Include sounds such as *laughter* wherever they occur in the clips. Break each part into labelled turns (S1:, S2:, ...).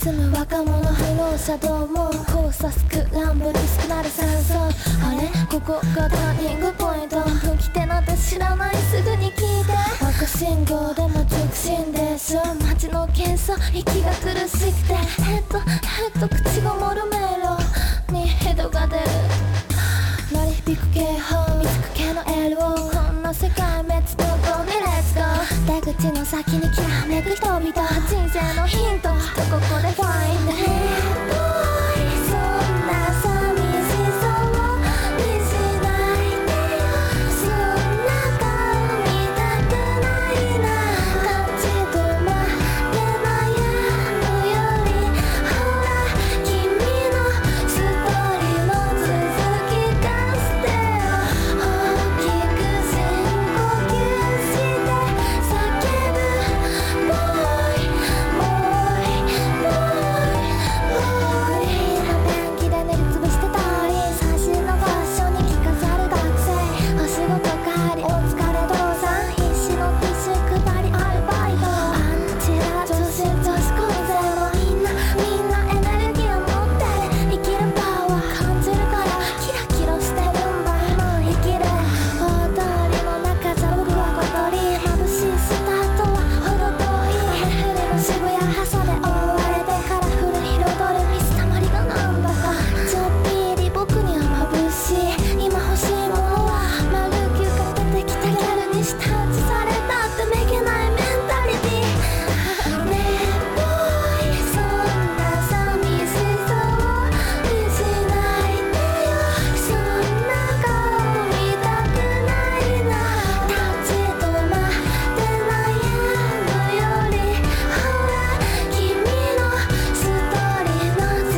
S1: すむ若者不老者どうも交差スクランブル薄くなる戦争あれここがターニングポイント不規定なんて知らないすぐに聞いて赤信号でも直進でしょ街の検査息が苦しくてヘッドヘッド口がもる迷路にヘドが出る鳴り響く警報見つく系のエールをこんな世界滅亡とにレッツゴー出口の先にきらめく人々人生のヒントきっとここで Find it そんな寂しさを見せないでよそんな顔見たくないな立ち止まって悩むよりほら君のストーリーの続き出してよ大きく深呼吸して叫ぶ Boy Boy Boy Boy ラペンキで塗りつぶしてたり最新のファッションに着飾る学生お仕事帰りお疲れ父さん必死のティッシュ配りアルバイトアンチラ女子女子高生もみんなみんなエネルギーを持ってる生きるパワー感じるからキラキラしてるんだ今生きる大通りの中じゃ僕は小鳥眩しいスタートは程遠いヘレフレの渋谷覇者で覆われてカラフル彩る水たまりがなんだかちょっぴり僕には眩しい今欲しいものは丸球が出てきたギャルに舌打ちされたってめげないメンタリティねえボーイそんな寂しさを見しないでよそんな顔見たくないな立ち止まって悩むよりほら君のストーリーの続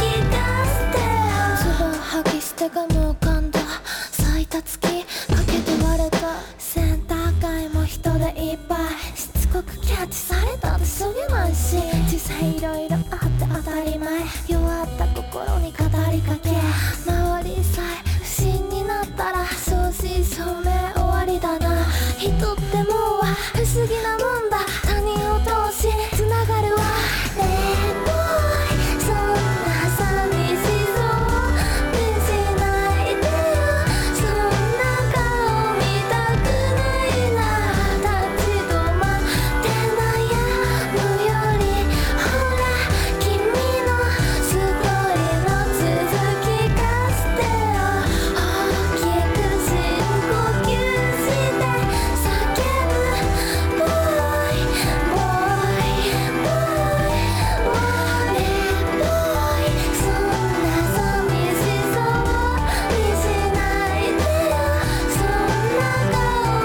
S1: き出してよ唾吐きしてガムを噛んだ咲いた月かけて割れたセンター街も人でいっぱいしつこくキャッチされたってすげないし実際いろいろあって当たり前弱った心に語りかけ周りさえ不審になったら正真正銘終わりだな人ってもうは不思議なもんだ他人を通しつながるわねえ Boy そんな寂しさを見せないでよそんな顔見たくないな立ち止まって悩むよりほら君のストーリーの続き出してよ大きく深呼吸して叫ぶ Boy Boy Boy そんな寂しさを見せないでよそんな顔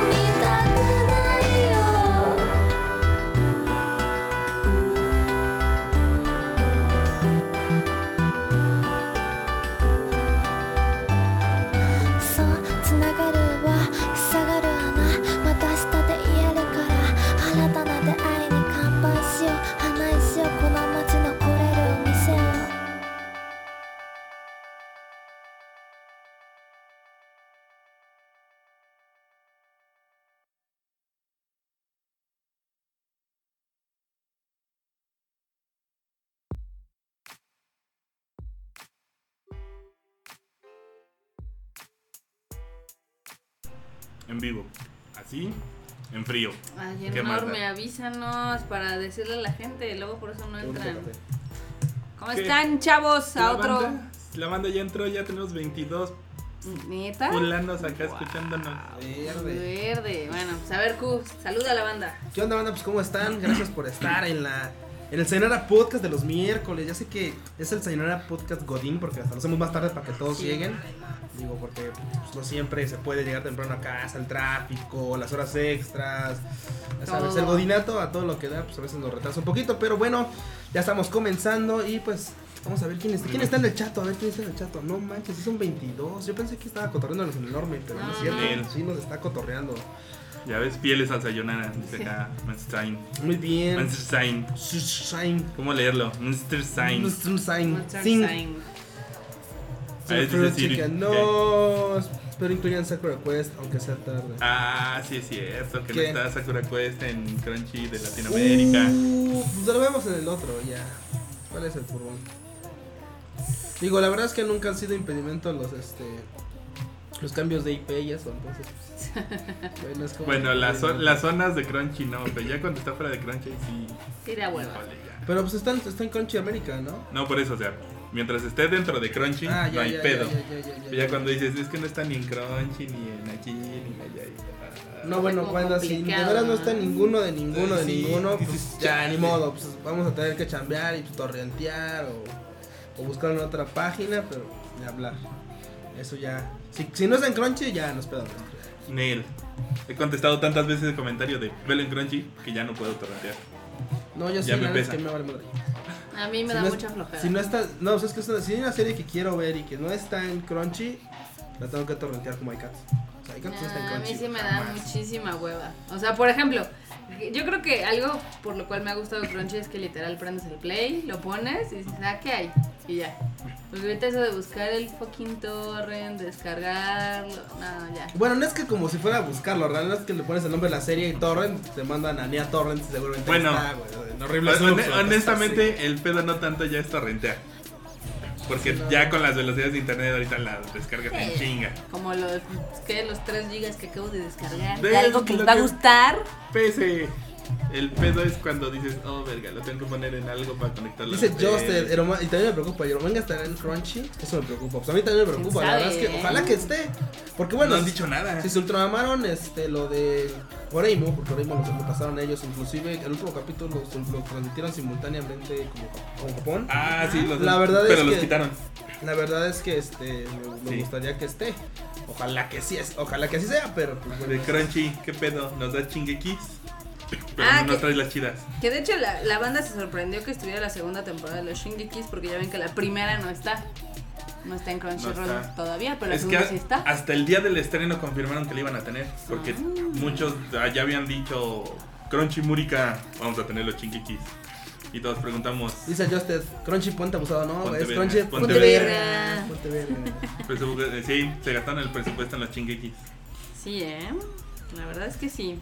S1: 見たくないよそうつながるは塞がる穴また下で言えるから新たな出会いに乾杯しよう花井しようこの街の来れるお店を
S2: En vivo. Así, en frío.
S3: Ay,
S2: ¿Qué más da?
S3: enorme, avísanos para decirle a la gente, luego por eso no
S2: Qué bonito
S3: entran.
S2: café.
S3: ¿Cómo
S2: ¿Qué?
S3: están, chavos? A
S2: La
S3: otro.
S2: banda- la banda ya entró, ya tenemos 22
S3: ¿Neta?
S2: fulanos acá
S3: Guau.
S2: escuchándonos.
S4: Verde.
S3: Verde. Bueno, pues a ver, Q, saluda a la banda.
S4: ¿Qué onda, banda? Pues, ¿cómo están? Gracias por estar en la. En el Cenara Podcast de los miércoles. Ya sé que es el Cenara Podcast Godín, porque hasta lo hacemos más tarde para que todos lleguen. Digo, porque pues, no siempre se puede llegar temprano a casa, el tráfico, las horas extras. Ya sabes,
S3: Todo.
S4: el godinato a todo lo que da, pues a veces nos retrasa un poquito. Pero bueno, ya estamos comenzando y pues vamos a ver quién, es, quién está en el chato. A ver quién está en el chato. No manches, sí son 22. Yo pensé que estaba cotorreándonos en el enorme, pero no es
S2: Bien.
S4: cierto. Sí, nos está cotorreando.
S2: Ya ves, fieles al Sayonara, dice acá Manstein.
S4: Muy bien.
S2: Manstein.
S4: Sign.
S2: ¿Cómo leerlo? Manstein.
S4: Sign.
S3: Monster
S4: Sign.
S3: Sign.
S2: Ahí dice
S4: Fruit
S2: Siri.
S4: Chicken. No. Espero incluyan Sakura Quest, aunque sea tarde.
S2: Ah, sí es cierto, que no
S4: ¿Qué?
S2: está Sakura Quest en Crunchy de Latinoamérica.
S4: Uh, pues lo vemos en el otro, ya.
S5: ¿Cuál es el furgón? Digo, la verdad es que nunca han sido impedimento los este los cambios de IP y eso, entonces. pues, bueno, es como
S2: Bueno,
S5: que-
S2: las, zo- las zonas de Crunchy no, pero ya cuando está fuera de Crunchy sí.
S3: Sí, da hueva.
S2: híjole, ya.
S5: Pero pues están, están Crunchy América, ¿no? Ah,
S2: No, por eso, o sea, mientras esté dentro de Crunchy, no hay pedo.
S5: ya, ya, ya,
S2: Pero ya cuando dices, es que no está ni en Crunchy, ni en aquí, ni allá. y- ah,
S5: No, bueno,
S3: Como
S5: cuando si de
S3: complicado,
S5: veras no está
S3: ¿no?
S5: ninguno de ninguno de
S2: Sí,
S5: ninguno,
S2: dices,
S5: pues ya,
S2: chale.
S5: ni modo, pues vamos a tener que chambear y pues, torrentear o, o buscar en otra página, pero ni hablar. Eso ya. Si, si no es en Crunchy, ya nos pedamos.
S2: Nel. He contestado tantas veces el comentario de velo en Crunchy que ya no puedo torrentear.
S5: No, yo sí,
S2: Ya me
S5: la neta es
S2: pesa.
S5: que me vale madre.
S3: A mí me
S5: Si
S3: da
S5: no es-
S3: mucha flojera.
S5: Si no está, no, o sea, es que es una- si hay una serie que quiero ver y que no está en Crunchy, la tengo que torrentear como iCats. O sea, iCats no pues, está en
S3: Ah, a
S5: Crunchy.
S3: mí sí me da
S5: jamás.
S3: muchísima hueva. O sea, por ejemplo, yo creo que algo por lo cual me ha gustado Crunchy es que literal prendes el play, lo pones y dices, ah, ¿qué hay? Y ya. Pues ahorita eso de buscar el fucking torrent, descargarlo, no, ya.
S5: Bueno, no es que como si fuera a buscarlo, ¿verdad? No es que le pones el nombre de la serie y Torrent, te mandan a Nia Torrent y seguramente
S2: Bueno.
S5: está, güey. en horrible
S2: Hon-
S5: subs, güey.
S2: honestamente, el pedo no tanto ya es torrentear. Porque
S5: Sí, no.
S2: ya con las velocidades de internet ahorita las descargas en
S3: Sí.
S2: chinga.
S3: Como los, ¿qué? los 3 gigas que acabo de descargar.
S2: De
S6: De algo que
S2: lo
S6: les va a
S2: que-
S6: gustar.
S2: Pese. El pedo es cuando dices, oh verga, lo tengo que poner en algo para conectarlo.
S5: Dice
S2: Eh,
S5: Justed, Eroma- y también me preocupa, Eromanga estará en Crunchy, eso me preocupa, pues a mí también me preocupa, la
S3: sabe,
S5: verdad es que
S3: eh?
S5: ojalá que esté, porque bueno,
S2: No han
S5: si-
S2: dicho nada.
S5: si se ultramaron este, lo de Oreimo, porque Oreimo lo, lo pasaron ellos, inclusive el último capítulo lo, lo transmitieron simultáneamente como con Japón,
S2: Ah, sí, los,
S5: La verdad
S2: pero
S5: es
S2: los
S5: que-
S2: quitaron.
S5: La verdad es que este me, me
S2: Sí.
S5: gustaría que esté. Ojalá que sí es, ojalá que así sea, pero pues
S2: De
S5: bueno.
S2: Crunchy, ¿qué pedo? Nos da chinguequis. Pero
S3: Ah,
S2: no
S3: que-
S2: traes las chidas.
S3: Que de hecho la, la banda se sorprendió que estuviera la segunda temporada de los Shingekis porque ya ven que la primera no está. No está en Crunchyroll
S2: está.
S3: todavía, pero la
S2: es que
S3: segunda
S2: a-
S3: sí está.
S2: hasta el día del estreno confirmaron que le iban a tener. Porque
S3: Ah.
S2: muchos ya habían dicho, Crunchy Murica, vamos a tener los chinguequis. Y todos preguntamos, *laughs*
S5: Dice Justed, Crunchy ponte abusado, no,
S2: Ponte
S5: es
S2: verga,
S5: Crunchy
S2: ponte
S3: verga.
S5: Ponte verga.
S2: presupu- eh, sí, se gastaron el presupuesto en los chinguequis.
S3: Sí, ¿eh? La verdad es que sí.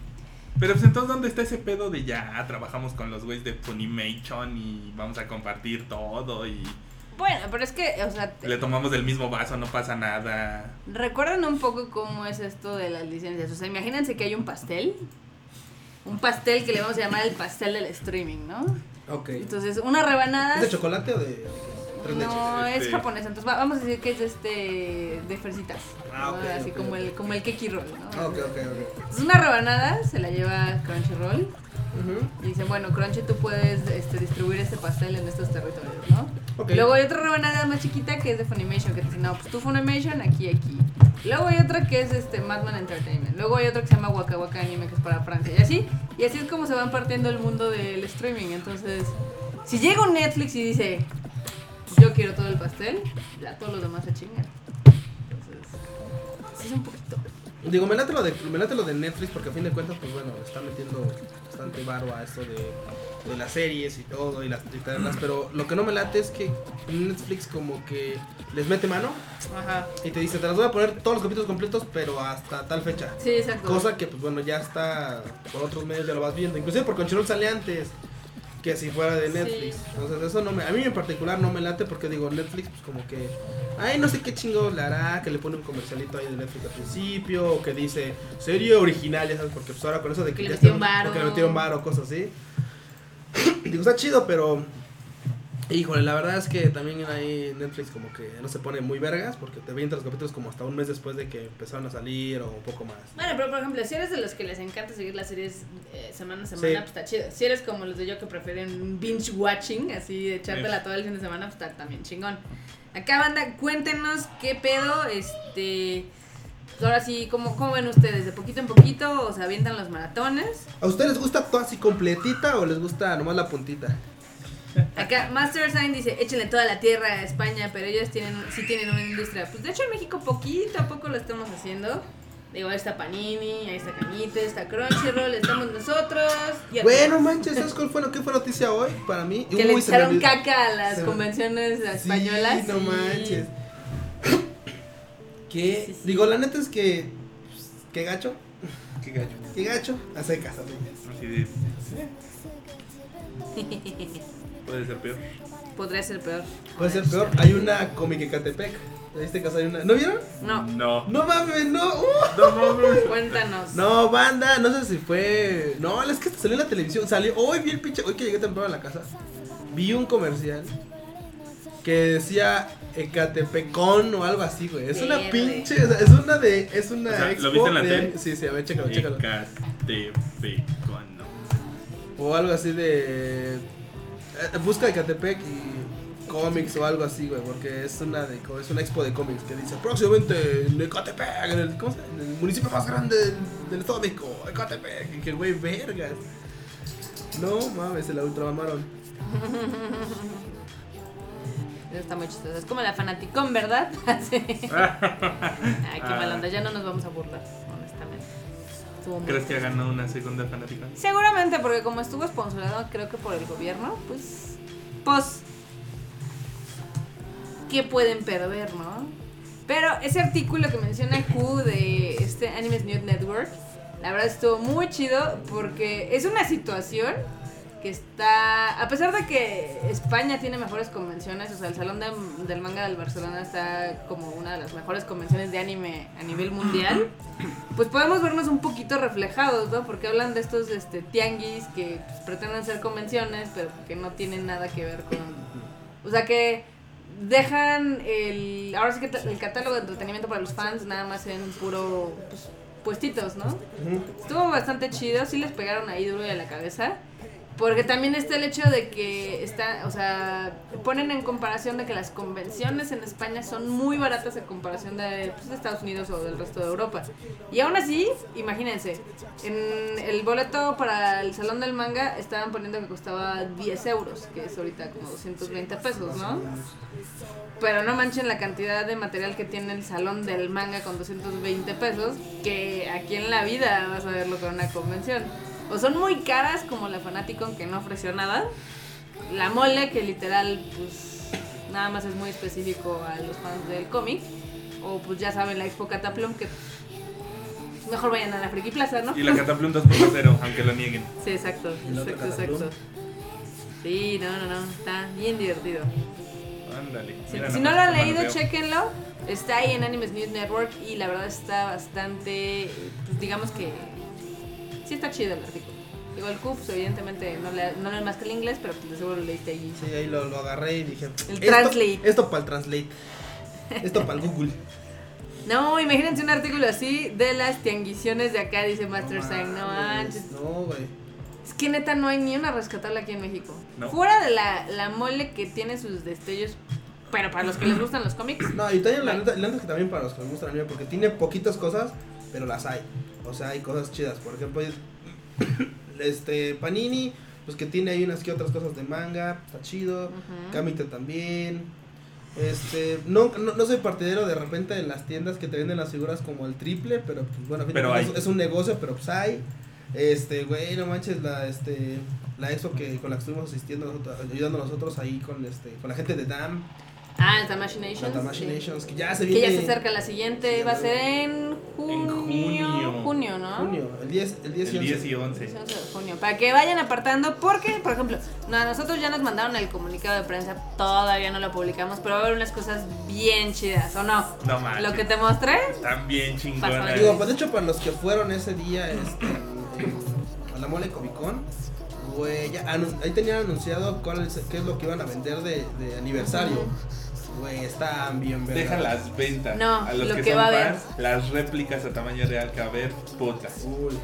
S2: Pero pues entonces, ¿dónde está ese pedo de ya trabajamos con los güeyes de Funimation y vamos a compartir todo y
S3: Bueno, pero es que, o sea, te-
S2: le tomamos del mismo vaso, no pasa nada?
S3: recuerden un poco cómo es esto de las licencias. O sea, imagínense que hay un pastel. Un pastel que le vamos a llamar el pastel del streaming, ¿no?
S5: Ok. ¿Es
S3: Entonces, una rebanada.
S5: de chocolate o de.? tres leches?
S3: No,
S2: leche.
S3: es
S2: Este-
S3: japonés, entonces va- vamos a decir que es este de fresitas.
S5: Ah,
S3: ¿no?
S5: ok,
S3: Así
S5: ok,
S3: como
S5: ok.
S3: el como el keki roll, ¿no?
S5: Ah, Ok, ok, ok.
S3: Entonces, una rebanada se la lleva Crunchyroll
S5: Ujú.
S3: y dicen, bueno, Crunchy tú puedes este, distribuir este pastel en estos territorios, ¿no?
S5: Ok.
S3: Luego hay otra rebanada más chiquita que es de Funimation, que te dice, no, pues tú Funimation, aquí, aquí. Luego hay otra que es este Madman Entertainment. Luego hay otra que se llama Waka Waka Anime, que es para Francia. Y así, y así es como se van partiendo el mundo del streaming. Entonces, si llega un Netflix y dice, yo quiero todo el pastel, ya todos los demás se chingan. Entonces, sí es un poquito.
S5: Digo, me late, lo de, me late lo de Netflix porque a fin de cuentas, pues bueno, está metiendo bastante varo a esto de, de las series y todo y las y tenerlas, pero lo que no me late es que Netflix como que les mete mano
S3: Ajá.
S5: y te dice, te las voy a poner todos los capítulos completos, pero hasta tal fecha.
S3: Sí, exacto.
S5: Cosa que, pues bueno, ya está por otros medios, ya lo vas viendo. Inclusive por Crunchyroll sale antes que si fuera de Netflix.
S3: Sí.
S5: Entonces, eso no me, a mí en particular no me late porque digo, Netflix, pues como que, ay, no sé qué chingo le hará, que le pone un comercialito ahí de Netflix al principio, o que dice serie original, ya sabes, porque pues ahora con eso de que,
S3: Que le
S5: ya
S3: metieron
S5: estamos-
S3: varo.
S5: porque le metieron varo, cosas así. *clears throat* digo, está chido, pero. Híjole, la verdad es que también ahí Netflix como que no se pone muy vergas porque te avienta los capítulos como hasta un mes después de que empezaron a salir o un poco más.
S3: Bueno, pero por ejemplo, si eres de los que les encanta seguir las series eh, semana a semana,
S5: Sí.
S3: pues está chido. Si eres como los de yo que prefieren binge watching, así de echártela
S2: Sí.
S3: todo el fin de semana, pues está también chingón. Acá, banda, cuéntenos qué pedo, este... pues, Ahora sí, ¿cómo, ¿cómo ven ustedes? ¿De poquito en poquito o se avientan los maratones?
S5: ¿A ustedes les gusta toda así completita o les gusta nomás la puntita?
S3: Acá Master Sign dice, échenle toda la tierra a España, pero ellos tienen, sí tienen una industria. Pues de hecho en México poquito a poco lo estamos haciendo. Digo, ahí está Panini, ahí está Cañitas, está Crunchyroll, estamos nosotros. y-
S5: Bueno, manches, ¿sabes cuál fue, qué fue noticia hoy para mí?
S3: Que le
S5: Uy, se me
S3: echaron
S5: olvidó.
S3: caca a las
S5: se me-
S3: convenciones
S5: Sí,
S3: españolas.
S5: no
S3: sí.
S5: manches. ¿Qué?
S3: Sí, sí.
S5: Digo, la neta es que. ¿Qué gacho?
S2: Qué gallo.
S5: ¿Qué gacho? A secas, a secas.
S2: Así de, Puede ser peor.
S3: *laughs* Podría ser peor.
S5: Puede ser peor. Hay una cómic en Catepec. En este caso hay una. ¿No vieron?
S3: No,
S2: No.
S5: No mames, no. ¡Uh!
S2: No mames.
S3: cuéntanos.
S5: No, banda, no sé si fue. No, es que salió en la televisión. Salió. Hoy vi el pinche. Hoy que llegué temprano a la casa. Vi un comercial que decía Ecatepecón o algo así, güey. Es una
S3: Verde.
S5: pinche. o sea, Es una de. Es una
S2: O sea, ¿lo
S5: expo
S2: viste en la
S5: de-
S2: tele?
S5: Sí, sí, a ver, chécalo, chécalo.
S2: Ecatepecano.
S5: O algo así de. eh, Busca Ecatepec y cómics o algo así, güey, porque es una de co- es una expo de cómics que dice próximamente en Ecatepec, en el, ¿cómo se llama? En el municipio más grande del, del Estado de México, Ecatepec, y que güey, vergas. No mames, se la ultramamaron.
S3: Eso está muy chistoso. Es como la fanaticón, ¿verdad? *laughs* Ah, Sí. Ay, qué mal onda. Ya no nos vamos a burlar, honestamente. Estuvo muy-
S2: ¿Crees que ha ganado una segunda fanática?
S3: Seguramente, porque como estuvo sponsorado, creo que por el gobierno, pues. Pues. ¿Qué pueden perder, no? Pero ese artículo que menciona Q de este Animes News Network, la verdad estuvo muy chido porque es una situación que está. A pesar de que España tiene mejores convenciones, o sea, el Salón de- del Manga del Barcelona está como una de las mejores convenciones de anime a nivel mundial, pues podemos vernos un poquito reflejados, ¿no? Porque hablan de estos este, tianguis que pues, pretenden ser convenciones, pero que no tienen nada que ver con. O sea, que dejan el. Ahora sí que t- el catálogo de entretenimiento para los fans nada más en puro. pues, puestitos, ¿no? Estuvo bastante chido, sí les pegaron ahí duro de la cabeza. Porque también está el hecho de que está, o sea, ponen en comparación de que las convenciones en España son muy baratas en comparación de, pues, de Estados Unidos o del resto de Europa. Y aún así, imagínense, en el boleto para el Salón del Manga estaban poniendo que costaba 10 euros, que es ahorita como 220 pesos, ¿no? Pero no manchen la cantidad de material que tiene el salón del manga con 220 pesos, que aquí en la vida vas a verlo con una convención. O son muy caras como la Fanaticon que no ofreció nada. La mole que literal pues nada más es muy específico a los fans del cómic. O pues ya saben la Expo Cataplum que mejor vayan a la Friki Plaza, ¿no?
S2: Y la Cataplum 2.0, aunque lo nieguen.
S3: Sí, exacto,
S5: ¿Y la otra
S3: exacto,
S5: Cataplum?
S3: exacto. Sí, no, no, no, está bien divertido.
S2: Ándale.
S3: Sí,
S2: mira
S3: si no
S2: nomás
S3: lo han
S2: cómo
S3: leído,
S2: veo.
S3: chequenlo. Está ahí en Animes News Network y la verdad está bastante, pues, digamos que sí está chido el artículo. Digo, el CUPS evidentemente no le, no lees más que el inglés, pero pues, de seguro lo leíste ahí.
S5: Sí, ahí lo, lo agarré y dije,
S3: El
S5: "Esto-
S3: translate.
S5: Esto para el translate. Esto para
S3: *laughs*
S5: el Google.
S3: No, imagínense un artículo así de las tianguiciones de acá, dice Master Sang. No manches.
S5: No, güey.
S3: Es que neta no hay ni una rescatable aquí en México.
S2: No.
S3: Fuera de la, la mole que tiene sus destellos, pero para los que les gustan los cómics.
S5: No, y también la neta, la neta es que también para los que les gusta el anime, porque tiene poquitas cosas, pero las hay. O sea, hay cosas chidas. Por ejemplo, hay- *coughs* este Panini, pues que tiene ahí unas que otras cosas de manga, está chido.
S3: Ujú.
S5: Kamite también. Este, no, no, no soy partidero de repente de las tiendas que te venden las figuras como el triple, pero pues, bueno, a fin de
S2: Pero
S5: cuentas
S2: hay.
S5: es un negocio, pero pues hay. Este, güey, no manches, la, este, la expo que, con la que estuvimos asistiendo, nosotros- ayudando nosotros ahí con, este, con la gente de DAM,
S3: Ah, el Tamashinations.
S5: la Tamashii Nations, que ya se
S3: Que
S5: viene.
S3: ya se acerca la siguiente, va a ser en
S2: En
S3: junio.
S2: junio.
S3: junio, ¿no?
S5: Junio, el 10, el 10 y
S2: El 10
S5: 11.
S2: y 11.
S3: 11 de junio. Para que vayan apartando, porque, por ejemplo, no, a nosotros ya nos mandaron el comunicado de prensa, todavía no lo publicamos, pero va a haber unas cosas bien chidas, ¿o no?
S2: No manches.
S3: Lo que te mostré,
S2: Están bien
S3: Pásame.
S2: chingonas.
S5: Digo, pues de hecho, para los que fueron ese día este, en- a la mole Comic Con, güey, ya anun- ahí tenían anunciado cuál es, qué es lo que iban a vender de, de aniversario. Güey, están bien verdes.
S2: Deja las ventas.
S3: No,
S2: a los
S3: lo
S2: que,
S3: que
S2: son
S3: va a haber.
S2: fans, las réplicas a tamaño real que va a haber, putas.
S5: Uy.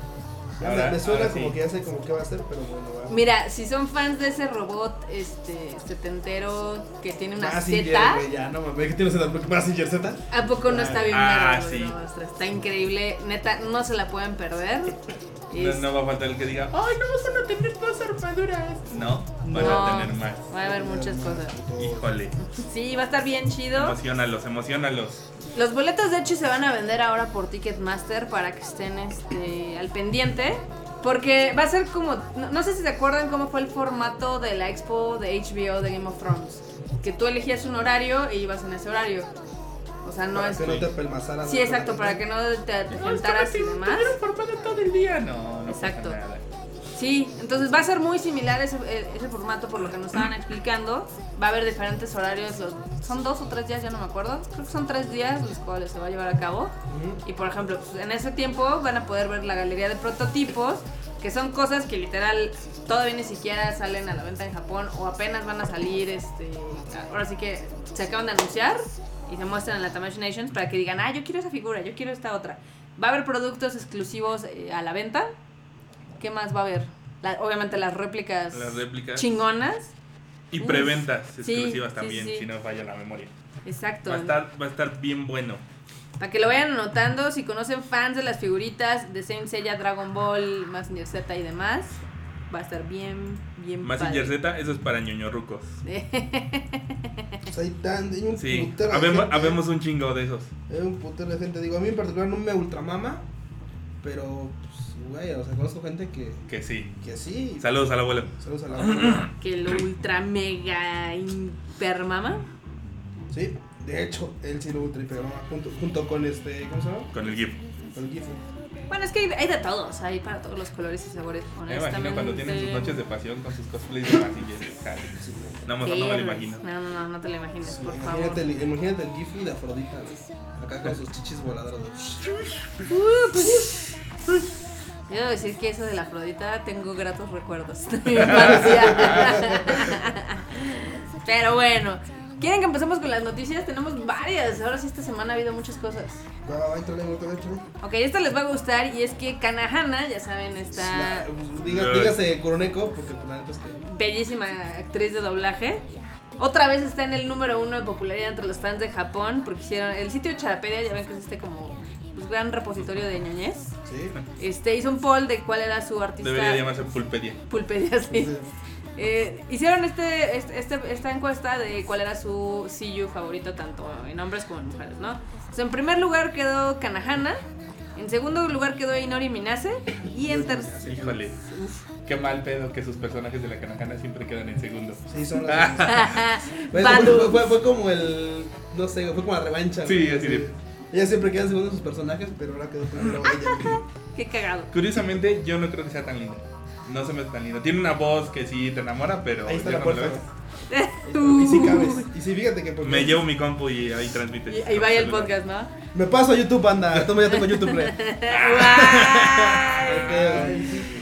S5: Ya
S2: Ahora-
S5: me, me suena
S2: ahora
S5: como
S2: sí.
S5: que ya sé como qué va a ser, pero bueno, va.
S3: mira, si son fans de ese robot este setentero que tiene
S2: Ah,
S3: una
S5: Mazinger,
S3: zeta,
S5: güey, ya, no mames, ¿qué tienes en la Mazinger Z?
S3: ¿a poco no está bien?
S2: Ah,
S3: verga, güey?
S2: sí.
S3: No, ostras, está increíble, neta, no se la pueden perder.
S2: *laughs* No, no va a faltar el que diga, ¡ay, no van a tener más armaduras! No, van a
S3: No,
S2: tener más.
S3: Va a haber muchas cosas.
S2: Híjole,
S3: Sí, va a estar bien chido.
S2: emocionalos, emocionalos.
S3: Los boletos de hecho se van a vender ahora por Ticketmaster para que estén este, al pendiente. Porque va a ser como, no, no sé si se acuerdan cómo fue el formato de la expo de HBO de Game of Thrones. Que tú elegías un horario y ibas en ese horario. O sea, no
S5: Para
S3: es...
S5: que no te pelmazaras.
S3: Sí, exacto, para que no te
S2: No, es que
S3: atentaras y
S2: me
S3: demás.
S2: tuvieron formado todo el día. No, no pasa
S3: Exacto.
S2: nada.
S3: Sí, entonces va a ser muy similar ese, eh, ese formato por lo que nos estaban explicando. Va a haber diferentes horarios, los- son dos o tres días, ya no me acuerdo. Creo que son tres días los cuales se va a llevar a cabo. Y por ejemplo, pues, en ese tiempo van a poder ver la galería de prototipos, que son cosas que literal todavía ni siquiera salen a la venta en Japón o apenas van a salir, este, ahora sí que se acaban de anunciar y se muestran en la Tamashii Nations para que digan, ah, yo quiero esa figura, yo quiero esta otra. Va a haber productos exclusivos eh, a la venta. ¿Qué más va a haber? La- obviamente las réplicas,
S2: Las réplicas.
S3: chingonas.
S2: Y
S3: Uf,
S2: preventas
S3: sí,
S2: exclusivas
S3: sí,
S2: también,
S3: sí.
S2: si no falla la memoria.
S3: Exacto.
S2: Va a estar, va a estar bien bueno.
S3: Para que lo vayan anotando, si conocen fans de las figuritas de Saint Seiya, Dragon Ball, Mazinger Z y demás, va a estar bien, bien
S2: Más
S3: padre.
S2: Z, eso es para ñoñorrucos.
S5: Pues ahí tan, hay un
S2: Sí,
S5: putero de
S2: habemos,
S5: gente.
S2: habemos un chingo de esos.
S5: Hay un putero de gente. Digo, a mí en particular no me ultramama, pero, pues, güey, o sea, conozco gente que,
S2: Que sí.
S5: que sí.
S2: Saludos al abuelo.
S5: Saludos a la abuela.
S3: *laughs* Que lo ultra mega hiper mama.
S5: Sí, de hecho, él sí lo ultra hipermama, junto, junto con este, ¿cómo se llama?
S2: Con el GIF.
S5: Con el Gifu.
S3: Bueno, es que hay, hay de todos, hay para todos los colores y sabores,
S2: Me
S3: honestamente.
S2: imagino cuando tienen sus noches de pasión con sus cosplays de Mazinger. Jale. No, no, no me lo
S3: Perros.
S2: imagino.
S3: No, no, no, no te lo imagines, por favor.
S5: Imagínate, el- imagínate el Gifu de Afrodita, güey. Acá con sus chichis voladoras. güey.
S3: Uh, pues, uh, yo debo decir que eso de la Afrodita tengo gratos recuerdos *laughs* de mi infancia. Pero bueno, ¿quieren que empecemos con las noticias? Tenemos varias. Ahora sí, esta semana ha habido muchas cosas.
S5: Va, va, échale, échale, échale.
S3: Ok, esta les va a gustar y es que Kanahana, ya saben, esta
S5: La- pues, diga- Dígase Coroneco, porque pues, la neta es que.
S3: bellísima actriz de doblaje. Otra vez está en el número uno de popularidad entre los fans de Japón porque hicieron el sitio Charapedia, ya ven que es este como pues, gran repositorio de ñoñez.
S5: Sí.
S3: Este hizo un poll de cuál era su artista.
S2: Debería llamarse Pulpedia.
S3: Pulpedia, sí.
S5: Entonces,
S3: Eh, hicieron este, este- este- esta encuesta de cuál era su CU favorito, tanto en hombres como en mujeres, ¿no? Entonces, en primer lugar quedó Kanahana, en segundo lugar quedó Inori Minase, y en tercer...
S2: Híjole. Qué mal pedo que sus personajes de la canajana siempre quedan en segundo.
S5: Sí, son las.
S3: *laughs*
S5: Fue, fue- fue- fue como el. No sé, fue como la revancha.
S2: Sí,
S5: güey.
S2: así de-
S5: Ella siempre queda en segundo en sus personajes, pero ahora quedó primero
S2: *laughs*
S5: ella.
S3: ¡Qué cagado!
S2: Curiosamente, yo no creo que sea tan linda. No se me hace tan linda. Tiene una voz que sí te enamora, pero.
S5: Ahí está
S2: ya
S5: la
S2: cuando
S5: puerta.
S2: ves-
S5: güey. Y sí cabes. Y sí, fíjate que. pues, porque-
S2: Me llevo mi compu y ahí transmite.
S3: Y ahí vaya el podcast, ¿no?
S5: Me paso a YouTube, anda. Toma, ya tengo YouTube Red.
S3: Guay.
S5: Ay, sí.
S3: *laughs*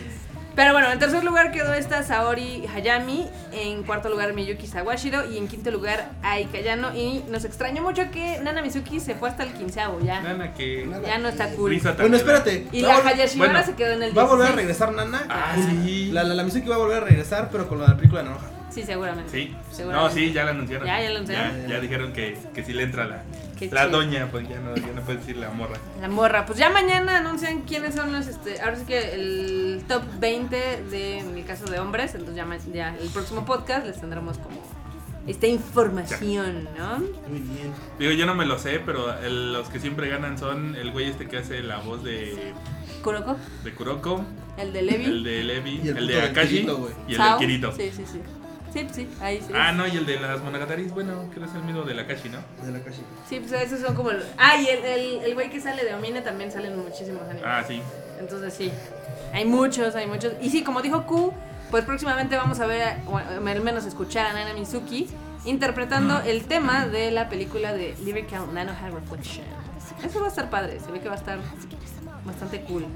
S3: Pero bueno, en tercer lugar quedó esta Saori Hayami, en cuarto lugar Miyuki Sawashiro y en quinto lugar Aika Yano. Y nos extrañó mucho que Nana Mizuki se fue hasta el quinceavo ya.
S2: Nana, que.
S5: Nana.
S3: Ya no está cool.
S2: Risa tan
S5: Bueno,
S2: edad.
S5: espérate.
S3: Y
S5: va
S3: la
S5: a vol-
S3: Hayashibara
S2: bueno,
S3: se quedó en el
S5: Va a volver
S3: 16.
S5: a regresar Nana.
S2: Ah, sí.
S5: La, la, la Mizuki va a volver a regresar, pero con la película de Nanoha.
S3: Sí, seguramente.
S2: Sí. No,
S3: Seguramente.
S2: sí, ya la anunciaron.
S3: Ya, ya la anunciaron.
S2: Ya, ya dijeron que, que sí le entra la,
S3: Qué
S2: la
S3: chido.
S2: doña, pues ya no, ya no puede decir la morra.
S3: La morra. Pues ya mañana anuncian quiénes son los, este, ahora sí que el top 20 de, en el caso de hombres. Entonces ya, ma- ya el próximo podcast les tendremos como esta información, ¿no?
S5: Muy bien.
S2: Digo, yo no me lo sé, pero el- los que siempre ganan son el güey este que hace la voz de,
S3: Kuroko,
S2: de Kuroko,
S3: el de Levi.
S2: el de Levi,
S5: Y el
S2: el,
S5: puto
S2: de
S5: del
S2: Akashi
S5: Kirito, güey.
S2: y el
S3: Sao.
S2: del Kirito.
S3: Sí, sí, sí. Sí, sí, ahí sí.
S2: Ah, no, y el de las Monogataris, bueno, creo que es el mismo de la Akashi, ¿no?
S5: De la calle.
S3: Sí, pues esos son como. los- Ah, y el, el, el güey que sale de Omine también salen muchísimos animes.
S2: Ah, sí.
S3: Entonces sí, hay muchos, hay muchos. Y sí, como dijo Q, pues próximamente vamos a ver, a- o al menos escuchar a Nana Mizuki interpretando el tema de la película de Lyrical Nanoha Reflection. Eso va a estar padre, se ve que va a estar bastante cool.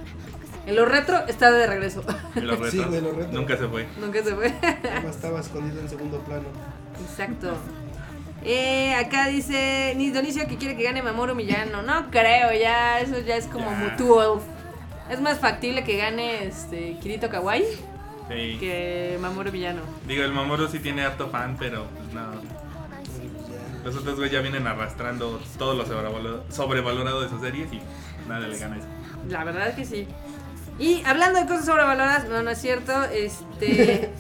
S3: En lo retro está de regreso. *laughs*
S2: En Los retos.
S5: *laughs* Sí, güey, los retos.
S2: Nunca se fue.
S3: Nunca se fue.
S5: Nada más Estaba escondido en segundo plano.
S3: Exacto. Eh, acá dice Nis Donicio que quiere que gane Mamoru Millano. No creo, ya eso ya es como
S2: Ya.
S3: mutuo. Es más factible que gane este Kirito Kawaii
S2: Sí.
S3: que Mamoru Villano.
S2: Digo, el Mamoru sí tiene harto fan, pero pues no.
S5: pues
S2: Los otros güey ya vienen arrastrando todo lo sobrevalorado, sobrevalorado de sus series y nadie le gana eso.
S3: La verdad que sí. Y hablando de cosas sobrevaloradas, no, no es cierto. Este.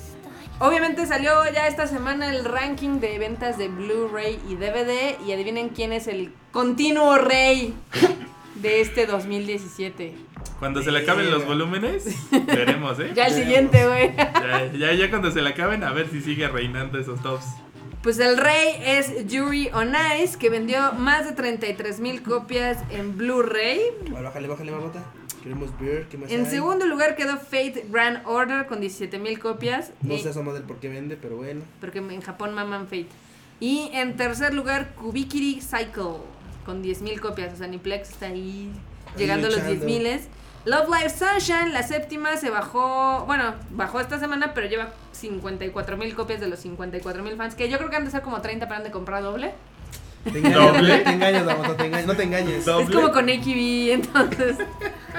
S3: obviamente salió ya esta semana el ranking de ventas de Blu-ray y DVD. Y adivinen quién es el continuo rey de este 2017.
S2: Cuando se le acaben los
S5: *laughs*
S2: volúmenes, veremos, ¿eh?
S3: Ya el siguiente, güey.
S2: Ya, ya, ya cuando se le acaben, a ver si sigue reinando esos tops.
S3: Pues el rey es Yuri on Ice, que vendió más de 33 mil copias en Blu-ray.
S5: Bueno, bájale, bájale, barbota. Queremos ver qué más
S3: En
S5: hay.
S3: segundo lugar quedó Fate Grand Order con 17.000 copias.
S5: No
S3: Y-
S5: sé esa madre por qué vende, pero bueno.
S3: Porque en Japón maman Fate. Y en tercer lugar, Kubikiri Cycle. Con 10.000 copias. O sea, Niplex está ahí.
S5: Ahí
S3: Llegando a los
S5: luchando.
S3: 10.000. Love Live Sunshine, la séptima, se bajó. Bueno, bajó esta semana, pero lleva 54.000 copias de los 54.000 fans. Que yo creo que han de ser como 30 para han de comprar doble.
S5: Te
S2: ¿Doble?
S5: engañas, te engañas, Daruta, te engañas. No te engañes.
S2: Do-
S5: No
S2: ¿Doble?
S3: Es como con AKB, *laughs* entonces.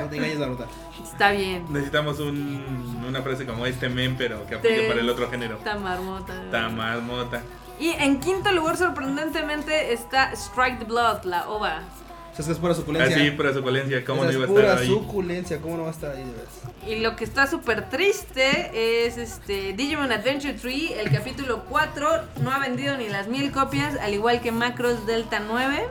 S5: te engañes, Daruta.
S3: está bien.
S2: Necesitamos un, una frase como este men, pero que aplique
S3: Te-
S2: para el otro género.
S3: Está marmota.
S2: Tamarmota.
S3: Y en quinto lugar, sorprendentemente, está Strike the Blood, la OVA.
S5: O sea, es que es pura suculencia.
S2: Así, pura suculencia, ¿cómo
S5: Esa
S2: no iba a
S5: es
S2: estar
S5: pura
S2: ahí?
S5: suculencia, ¿cómo no va a estar ahí de veras?
S3: Y lo que está súper triste es este Digimon Adventure 3, el capítulo 4, no ha vendido ni las mil copias, al igual que Macros Delta 9.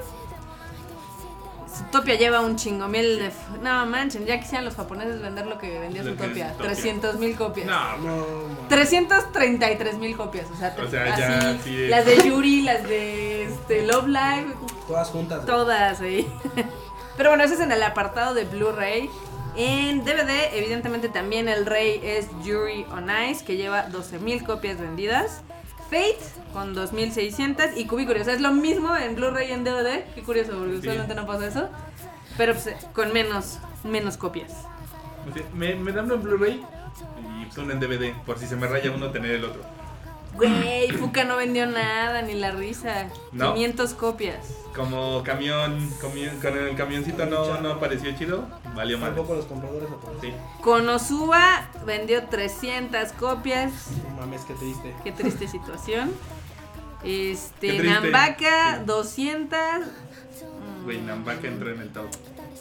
S3: Zootopia lleva un chingo mil de... f- No manchen, ya quisieran los japoneses vender lo que vendía
S2: Lo que es
S3: Zootopia.
S2: Zootopia.
S3: 300 mil copias.
S2: No, bro.
S5: No, ma.
S3: 333 mil copias, o sea,
S2: O sea, ya,
S3: así,
S2: sí es.
S3: las de Yuri, las de este, Love Live,
S5: Todas juntas. güey.
S3: Todas, sí. *laughs* Pero bueno, ese es en el apartado de Blu-ray. En DVD, evidentemente también el rey es Jury on Ice, que lleva 12.000 copias vendidas. Fate con 2.600 y Cubicuri. O sea, es lo mismo en Blu-ray y en DVD. Qué curioso, porque
S2: Sí.
S3: usualmente no pasa eso. Pero pues, eh, con menos, menos copias.
S2: Pues Sí, Me, me dan uno en Blu-ray y pues, uno en DVD, por si se me raya uno tener el otro.
S3: Güey, Fuca no vendió nada, ni la risa.
S2: No.
S3: 500 copias.
S2: Como camión, comi- con el camioncito no, no apareció chido, valió mal.
S5: Tampoco los compradores aparecen.
S2: Sí.
S3: Konosuba vendió 300 copias.
S5: No mames, qué triste.
S3: Qué
S5: *laughs*
S3: triste situación. Este,
S2: Qué triste.
S3: Nambaka,
S2: Sí.
S3: 200. Mm,
S2: Güey, Nambaka entró en el top.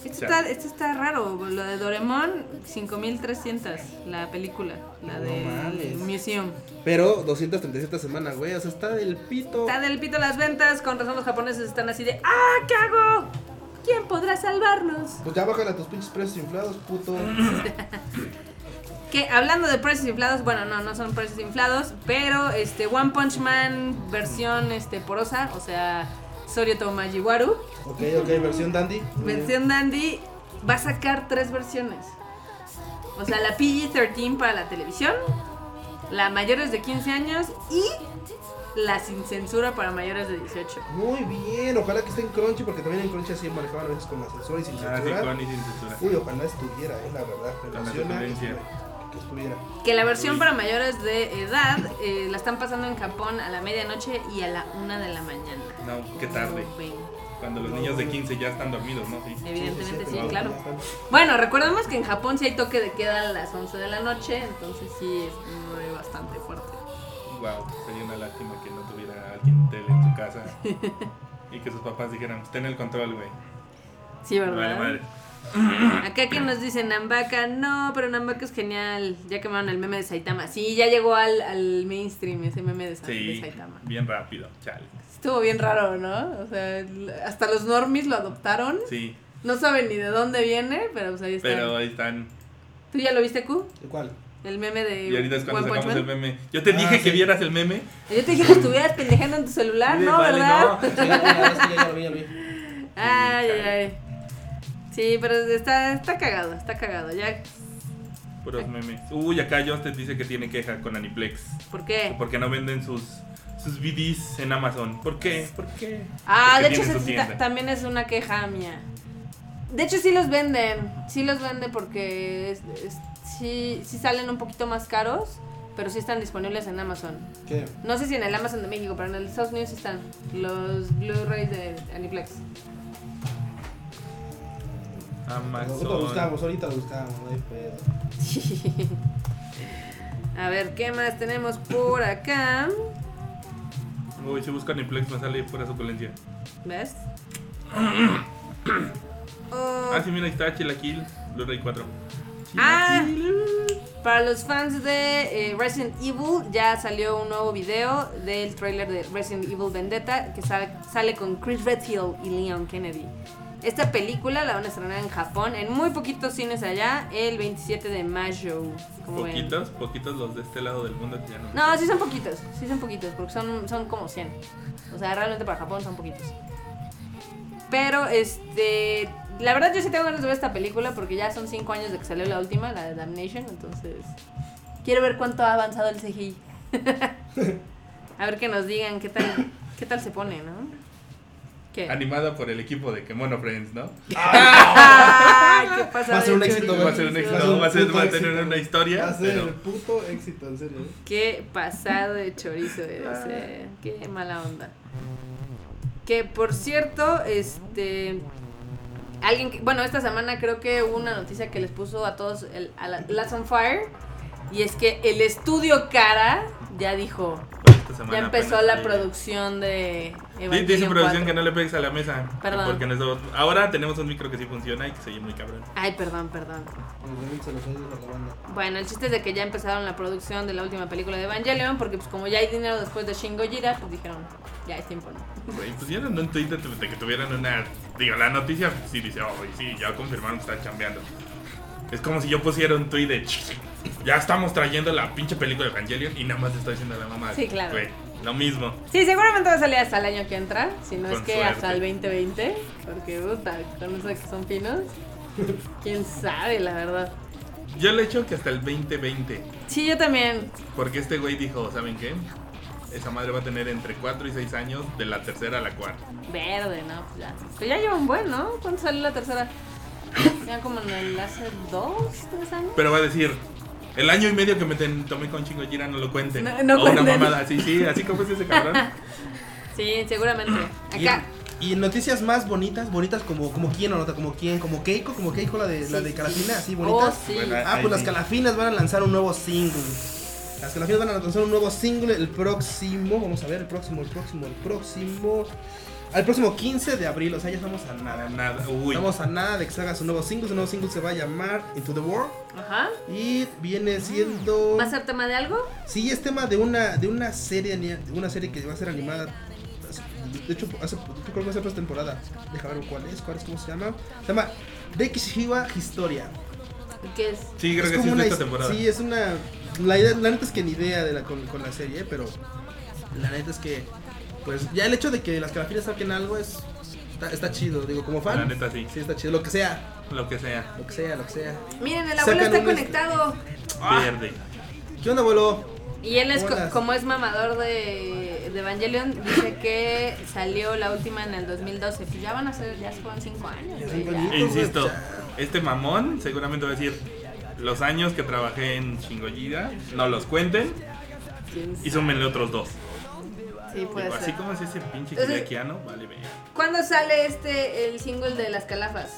S3: Esto está, esto está raro. Lo de Doremon, 5300. La película, la
S5: No
S3: de
S5: mames.
S3: Museum.
S5: Pero 237 semanas, güey. O sea, está del pito.
S3: Está del pito las ventas. Con razón, los japoneses están así de: ¡Ah, qué hago! ¿Quién podrá salvarnos?
S5: Pues ya bájale a tus pinches precios inflados,
S3: *laughs*
S5: puto.
S3: Que hablando de precios inflados, bueno, no, no son precios inflados, pero este One Punch Man versión este porosa, o sea, Soryoto Majiwaru.
S5: Ok, ok, versión dandy.
S3: Versión Dandy va a sacar tres versiones. O sea, la PG-13 para la televisión, la mayores de 15 años y la sin censura para mayores de 18.
S5: Muy bien, ojalá que esté en Crunchy, porque también en Crunchy así manejaban a veces con la censura y sin
S2: Ah, sí,
S5: censura.
S2: con y sin censura.
S5: Uy, ojalá estuviera, eh, la verdad. Me
S2: la
S5: emociona que
S2: suculencia.
S5: estuviera- que estuviera.
S3: Que la versión
S2: Uy.
S3: para mayores de edad eh, la están pasando en Japón a la medianoche y a la una de la mañana.
S2: No, qué tarde.
S3: Como ven.
S2: Cuando los niños de 15 ya están dormidos, ¿no? Sí.
S3: Evidentemente sí,
S5: pero
S3: claro.
S5: ya están.
S3: Bueno, recordemos que en Japón sí hay toque de queda a las 11 de la noche, entonces sí es muy bastante fuerte.
S2: Wow, sería una lástima que no tuviera alguien tele en su
S3: *laughs*
S2: casa y que sus papás dijeran, "Pues, ten el control, güey.
S3: Sí, ¿verdad?
S2: Vale, madre.
S3: Acá que nos dicen Nambaka, no, pero Nambaka es genial. Ya quemaron el meme de Saitama. Sí, ya llegó al, al mainstream ese meme de, Sa- de
S2: Sí,
S3: Saitama.
S2: bien rápido, chale.
S3: Estuvo bien raro, ¿no? O sea, l- hasta los normies lo adoptaron.
S2: Sí,
S3: No saben ni de dónde viene, pero pues ahí está.
S2: pero ahí están.
S3: ¿Tú ya lo viste, Q?
S5: ¿Y ¿Cuál?
S3: El meme de
S2: Y ahorita es cuando
S3: One Punch
S2: sacamos
S3: Man.
S2: el meme. Yo te
S5: Ah,
S2: dije que
S5: sí.
S2: vieras el meme.
S3: Yo te dije que estuvieras pendejando en tu celular,
S2: Sí,
S3: Ah, ¿no?
S2: vale,
S3: ¿Verdad?
S2: no.
S5: Sí, ya, ya, ya, ya lo vi, ya lo vi.
S3: Ay, ay,
S2: Chale.
S3: ay. Sí, pero está, está cagado, está cagado. Ya, *laughs*
S2: Puros memes. Uy, acá Justin dice que tiene queja con Aniplex.
S3: ¿por qué?
S2: Porque no venden sus, sus BDs en Amazon. ¿Por qué? ¿Por qué?
S3: Ah,
S2: Porque
S3: de hecho
S2: tiene
S3: esa
S2: su
S3: ta-
S2: tienda.
S3: también es una queja mía. De hecho sí los venden, sí los venden porque es- es- sí, sí salen un poquito más caros, pero sí están disponibles en Amazon.
S5: ¿Qué?
S3: No sé si en el Amazon de México, pero en el de Estados Unidos sí están los Blu-rays de Aniplex. *laughs*
S2: Amazon.
S5: Nosotros lo buscamos, ahorita lo buscamos, no hay pedo.
S3: A ver, ¿qué más tenemos por acá?
S2: Uy, si busco Aniplex me sale pura suculencia. *clears throat*
S3: ¿Ves? Oh,
S2: Ah, sí, mira, ahí está Chilaquil, Blu-ray 4.
S3: Ah, para los fans de eh, Resident Evil ya salió un nuevo video del tráiler de Resident Evil Vendetta que sale, sale con Chris Redfield y Leon Kennedy. Esta película la van a estrenar en Japón en muy poquitos cines allá el 27 de mayo. como ven?
S2: Poquitos, poquitos los de este lado del mundo que ya no.
S3: No, sí son poquitos, sí son poquitos, porque son, son como 100. O sea, realmente para Japón son poquitos. Pero, este. La verdad, yo sí tengo ganas de ver esta película porque ya son 5 años de que salió la última, la de Damnation. Entonces, quiero ver cuánto ha avanzado el CGI. A ver que nos digan qué tal, qué tal se pone, ¿no? ¿Qué?
S2: Animada por el equipo de Kemono Friends, ¿no?
S3: *laughs* ¡Ay, qué pasa!
S7: Va a ser
S3: de
S7: un éxito,
S3: chorizo!
S2: Va a ser un éxito,
S7: un
S2: va a, ser-
S7: puto
S2: va a tener
S7: éxito.
S2: una historia.
S7: Va a ser
S2: pero-
S7: el puto éxito, en serio. ¿eh?
S3: Qué pasado de chorizo debe ser. Qué mala onda. Que por cierto, este. Alguien que- bueno, esta semana creo que hubo una noticia que les puso a todos el, a la, Lats on Fire. Y es que el estudio Cara ya dijo,
S2: esta semana
S3: ya empezó
S2: apenas
S3: la
S2: vi-
S3: producción de
S2: Di-
S3: Evangelion
S2: Dice producción
S3: 4.
S2: que no le pegues a la mesa. que
S3: Perdón.
S2: Porque no es- ahora tenemos un micro que sí funciona y que se oye muy cabrón.
S3: Ay, perdón, perdón.
S7: Los remix se los odio a la banda.
S3: Bueno, el chiste es de que ya empezaron la producción de la última película de Evangelion, porque pues como ya hay dinero después de Shin Gojira, pues dijeron, ya es tiempo, ¿no?
S2: pues, Güey, pusieron un tweet de que tuvieran una. Digo, la noticia sí dice, oh, güey, sí, ya confirmaron que están chambeando. Es como si yo pusiera un tweet de. Ya estamos trayendo la pinche película de Evangelion y nada más estoy diciendo a la mamá.
S3: Sí, claro.
S2: Güey, lo mismo.
S3: Sí, seguramente va a salir hasta el año que entra, si no es
S2: Con
S3: que
S2: suerte.
S3: hasta el 2020, porque puta, con eso que son finos, quién sabe, la verdad.
S2: Yo le echo que hasta el 2020.
S3: Sí, yo también.
S2: Porque este güey dijo, ¿saben qué? Esa madre va a tener entre 4 y 6 años de la tercera a la cuarta.
S3: Verde, ¿no? Pues ya. Pero ya lleva un buen, ¿no? ¿Cuándo salió la tercera? Ya como en el hace dos, tres años.
S2: Pero va a decir, el año y medio que me ten- tomé con Chingo Gira no lo cuenten.
S3: No- no
S2: o
S3: cuenten.
S2: una mamada así, sí, así como es ese cabrón. *laughs*
S3: Sí, seguramente.
S5: Y,
S3: Acá.
S5: y noticias más bonitas, bonitas como, como quién, o nota, como quién, como Keiko, como Keiko, la de, la
S3: Sí,
S5: de
S3: sí.
S5: Calafina, así
S3: Oh,
S5: bonitas.
S3: sí.
S2: Bueno,
S5: Ah,
S2: ahí
S5: pues las
S2: sí.
S5: calafinas van a lanzar un nuevo single. Las calafinas van a lanzar un nuevo single el próximo, vamos a ver, el próximo, el próximo, el próximo. Al próximo 15 de abril, o sea, ya estamos a
S2: Para
S5: nada.
S2: nada, uy.
S5: Estamos a nada de que salga su nuevo single. Su nuevo single se va a llamar Into the World.
S3: Ajá.
S5: Y viene siendo.
S3: Ah, ¿Va a ser tema de algo?
S5: Sí, es tema de una, de una serie ani- de una serie que va a ser animada. De hecho, hace, yo creo que va a ser esta temporada. Deja ver cuál es, cuál es, cómo se llama. Se llama Dekishiwa Historia.
S3: ¿Qué es?
S2: Sí, creo
S5: Es
S2: que sí
S5: como
S2: es de
S5: una
S2: esta
S5: his-
S2: temporada.
S5: Sí, es una. La, idea, la neta es que ni idea de la, con, con la serie, ¿eh? pero la neta es que. Pues ya el hecho de que las calafinas saquen algo es. Está, está chido, digo, como fan.
S2: La neta sí,
S5: Sí, está chido, lo que sea,
S2: lo que sea.
S5: lo que sea, lo que sea.
S3: Miren, el abuelo
S5: Sacan
S3: está
S5: un-
S3: conectado.
S5: Ah,
S2: Verde.
S5: ¿Qué onda, abuelo?
S3: Y él es co-
S5: Buenas.
S3: como es mamador de, de Evangelion, dice que salió la última en el 2012. Pues ya van a ser, ya fueron 5 años.
S5: Ya
S3: güey,
S5: cinco
S3: ya.
S5: añitos.
S2: E insisto, este mamón seguramente va a decir, los años que trabajé en Chingo Gira, no los cuenten
S3: ¿Quién
S2: y
S3: sabe?
S2: súmenle otros dos.
S3: Sí, puede
S2: Digo, así
S3: ser.
S2: como es ese pinche
S3: Entonces-
S2: Hideakiano, vale, ve.
S3: ¿Cuándo sale este, el single de Las Calafas?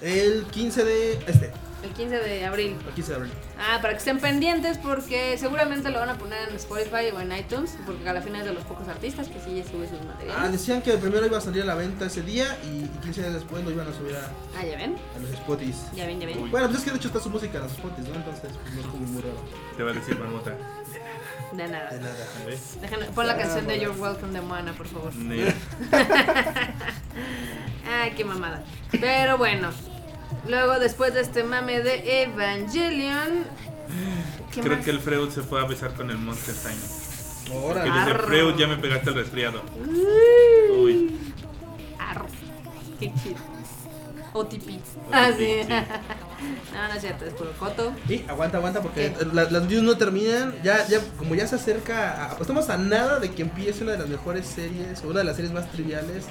S5: El 15 de. Este,
S3: El 15 de abril.
S5: el 15 de abril.
S3: Ah, para que estén pendientes porque seguramente lo van a poner en Spotify o en iTunes, porque a la final es de los pocos artistas que sí sube sus
S5: Ah,
S3: materiales.
S5: decían que primero iba a salir a la venta ese día y, y 15 días después lo iban a subir a,
S3: Ah, ya ven,
S5: a los spotis.
S3: ya ven, ya ven.
S2: Uy.
S5: Bueno, pues es que de hecho está su música en los spotis, ¿no? Entonces, pues no es como muy raro.
S2: Te va a decir Marmota.
S3: De nada.
S5: De nada.
S2: ¿ve?
S3: Déjenme- pon la canción de You're Welcome de Moana, por favor.
S2: Ni-
S3: Ay, qué mamada. Pero bueno. Luego, después de este mame de Evangelion. ¿qué
S2: Creo
S3: más?
S2: que el Freud se fue a besar con el Monster Time. Que
S5: Ahora.
S2: dice,
S3: Arro.
S2: Freud, ya me pegaste el resfriado.
S3: Uy.
S2: Uy.
S3: Arro. Qué chido. OTP.
S2: OTP,
S3: Ah, sí.
S2: sí.
S3: no, no es cierto, es puro coto.
S5: Sí, aguanta, aguanta, porque
S3: ¿Qué?
S5: la- las views no terminan. Ya, ya, como ya se acerca, a- pues estamos a nada de que empiece una de las mejores series, o una de las series más triviales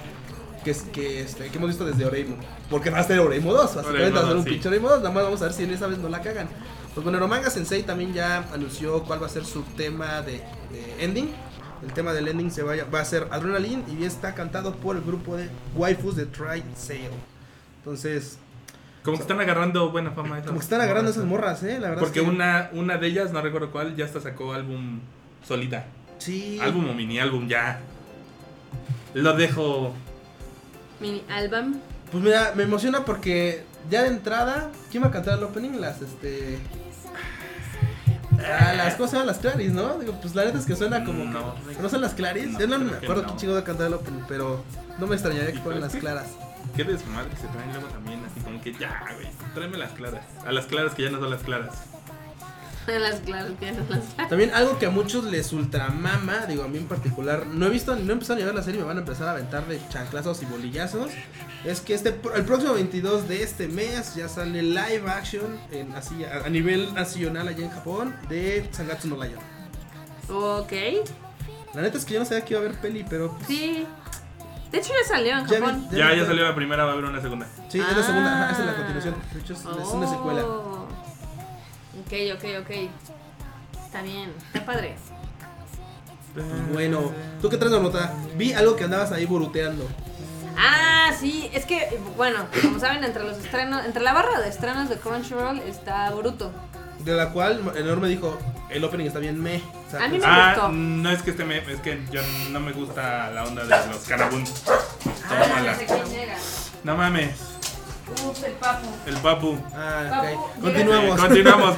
S5: que, es- que, este, que hemos visto desde Oreimo. Porque va a ser Oreimo 2, básicamente
S2: Oreimo
S5: va a ser
S2: 2,
S5: un
S2: sí.
S5: pinche Oreimo 2. Nada más vamos a ver si en esa vez no la cagan. Pues bueno, Romanga Sensei también ya anunció cuál va a ser su tema de, de ending. El tema del ending se vaya, va a ser Adrenaline y está cantado por el grupo de waifus de Try Sale. Entonces,
S2: Como que están agarrando buena fama. esas
S5: como que están agarrando esas
S2: morras.
S5: morras, ¿eh? La verdad
S2: Porque
S5: es que-
S2: una, una de ellas, no recuerdo cuál, ya hasta sacó álbum solita.
S5: Sí.
S2: Álbum o mini álbum, ya. Lo dejo.
S3: Mini album. *laughs*
S5: Pues mira, me emociona porque ya de entrada, ¿quién va a cantar el opening? Las, este... ah, las cosas, las Claris, ¿no? Digo, pues la neta es que suena como
S2: Mm, No.
S5: que... ¿No son las Claris?
S2: No,
S5: Yo no
S2: creo
S5: me
S2: que
S5: acuerdo
S2: no.
S5: quién chingo va a cantar el opening, pero no me extrañaría que
S2: *laughs*
S5: fueran las claras.
S2: Qué desmadre que se traen luego también, así como que ya, güey. Tráeme las claras. A las claras que ya no son las claras.
S3: En las claras piezas, las-
S4: También algo que a muchos les ultramama, digo a mí en particular, no he visto, no he empezado ni a ver la serie, me van a empezar a aventar de chanclazos y bolillazos. Es que este pr- el próximo 22 de este mes ya sale live action en, así, a, a nivel nacional allá en Japón de Sangatsu no Lion.
S3: Ok.
S4: La neta es que yo no sabía que iba a haber peli, pero pues,
S3: Sí. De hecho, ya salió en
S4: Ya vi-
S3: Japón.
S2: Ya, ya salió la primera, va a haber una segunda.
S4: sí, es la segunda, ajá, esa es
S3: Ah.
S4: la continuación. De hecho, es, es una secuela.
S3: Oh. Ok, ok, ok. Está bien. Está padre.
S4: Pues bueno, ¿tú qué traes la nota? Vi algo que andabas ahí boruteando.
S3: Ah, sí, es que, bueno, como saben, entre los estrenos, entre la barra de estrenos de Crunchyroll está Boruto.
S4: De la cual el enorme dijo, el opening está bien meh. O sea,
S3: A mí me
S2: Ah,
S3: gustó.
S2: no es que este me, es que yo no me gusta la onda de los carabundos.
S3: Ah,
S2: Tómala.
S3: quién llega.
S2: No mames,
S3: Ups, el papu.
S2: el papu.
S4: Ah, ok.
S3: Papu,
S4: Continuamos.
S2: Eh, continuamos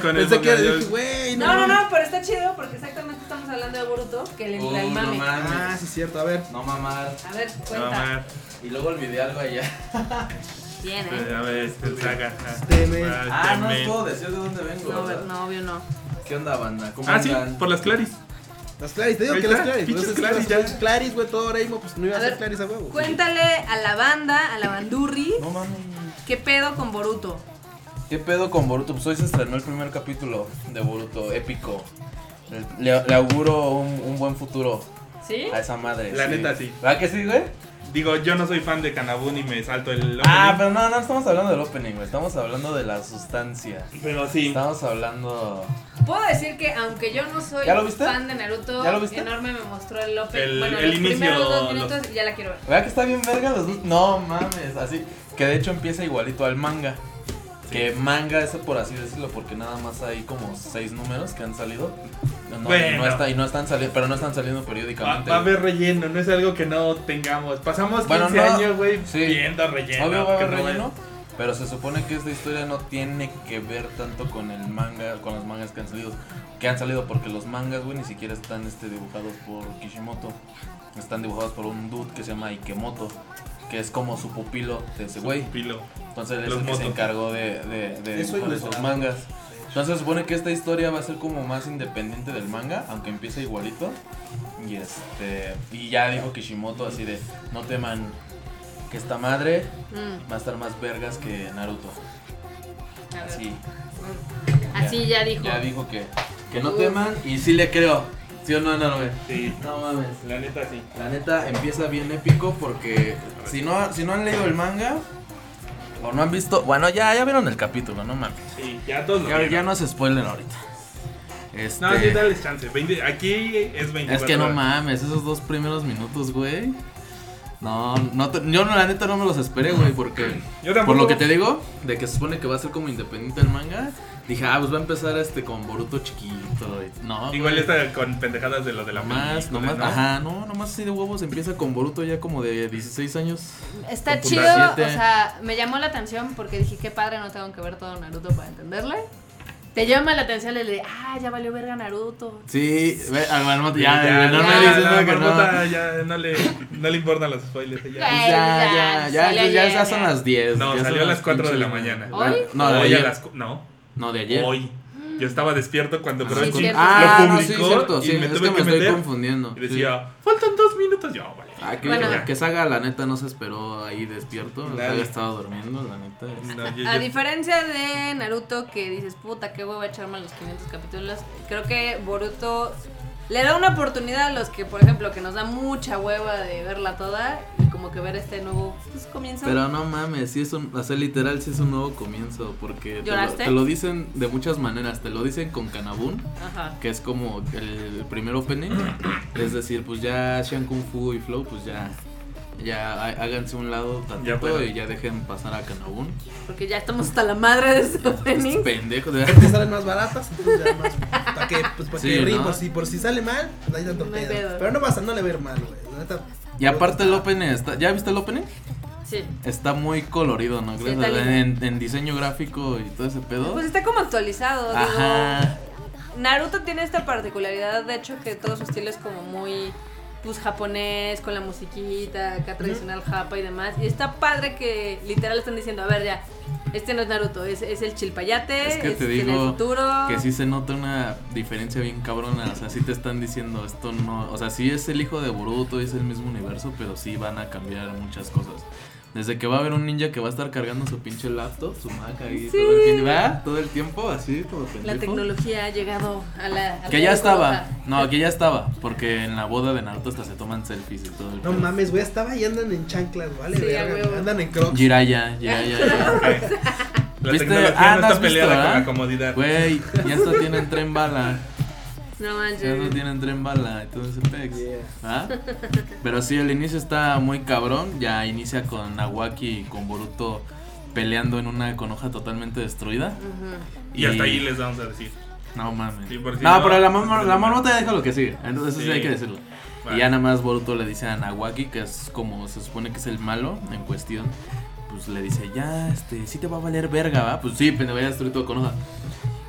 S4: *laughs*
S2: con
S4: Pensé
S2: eso,
S4: que
S2: ya-
S4: dije, güey,
S3: No, no, no, pero está chido porque exactamente estamos hablando de Boruto, que
S2: Oh,
S3: le
S8: Uy,
S3: el
S8: no
S3: mame.
S8: mames.
S4: Ah, sí, cierto. A ver,
S8: No mamar.
S3: A ver,
S2: No
S3: cuenta.
S2: mames.
S8: Y luego olvidé algo allá.
S3: Bien,
S2: Eh,
S3: ¿eh?
S2: A ver, este saga. ah,
S4: Teme.
S8: Ah, no
S2: teme.
S8: os puedo decir de dónde vengo.
S3: No,
S8: ¿verdad?
S3: no, obvio no.
S8: ¿Qué onda, banda? ¿Cómo
S2: Ah, sí,
S8: andan?
S2: por las claris.
S4: las Claris, te digo
S2: Ahí
S4: que las
S2: está,
S4: Claris.
S2: pinches
S4: Entonces,
S2: Claris,
S4: las
S2: ya.
S4: pinches Claris, güey, todo Doraemon, pues no iba a,
S3: A
S4: ser
S3: ver,
S4: Claris a huevo.
S3: Cuéntale a la banda, a la bandurri,
S8: No mames.
S3: qué pedo con Boruto.
S8: ¿Qué pedo con Boruto? Pues hoy se estrenó el primer capítulo de Boruto, épico. Le, le auguro un, un buen futuro
S3: ¿Sí?
S8: a esa madre.
S2: La neta, sí.
S8: ¿Verdad que sí, güey?
S2: Digo, yo no soy fan de Kanabun y me salto el. opening,
S8: Ah, pero no, no estamos hablando del opening, güey. Estamos hablando de la sustancia.
S2: pero sí.
S8: Estamos hablando.
S3: Puedo decir que aunque yo no soy
S8: ¿Ya lo viste?
S3: fan de Naruto,
S8: ¿Ya lo viste?
S3: enorme me mostró el open.
S2: El-
S3: bueno,
S2: el
S3: los
S2: inicio,
S3: primeros dos
S2: los-
S3: minutos y ya la quiero ver.
S8: ¿Verdad que está bien verga los dos? No mames, así. Que de hecho empieza igualito al manga. Que manga eso por así decirlo, porque nada más hay como seis números que han salido. No, no, y,
S2: Bueno.
S8: no está- y no están saliendo, pero no están saliendo
S2: Va,
S8: periódicamente.
S2: va a haber relleno, no es algo que no tengamos. Pasamos 15
S8: Bueno, no.
S2: años, güey,
S8: Sí.
S2: viendo relleno.
S8: Obvio va a
S2: que
S8: haber
S2: no es-
S8: relleno, pero se supone que esta historia no tiene que ver tanto con el manga, con los mangas que han salido, que han salido porque los mangas, güey, ni siquiera están este, dibujados por Kishimoto. Están dibujados por un dude que se llama Ikemoto, que es como su pupilo de ese güey.
S2: Pilo.
S8: Entonces él es
S2: Los
S8: el que se
S2: motos.
S8: encargó de, de, de
S4: Eso
S8: dibujar
S4: y los motos.
S8: esos mangas. Entonces se supone que esta historia va a ser como más independiente del manga, aunque empieza igualito. Y este y ya dijo Kishimoto así de, no teman que esta madre
S3: Mm,
S8: va a estar más vergas que Naruto.
S3: a ver.
S8: Así,
S3: Así ya dijo.
S8: ya dijo que, que no teman y sí le creo. ¿Sí o no, Naruto?
S2: Sí,
S8: No mames.
S2: la neta sí.
S8: La neta empieza bien épico porque si no, si no han leído el manga o no han visto, bueno, ya, ya vieron el capítulo, no mames.
S2: Sí, ya todos lo
S8: Ya,
S2: vieron.
S8: ya no se spoilen ahorita. Este,
S2: No, sí, dale chance. 20 aquí es 24
S8: es que no
S2: horas.
S8: mames, esos dos primeros minutos, güey. No, no te- yo no, la neta no me los esperé, güey, porque
S2: Yo tampoco.
S8: por lo que te digo, de que se supone que va a ser como independiente el manga, dije, ah, pues va a empezar este con Boruto chiquito. y- no,
S2: Igual
S8: güey.
S2: está con pendejadas de lo de la
S8: Nomás,
S2: película,
S8: nomás,
S2: ¿no?
S8: ajá, no, nomás así de huevos empieza con Boruto ya como de 16 años.
S3: Está
S8: Con
S3: chido, o
S8: siete.
S3: sea, me llamó la atención porque dije, qué padre, no tengo que ver todo Naruto para entenderle. Te llama la atención el de, ah, ya valió verga Naruto.
S8: Sí, ve, al marmota,
S2: Sí,
S8: ya,
S2: ya,
S8: el enorme
S2: ya,
S8: dice,
S2: la
S8: no, que no.
S2: marmota ya no le, no le importan los spoilers. ella.
S3: Güey.
S8: Pues ya,
S3: Ya,
S8: ya, ya,
S3: salió
S8: ya, ya,
S3: ayer,
S8: son
S3: ya.
S8: las 10.
S2: No,
S8: ya son
S2: salió a las 4 de la
S8: pinches-
S2: mañana.
S3: ¿Hoy?
S8: No, de
S2: Hoy a
S8: ayer.
S2: las cu- No,
S8: No, de ayer.
S2: hoy. Yo estaba despierto cuando
S8: Ah,
S2: creo
S3: sí,
S2: que
S3: cierto.
S8: Ah,
S2: lo
S8: no, sí,
S2: publicó
S8: cierto,
S2: y
S8: sí,
S2: me
S8: es
S2: tuve
S8: que me
S2: que
S8: estoy
S2: meter.
S8: confundiendo.
S2: Y
S8: sí.
S2: decía, faltan dos minutos. Yo, vale.
S8: Ah, que,
S3: Bueno.
S8: que Saga, la neta, no se esperó ahí despierto.
S2: Nadie.
S8: Saga estaba durmiendo, la neta.
S2: No, yo-
S3: A
S2: yo-
S3: diferencia de Naruto, que dices, puta, qué huevo echarme los 500 capítulos, creo que Boruto le da una oportunidad a los que, por ejemplo, que nos da mucha hueva de verla toda y como que ver este nuevo pues, comienzo.
S8: Pero no mames, sí es un, o sea, literal, sí es un nuevo comienzo. Porque te lo,
S3: ¿Lloraste?
S8: te lo dicen de muchas maneras. Te lo dicen con Kanabun,
S3: Ajá.
S8: que es como el, primer opening. es decir, pues ya Sean Kung Fu y Flow, pues ya. Ya há- háganse un lado tantito
S2: fuera.
S8: y ya dejen pasar
S3: *laughs*
S8: a Kanabun.
S3: Porque ya estamos hasta la madre de este opening.
S8: Pendejo, de
S5: *laughs*
S4: Porque salen más baratas, entonces ya más. ¿Para qué? Pues para
S8: Sí,
S4: que
S8: ¿no?
S4: río, por si, por si sale mal, pues ahí tanto
S3: No hay
S4: pedo.
S3: pedo.
S4: Pero no pasa, no le ver mal, güey. La neta,
S8: Y aparte el opening, está, ¿ya viste el opening?
S3: Sí.
S8: Está muy colorido, ¿no?
S3: Sí,
S8: crees?
S3: está lindo.
S8: en, en diseño gráfico y todo ese pedo.
S3: Pues está como actualizado, digo.
S8: Ajá.
S3: Naruto tiene esta particularidad, de hecho, que todo su estilo es como muy pues japonés, con la musiquita acá tradicional japa y demás. Y está padre que literal están diciendo, a ver ya, este no es Naruto, es, es el chilpayate,
S8: Es que te
S3: en el
S8: digo
S3: futuro.
S8: Que sí se nota una diferencia bien cabrona. O sea, sí te están diciendo esto no. O sea, sí es el hijo de Boruto, es el mismo universo, pero sí van a cambiar muchas cosas. Desde que va a haber un ninja que va a estar cargando su pinche laptop, su Mac ahí, todo, el, pin- ¿verdad? todo el tiempo, así como
S3: La
S8: pendejo.
S3: tecnología ha llegado a la... a la
S8: Que ya estaba.
S3: roja.
S8: No, que ya estaba. Porque en la boda de Naruto hasta se toman selfies y todo el
S4: No
S8: pedo.
S4: mames, güey, estaba y andan en chanclas, ¿vale?
S3: Sí, a
S4: verga,
S3: huevo.
S4: andan en crocs.
S8: Jiraya, Jiraya.
S3: *laughs*
S8: Jiraya.
S2: La
S8: ¿Viste?
S2: tecnología
S8: Ah,
S2: no
S8: ¿no has
S2: está peleada
S8: visto,
S2: con la
S8: verdad?
S2: comodidad.
S8: Güey, ya hasta tienen tren bala.
S3: No
S8: Ya no
S3: manches.
S8: tienen tren bala y todo ese pex. ¿Ah? Pero sí, el inicio está muy cabrón. Ya inicia con Nawaki y con Boruto peleando en una con hoja totalmente destruida.
S3: Ujú.
S2: Y hasta ahí les vamos a decir.
S8: No mames.
S2: Sí, por si
S8: no,
S2: no-
S8: pero la, mamá, la marmota ya dijo lo que sigue. Entonces sí,
S2: Sí.
S8: hay que decirlo.
S2: Vale.
S8: Y ya nada más Boruto le dice a Nawaki, que es como se supone que es el malo en cuestión. Pues le dice, ya, este, sí te va a valer verga, ¿va? Pues sí, pendejo, voy a destruir todo con hoja.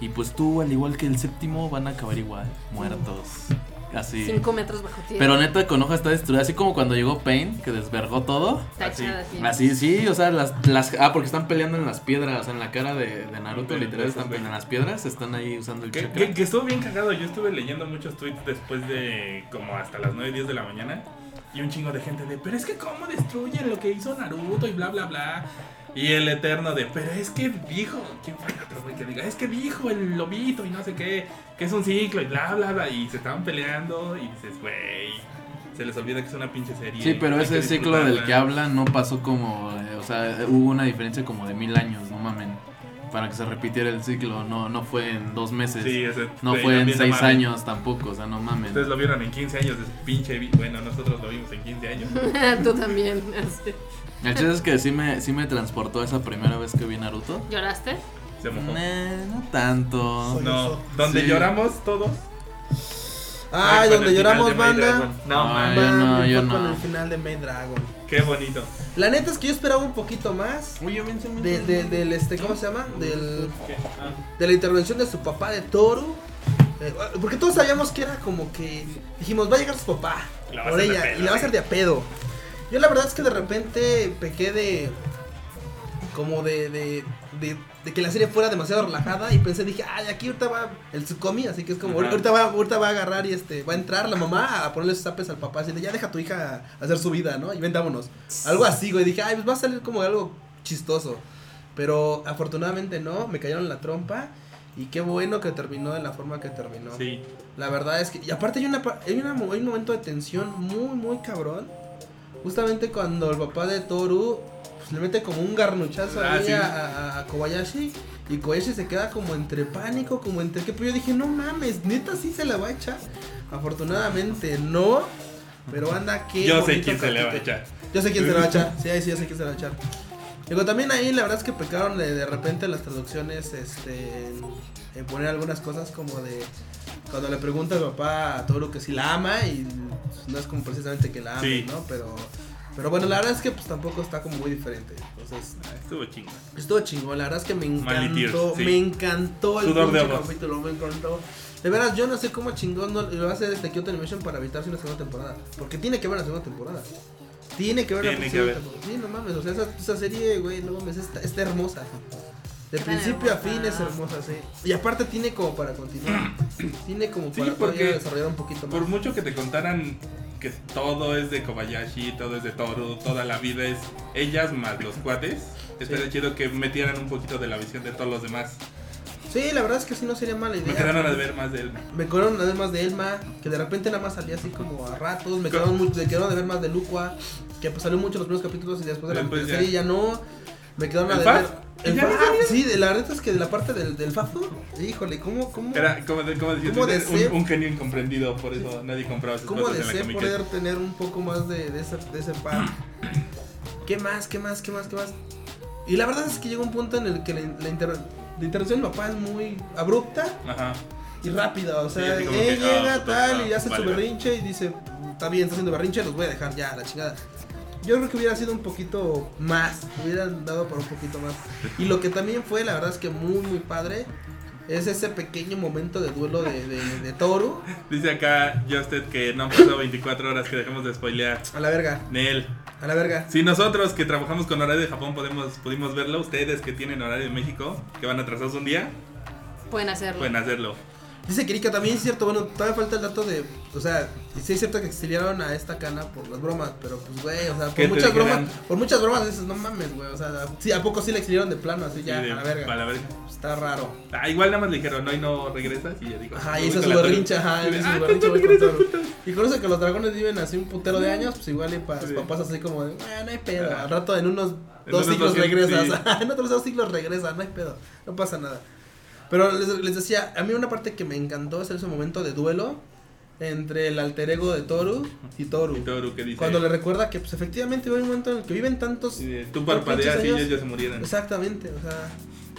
S8: Y pues tú, al igual que el séptimo, van a acabar igual, muertos. Así.
S3: Cinco metros bajo tierra.
S8: Pero neta, Konoha está destruida. Así como cuando llegó Pain, que desvergó todo.
S3: Tachada, sí.
S8: Así, sí, o sea, las, las. Ah, porque están peleando en las piedras, o sea, en la cara de, de Naruto, literal, están peleando en las piedras, están ahí usando el
S2: Que,
S8: chakra.
S2: que- que estuvo bien cagado. Yo estuve leyendo muchos tweets después de como hasta las 9, 10 de la mañana. Y un chingo de gente de, pero es que cómo destruyen lo que hizo Naruto y bla, bla, bla. Y el eterno de, pero es que dijo, ¿quién fue el otro güey que diga? Es que dijo el lobito y no sé qué, que es un ciclo y bla, bla, bla. Y se estaban peleando y dices, güey, se les olvida que es una pinche serie.
S8: Sí, pero
S2: hay
S8: ese
S2: que
S8: ciclo del que
S2: disfrutarla".
S8: habla no pasó como. eh, o sea, hubo una diferencia como de mil años, no mamen. Para que se repitiera el ciclo, no, no fue en dos meses.
S2: Sí, ese-
S8: no
S2: sí,
S8: fue en
S2: también, no
S8: seis
S2: mames.
S8: años tampoco, o sea, no mamen.
S2: ¿eh? Ustedes lo vieron en 15 años, ese pinche. vi- Bueno, nosotros lo vimos en 15
S5: *laughs*
S2: años.
S3: *laughs* Tú también. este. así.
S8: El chiste es que sí me, sí me transportó esa primera vez que vi Naruto.
S3: ¿Lloraste?
S2: Se mojó.
S8: Nah, no tanto.
S2: No, donde
S8: Sí.
S2: lloramos todos. Ah,
S5: Ay,
S2: con
S5: Ah, donde
S2: el final
S5: lloramos,
S2: de My
S5: banda.
S2: Dragon.
S8: No,
S2: No,
S8: Ah,
S2: man.
S8: yo no,
S5: Mami,
S8: yo
S5: fue Con
S8: no.
S5: el final de Main Dragon.
S2: Qué bonito.
S5: La neta es que yo esperaba un poquito más
S8: Oye, ven, se me-
S5: de- de- del este, ¿cómo se llama? Del,
S2: ¿Qué? Ah,
S5: de la intervención de su papá de Toru. Eh, Porque todos sabíamos que era como que dijimos, va a llegar su papá
S2: La va a
S5: por
S2: hacer de
S5: ella
S2: pedo,
S5: y la va a
S2: eh.
S5: hacer de a pedo. Yo la verdad es que de repente pequé de como de, de, de- de que la serie fuera demasiado relajada y pensé, dije, ay, aquí ahorita va el Tsukomi, así que es como,
S2: Ajá.
S5: ahorita va, ahorita va a agarrar y este, va a entrar la mamá a ponerle sus apes al papá, así de, ya deja a tu hija hacer su vida, ¿no? Y vendámonos. Algo así, güey, dije, ay, pues va a salir como algo chistoso. Pero afortunadamente no, me cayeron en la trompa y qué bueno que terminó de la forma que terminó.
S2: Sí.
S5: La verdad es que. Y aparte hay, una, pa- hay, una mo- hay un momento de tensión muy, muy cabrón. Justamente cuando el papá de Toru pues, le mete como un garnuchazo
S2: Ah,
S5: ahí
S2: sí.
S5: a, a- a Kobayashi. Y Kobayashi se queda como entre pánico, como entre que. Pero yo dije, no mames, neta sí se la va a echar. Afortunadamente no. Pero anda que.
S2: Yo sé quién se le va a echar.
S5: Yo sé quién se la va a echar. Sí, ahí sí, yo sé quién se la va a echar. Digo, también ahí la verdad es que pecaron de, de repente las traducciones, este, en, en poner algunas cosas como de cuando le pregunta al papá a Toru que si la ama y no es como precisamente que la ama,
S2: Sí.
S5: ¿no? Pero, pero bueno, la verdad es que pues tampoco está como muy diferente. Entonces,
S2: Estuvo chingo.
S5: estuvo chingón, la verdad es que me
S2: Manly Tears,
S5: encantó,
S2: sí.
S5: me encantó el
S2: Sudor de
S5: pinche
S2: ojos.
S5: capítulo, me encantó. De veras, yo no sé cómo chingón no, lo va a hacer este Kyoto Animation para evitarse una segunda temporada. Porque tiene que haber una segunda temporada. Tiene que haber una
S2: Tiene que
S5: segunda
S2: haber.
S5: temporada. Sí, no mames, o sea, esa, esa serie, güey, no mames, está, está hermosa. De
S3: Está
S5: principio a fin es
S3: hermosa.
S5: hermosa, sí. Y aparte tiene como para continuar. tiene como
S2: Sí,
S5: para
S2: porque-
S5: todavía desarrollar un poquito más.
S2: Por mucho que te contaran que todo es de Kobayashi, todo es de Toru, toda la vida es ellas más los cuates, estaría chido que metieran un poquito de la visión de todos los demás.
S5: Sí, la verdad es que sí no sería mala idea.
S2: Me quedaron a ver más de él.
S5: Me quedaron de ver más de Elma, que de repente nada más salía así como a ratos. Me quedaron, mucho, me quedaron de ver más de Lucua, que pues salió mucho en los primeros capítulos y después de la
S2: Después pues ya.
S5: serie ya no. Me quedaron a
S2: ¿El
S5: ver.
S2: Faf?
S5: El
S2: ¿Ya
S5: Faf,
S2: no salía?
S5: sí, de- la verdad es que de la parte del, del Fafo, híjole, ¿cómo, cómo,
S2: Era como, de- como decía
S5: ¿Cómo
S2: Twitter,
S5: de ser?
S2: un, un genio incomprendido, por eso nadie compraba sus
S5: cómo
S2: cosas en la
S5: deseé
S2: comiqueta.
S5: poder tener un poco más de, de ese, de ese par? ¿Qué más, qué más, qué más, qué más? Y la verdad es que llega un punto en el que la, la inter- la intervención del papá es muy abrupta.
S2: Ajá.
S5: y rápida, o sea,
S2: así como que,
S5: él llega
S2: ah, puta,
S5: tal y
S2: ah,
S5: hace
S2: vale,
S5: su
S2: vale.
S5: berrinche y dice, está bien, está haciendo berrinche, los voy a dejar ya, a la chingada. Yo creo que hubiera sido un poquito más, hubieran dado para un poquito más. Y lo que también fue, la verdad es que muy, muy padre, Es ese pequeño momento de duelo de, de, de Toru.
S2: Dice acá Justed que no han pasado 24 horas que dejamos de spoilear.
S5: A la verga,
S2: Nel,
S5: a la verga.
S2: si nosotros que trabajamos con horario de Japón podemos, pudimos verlo, ustedes que tienen horario de México, que van atrasados un día,
S3: Pueden hacerlo.
S2: pueden hacerlo.
S5: Dice Kirika, también es cierto, bueno, todavía falta el dato de, o sea, sí es cierto que exiliaron a esta cana por las bromas, pero pues, güey, o sea,
S2: ¿Qué
S5: por
S2: te
S5: muchas
S2: dijeran?
S5: bromas, por muchas bromas dices, no mames, güey, o sea, sí, ¿a poco sí la exiliaron de plano, así ya,
S2: Y de-
S5: a la verga,
S2: a la verga.
S5: está raro.
S2: Ah, igual nada más le dijeron, hoy no regresas y ya digo.
S5: Ajá,
S2: "Me
S5: y
S2: voy
S5: hizo
S2: con
S5: su
S2: la torre".
S5: berrincha, ajá,
S2: Y de,
S5: hizo
S2: "Ah,
S5: su
S2: tú
S5: berrincha,
S2: no
S5: güey, con
S2: regresas,
S5: todo.
S2: puto".
S5: Y con eso que los dragones viven así un putero de años, pues igual y para los
S2: Mm. Sí.
S5: papás así como de, "Ah, no hay pedo,
S2: Ajá.
S5: al rato en unos
S2: En
S5: dos
S2: unos
S5: siglos
S2: 200,
S5: regresas,
S2: sí.
S5: ajá, *laughs* en otros dos siglos regresas, no hay pedo, no pasa nada. Pero les, les decía, a mí una parte que me encantó es ese momento de duelo entre el alter ego de Toru y Toru.
S2: Y Toru que dice,
S5: Cuando le recuerda que pues efectivamente hubo un momento en el que viven tantos...
S2: y de, tú
S5: tantos
S2: parpadeas y
S5: años".
S2: ellos ya se murieron.
S5: Exactamente, o sea,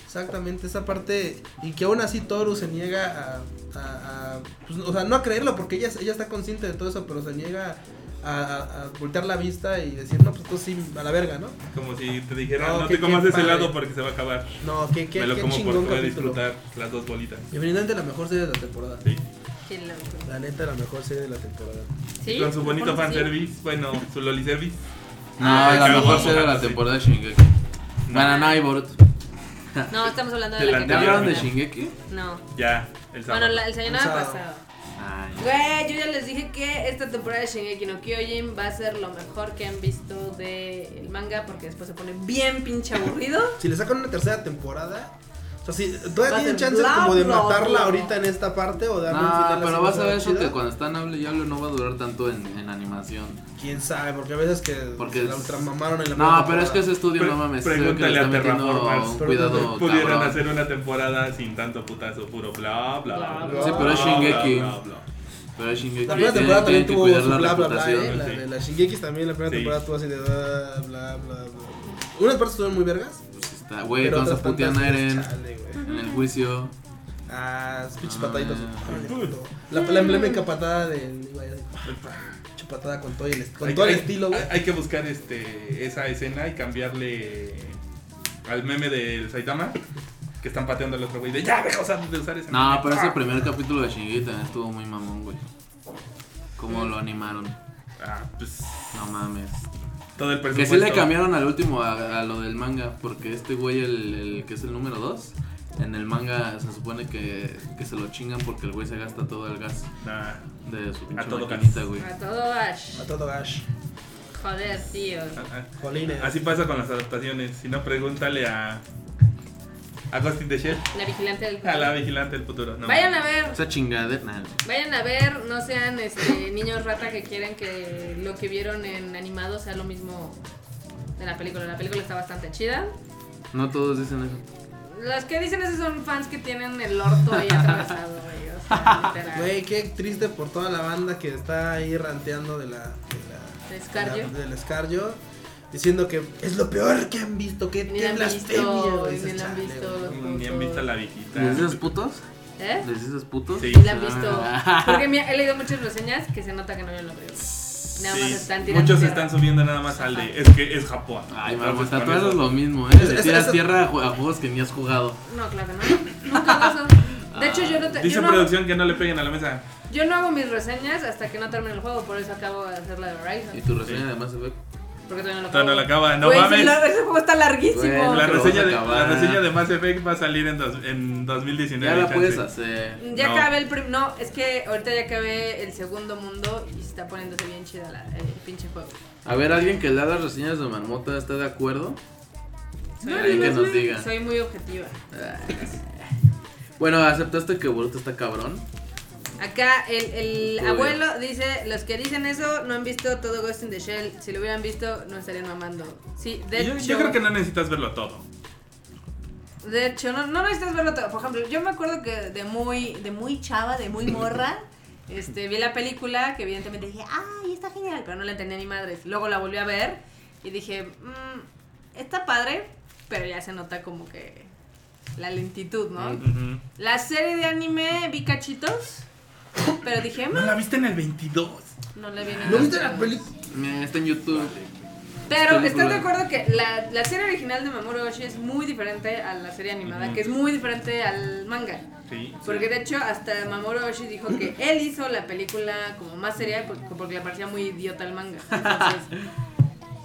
S5: exactamente, esa parte, y que aún así Toru se niega a, a- a- pues, o sea, no a creerlo, porque ella, ella está consciente de todo eso, pero se niega a, a- a voltear la vista y decir, no, pues tú sí, a la verga, ¿no?
S2: Como si te dijeran,
S5: No,
S2: no,
S5: qué-
S2: te comas
S5: qué
S2: ese
S5: padre.
S2: helado porque se va a acabar.
S5: No, qué, qué,
S2: Me lo
S5: qué
S2: como porque
S5: chingón
S2: voy a
S5: capítulo.
S2: disfrutar las dos bolitas.
S5: Definitivamente la mejor serie de la temporada.
S2: Sí.
S3: Qué loco.
S5: La neta, la mejor serie de la temporada.
S3: ¿Sí?
S2: Con su bonito
S3: Supongo que sí.
S2: fanservice, bueno, su loli service.
S8: No,
S2: Ah,
S8: la
S2: cago,
S8: mejor serie de la
S2: sí.
S8: temporada de Shingeki. Banana y Boruto.
S3: No, estamos hablando de,
S2: De
S3: la,
S2: la
S8: ¿Ya
S3: que
S2: anterior.
S3: acabamos
S8: hablaron de
S3: terminar.
S8: Shingeki?
S3: No.
S2: Ya, el sábado.
S3: Bueno, la, el señor
S5: El
S3: ha
S5: sábado.
S3: pasado.
S8: Ay.
S3: Güey, yo ya les dije que esta temporada de Shingeki no Kyojin va a ser lo mejor que han visto del manga porque después se pone bien pinche aburrido.
S5: Si le sacan una tercera temporada, o sea, si
S3: Va
S5: todavía
S3: a
S5: tienen
S3: ser
S5: chances como de
S3: bla, bla,
S5: matarla
S3: bla.
S5: ahorita en esta parte o darle un
S8: No,
S5: final
S8: Ah, pero
S5: así
S8: vas a
S5: más
S8: ver eso
S5: chido.
S8: que cuando están hable y hable no va a durar tanto en, en animación.
S5: Quién sabe, porque a veces que
S8: Porque
S5: se la
S8: es-
S5: ultramamaron en la
S8: No,
S5: primera
S8: pero es que ese estudio,
S2: Pre-
S8: no mames, creo que
S2: pregúntale
S8: le
S2: a
S8: está metiendo
S2: Terraformars.
S8: un
S5: Pregúntale.
S8: cuidado
S2: Pudieron
S8: cabrón.
S2: hacer una temporada sin tanto putazo puro bla bla bla.
S3: Sí,
S2: bla,
S8: pero es
S2: bla,
S8: Shingeki.
S2: bla, bla,
S8: Pero Shingeki
S5: La primera
S8: tiene-
S5: temporada
S8: tiene
S5: también
S8: que
S5: tuvo
S8: cuidar
S5: su
S8: la
S5: bla bla bla,
S8: reputación.
S5: eh. La
S2: sí.
S5: de las Shingekis también, la primera
S2: Sí.
S5: temporada tuvo así de bla bla bla bla. Unas partes estuvieron muy vergas.
S8: Pues está, güey,
S5: pero
S8: cuando se
S5: otras
S8: putean a
S5: tantas,
S8: Eren
S5: chale, güey.
S8: en el juicio.
S5: Ah, es pinches
S8: Ah.
S5: pataditas. Ay, puto. La, la emblemática patada del. güey, así, pinche patada con todo el, est- con
S2: Hay-
S5: todo el
S2: hay-
S5: estilo, güey.
S2: Hay, hay que buscar este esa escena y cambiarle al meme del Saitama que están pateando al otro güey de ya deja usar- de usar esa.
S8: No,
S2: mierda".
S8: pero
S2: Ah.
S8: ese primer capítulo de Shingeki también estuvo muy mamón, güey. Cómo lo animaron.
S2: Ah, pues
S8: No mames.
S2: todo el
S8: Que
S2: presupuesto.
S8: sí le cambiaron al último a, a lo del manga, porque este güey, el, el que es el número 2, en el manga se supone que, que se lo chingan porque el güey se gasta todo el gas
S2: Nah.
S8: de su pinche
S2: todo
S8: maquinita,
S2: gas.
S8: güey.
S3: A todo Ash.
S5: A todo gash.
S3: Joder, tío.
S2: Ah,
S5: Jolines.
S2: ah. Así pasa con las adaptaciones. Si no, pregúntale a. A Ghost in the Shell.
S3: La vigilante del
S2: A la vigilante del futuro. No.
S3: Vayan a ver.
S8: Esa chingadera. nah.
S3: Vayan a ver, no sean este, niños rata que quieren que lo que vieron en animado sea lo mismo de la película. La película está bastante chida.
S8: No todos dicen eso.
S3: Los que dicen eso son fans que tienen el orto ahí atravesado, güey. O sea, literal.
S5: Güey, qué triste por toda la banda que está ahí ranteando de la. De la
S3: Del Scarjo.
S5: de la- del escardio. Diciendo que es lo peor que han visto. Que
S3: Ni la han
S5: blasfemia,
S3: visto,
S5: güey.
S3: ni la han
S5: Chale,
S3: visto.
S5: güey.
S2: Ni han visto a la viejita.
S8: ¿Les dices putos?
S3: ¿Eh?
S8: ¿Les dices putos?
S2: Ah. Sí.
S3: Y la
S2: *laughs*
S3: han visto.
S8: Ah.
S3: Porque mira, he leído muchas reseñas que se nota que no vieron la película. Nada más
S2: Sí,
S3: están tirando.
S2: Muchos
S3: tierra.
S2: están subiendo nada más al de. Es que es Japón.
S8: *laughs* Ay,
S2: Entonces,
S8: Marco,
S2: pues con
S8: tatuado
S2: eso-
S8: es lo mismo, ¿eh?
S5: Es-
S8: Le
S5: es-
S8: tiras
S5: es-
S8: tierra a, ju- a juegos que ni has jugado.
S3: No, claro que no. Nunca hago eso. De hecho, yo no, te,
S2: Dice
S3: yo, no hago,
S2: producción que no le peguen a la mesa.
S3: yo no hago mis reseñas hasta que no termine el juego. Por eso acabo de hacer la de
S8: Y
S3: Horizon.
S8: tu reseña además se ve.
S3: Porque todavía no lo acabo.
S2: Todavía no la acaba, no
S3: Güey,
S2: mames.
S3: Pues la- ese juego está larguísimo.
S8: Güey,
S2: La
S8: Pero
S2: reseña,
S8: vas a
S2: de, la
S8: acabar.
S2: reseña de Mass Effect va a salir en, dos- en 2019.
S8: Ya la
S2: chance.
S8: puedes hacer.
S3: Ya
S2: No.
S3: acabé el prim... No, es que ahorita ya acabé el segundo mundo y se está poniéndose bien chida la, el pinche juego.
S8: A ver, alguien que lea las reseñas de Marmota, ¿está de acuerdo?
S3: Soy,
S8: Ahí que nos diga.
S3: soy muy objetiva.
S8: Bueno, ¿aceptaste que Boruto está cabrón?
S3: Acá el, el
S8: Joder.
S3: abuelo dice, los que dicen eso no han visto todo Ghost in the Shell. Si lo hubieran visto, no estarían mamando. Sí, de
S2: Yo,
S3: hecho...
S2: yo creo que no necesitas verlo todo.
S3: De hecho, no, no necesitas verlo todo. Por ejemplo, yo me acuerdo que de muy, de muy chava, de
S2: *laughs*
S3: muy morra, este, vi la película que evidentemente dije, ¡ay, está genial! Pero no la entendía ni madres. Luego la volví a ver y dije, "Mm, está padre, pero ya se nota como que la lentitud, ¿no?
S2: Ujú.
S3: La serie de anime vi cachitos, pero dije,
S2: ¿No
S3: "Mm,
S2: la viste en el 22?
S3: no la vi
S5: ¿No
S3: nada".
S5: viste la película?
S8: Mira, Está en YouTube.
S3: Pero
S8: película.
S3: ¿estás de acuerdo que la, la serie original de Mamoru Oshii es muy diferente a la serie animada,
S8: Ujú.
S3: que es muy diferente al manga?
S2: Sí.
S3: Porque de hecho hasta Mamoru Oshii dijo que él hizo la película como más seria porque, porque le parecía muy idiota el manga. Entonces,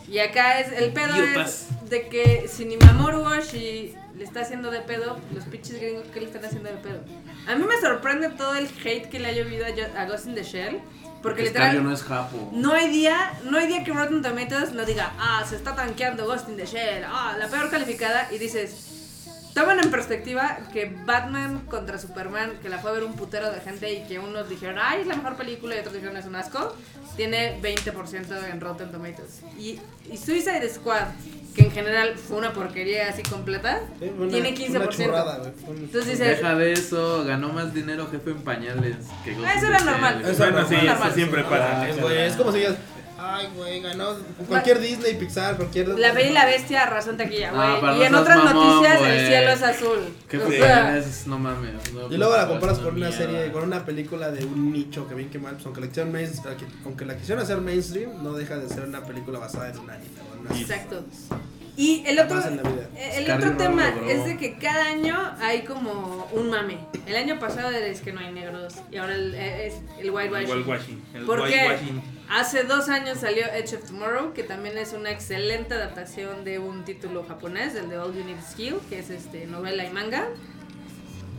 S3: y acá es el pedo
S9: Idiotas.
S3: es de que si ni Mamoru Oshii le está haciendo de pedo, los pinches gringos que le están haciendo de pedo. A mí me sorprende todo el hate que le ha llovido a, Yo- a Ghost in the Shell porque
S9: El
S3: literal
S9: cambio no es japo.
S3: no hay día, no hay día que Rotten Tomatoes no diga, ah, se está tanqueando Ghost in the Shell, ah, la peor calificada, y dices, toman en perspectiva que Batman contra Superman, que la fue a ver un putero de gente y que unos dijeron, ay, es la mejor película y otros dijeron, es un asco, tiene 20% en Rotten Tomatoes. Y, y Suicide Squad, que en general fue una porquería así completa,
S5: Eh, una-
S3: tiene
S5: Una
S3: 15%.
S5: churrada, güey. Un-
S3: Entonces dices,
S9: Deja de eso, ganó más dinero jefe en pañales que Ghost
S3: Ah, eso
S9: in
S3: era
S9: the Shell.
S3: normal.
S5: Eso
S2: Bueno,
S5: normal.
S2: sí, eso siempre pasa.
S5: Ah, es, güey, es como si digas, ay, güey, ganó cualquier Disney, Pixar, cualquier.
S3: la bella y la bestia arrasó en taquilla,
S9: Ah,
S3: güey.
S9: pero
S3: y en
S9: no seas
S3: otras
S9: mamón,
S3: noticias el
S9: güey.
S3: cielo es azul.
S9: Qué
S3: O
S9: pena
S3: sea,
S9: es, no mames. no,
S5: Y luego la
S9: pues,
S5: comparas con una
S9: mierda.
S5: serie, con una película de un nicho que bien que mal, pues aunque la quisieron, mains- aunque la quisieron hacer mainstream, no deja de ser una película basada en un anime. o en una-
S3: Exacto. Y el otro, eh,
S5: Jamás en la vida.
S3: el
S9: Scarlett
S3: otro tema
S9: Johansson, bro.
S3: es de que cada año hay como un mame. El año pasado era, es que no hay negros y ahora el, eh, es el whitewashing.
S2: Igual washing. El
S3: ¿Por qué?
S2: whitewashing.
S3: Hace dos años salió Edge of Tomorrow, que también es una excelente adaptación de un título japonés, el de All You Need Is Kill, que es este, novela y manga.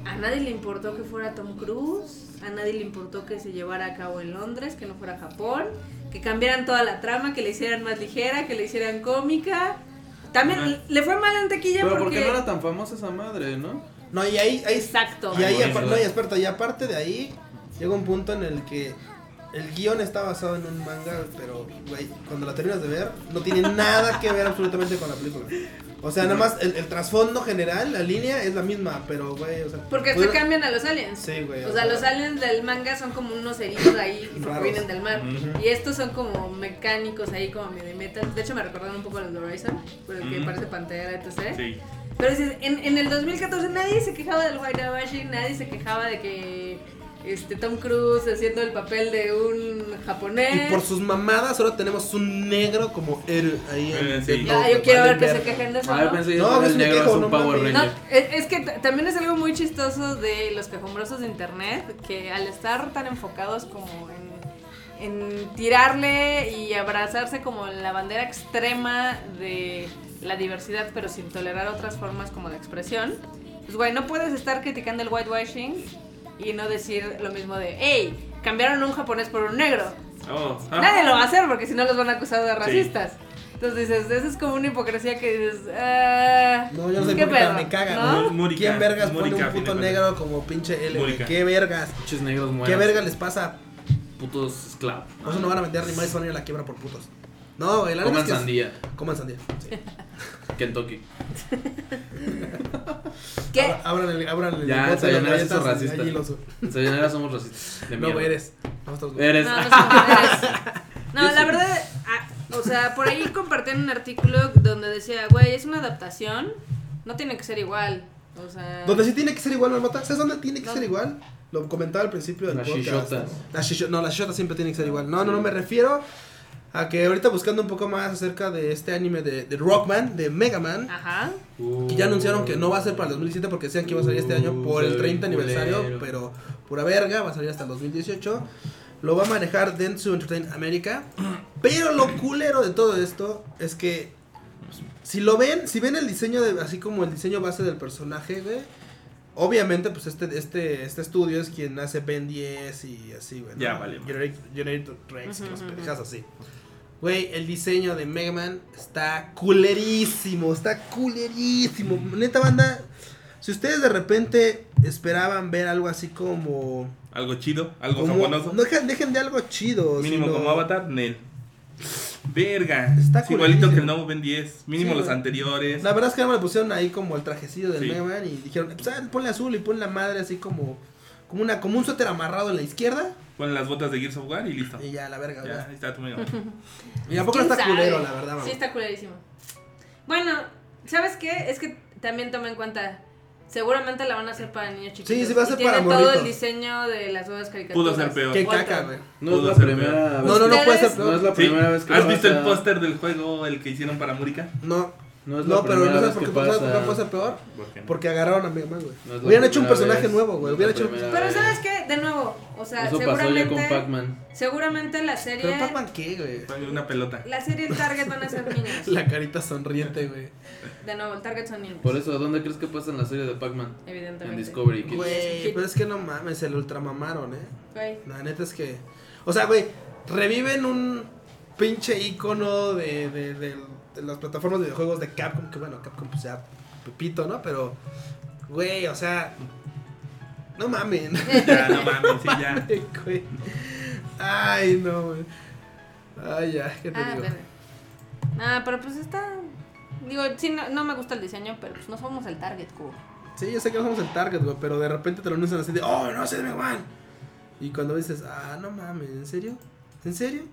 S3: A nadie le importó que fuera Tom Cruise, a nadie le importó que se llevara a cabo en Londres, que no fuera Japón, que cambiaran toda la trama, que le hicieran más ligera, que le hicieran cómica. También
S2: Ajá.
S3: le fue mal en taquilla
S9: Pero
S3: porque...
S9: porque no era tan famosa esa madre, ¿no?
S5: No, y ahí, ahí
S3: Exacto.
S5: Y ahí,
S8: Ay,
S5: apar-
S8: güey.
S5: no, y experto, y aparte de ahí, llega un punto en el que el guión está basado en un manga, pero, güey, cuando la terminas de ver,
S3: *laughs*
S5: no tiene nada que ver absolutamente con la película. O sea, nada más el, el trasfondo general, la línea es la misma, pero, güey, o sea.
S3: Porque se
S9: Pues
S5: pudieron-
S3: cambian a los aliens.
S5: Sí, güey.
S3: O sea, los aliens del manga son como unos heridos ahí porque
S5: Raros.
S3: vienen del mar.
S2: Ujú.
S3: Y estos son como mecánicos ahí, como medio metal. De hecho, me recordaron un poco a los de Horizon, por el que
S2: Ujú.
S3: parece pantera, etc.
S2: Sí.
S3: Pero dices, en, en el 2014 nadie se quejaba del whitewashing, nadie se quejaba de que este Tom Cruise haciendo el papel de un japonés.
S5: Y por sus mamadas, ahora tenemos un negro como héroe ahí en.
S2: Eh, sí.
S5: en-
S3: Ya, Ah, yo
S5: vale,
S3: quiero ver que se
S5: verga.
S3: quejen de eso.
S9: Ah, yo
S3: ¿no?
S9: pensé que
S5: No,
S9: era
S5: pues
S9: el
S5: me
S9: negro
S5: quejo,
S9: es un
S5: no
S9: Power
S5: mames.
S3: No,
S9: Ranger.
S3: es, es que t- también es algo muy chistoso de los quejumbrosos de internet, que al estar tan enfocados como en, en tirarle y abrazarse como la bandera extrema de la diversidad, pero sin tolerar otras formas como de expresión, pues güey, no puedes estar criticando el whitewashing y no decir lo mismo de, hey, cambiaron un japonés por un negro.
S2: Oh, ah.
S3: Nadie lo va a hacer porque si no los van a acusar de racistas. Entonces dices, eso es como una hipocresía que dices, ah,
S5: No, yo no sé
S3: ¿qué
S5: por qué
S3: pedo?
S5: me cagan,
S3: ¿No?
S5: güey.
S2: Múrica,
S5: ¿Quién vergas
S2: Múrica, a fin
S5: pone un
S2: de
S5: puto
S2: cuentas.
S5: negro como pinche L? güey?
S2: Múrica.
S5: ¿Qué vergas?
S9: Pinches negros
S5: ¿Qué
S9: mueran.
S5: verga les pasa?
S9: Putos esclavos.
S5: Por eso no van a vender animales Sony a la quiebra por putos. No, güey, la neta es
S9: Coman
S5: que es-
S9: sandía.
S5: Coman sandía. sí.
S9: Kentucky.
S3: ¿Qué?
S5: Abra- Abran el, abran el
S9: Ya,
S5: bote de
S9: Sayonara
S5: galletas
S9: se hizo
S5: y
S9: racista.
S5: allí los-
S9: En Sayonara somos racistas. De
S5: No,
S9: mierda.
S5: güey, eres. Nosotros no.
S9: Eres.
S3: No, no son mujeres. No, la verdad, ah, o sea, por ahí compartían un artículo donde decía, güey, es una adaptación, no tiene que ser igual. O sea,
S5: Donde sí tiene que ser igual, Marmota. ¿Sabes dónde tiene que
S3: No.
S5: ser igual? Lo comentaba al principio del
S9: Las
S5: podcast.
S9: shishotas.
S5: Las shisho- No, las shishotas siempre tienen que ser igual. No, no, no, me refiero a que ahorita buscando un poco más acerca de este anime de, de Rockman, de Mega Man.
S3: ajá.
S5: Y ya anunciaron que no va a ser para el 2017 porque decían que iba a salir este
S2: Uh,
S5: año por el 30 aniversario, pero pura verga, va a salir hasta el 2018. Lo va a manejar Dentsu Entertainment America. Pero lo culero de todo esto es que pues, si lo ven, si ven el diseño de, así como el diseño base del personaje, güey, obviamente pues este este este estudio es quien hace Ben 10 y así, güey. ¿no?
S2: Ya, vale.
S5: Generic, Generic Rex,
S3: Ujú,
S5: las
S3: ujú,
S5: pendejas así. Güey, el diseño de Mega Man está culerísimo, está culerísimo. Neta banda, si ustedes de repente esperaban ver algo así como...
S2: Algo chido, algo
S5: como-
S2: japonoso.
S5: no dejen, dejen de algo chido.
S2: Mínimo
S5: sino-
S2: como Avatar, Nel. Verga.
S5: Está
S2: Es igualito
S5: culerísimo.
S2: que el nuevo Ben 10. Mínimo
S5: Sí,
S2: los
S5: güey.
S2: anteriores.
S5: La verdad es que nada más le pusieron ahí como el trajecillo del
S2: Sí.
S5: Mega Man y dijeron, pues, ah, ponle azul y ponle la madre así como... Como, una, como un suéter amarrado en la izquierda
S2: Ponen las botas de Gears of War y listo.
S5: y ya, la verga,
S2: Ya,
S5: ¿verdad?
S2: ahí está tu mega.
S5: Y tampoco
S3: ¿Quién
S5: está
S3: sabe?
S5: culero, la verdad,
S3: Sí,
S5: mamá.
S3: está culerísimo. Bueno, ¿sabes qué? Es que también toma en cuenta. Seguramente la van a hacer para niños chiquitos.
S5: Sí, sí, va a
S3: Y
S5: ser
S3: tiene
S5: para
S3: todo
S5: morritos.
S3: el diseño de las nuevas caricaturas.
S2: Pudo ser peor.
S5: Qué
S3: Otra.
S5: caca, güey.
S9: No es
S2: Pudo
S9: la
S2: ser
S9: primera vez.
S5: No, no, no puede ser.
S3: Ustedes-
S9: No es la
S2: Sí.
S9: primera vez que
S2: ¿Has visto el
S9: pasa.
S2: póster del juego, el que hicieron para Murica?
S5: No,
S9: No es la
S5: no, pero
S9: primera
S5: no
S9: vez
S5: sabes por
S9: que
S5: qué ¿sabes por qué
S9: pasa.
S5: puede ser peor.
S2: ¿Por qué no?
S5: Porque agarraron a Mega Man, güey.
S9: No es la
S5: Hubieran hecho un
S9: primera
S5: personaje
S9: vez,
S5: nuevo, güey.
S9: no es
S5: Hubieran
S9: la
S5: hecho.
S9: primera
S3: Pero
S9: vez.
S3: ¿sabes qué? De nuevo, o sea,
S9: Eso pasó ya con
S3: seguramente,
S9: Pac-Man.
S3: seguramente la serie,
S5: Pero Pac-Man, ¿qué, güey?
S2: Fue Una
S3: *laughs*
S2: pelota.
S3: la serie Target van a ser niños.
S5: *laughs* La carita sonriente, güey.
S3: De nuevo, el Target son niños,
S9: Por eso, ¿dónde crees que pasa en la serie de Pac-Man? En
S3: evidentemente.
S9: Discovery Kids.
S5: Güey, pero es que no mames, se lo ultramamaron, eh.
S3: Güey.
S5: La neta es que. O sea, güey, reviven un pinche icono de, de, de- de las plataformas de videojuegos de Capcom. Que bueno, Capcom, pues ya, pepito, ¿no? Pero, güey, o sea. No mamen.
S2: Ya, no mames, sí, ya.
S5: *laughs* Güey. Ay, no, güey. Ay, ya, ¿qué te
S3: Ah,
S5: digo?
S3: pero. Ah, pero pues está. Digo, sí, no, no me gusta el diseño, pero pues no somos el Target, cubo.
S5: Sí, yo sé que no somos el target, güey, pero de repente te lo anuncian así de, oh, no, se me van. Y cuando dices, ah, no mames, ¿en serio? ¿En serio?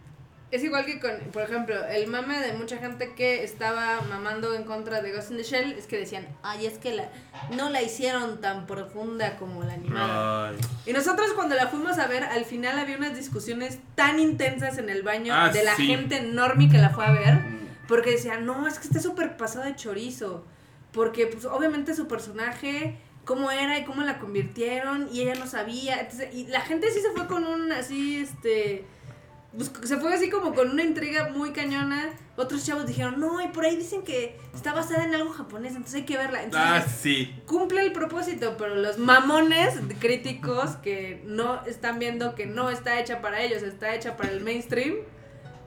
S3: Es igual que con, por ejemplo, el mame de mucha gente que estaba mamando en contra de Ghost in the Shell es que decían, ay, es que la no la hicieron tan profunda como la animada.
S2: Ay.
S3: Y nosotros cuando la fuimos a ver, al final había unas discusiones tan intensas en el baño
S2: Ah,
S3: de la
S2: sí.
S3: gente enorme que la fue a ver,
S9: Mm,
S3: porque decían, no, es que está súper pasado de chorizo, porque pues obviamente su personaje, cómo era y cómo la convirtieron, y ella no sabía, entonces, y la gente sí se fue con un así, este... pues, se fue así como con una intriga muy cañona. Otros chavos dijeron, no, y por ahí dicen que está basada en algo japonés, entonces hay que verla. Entonces,
S2: Ah, sí.
S3: cumple el propósito, pero los mamones críticos que no están viendo que no está hecha para ellos, está hecha para el mainstream,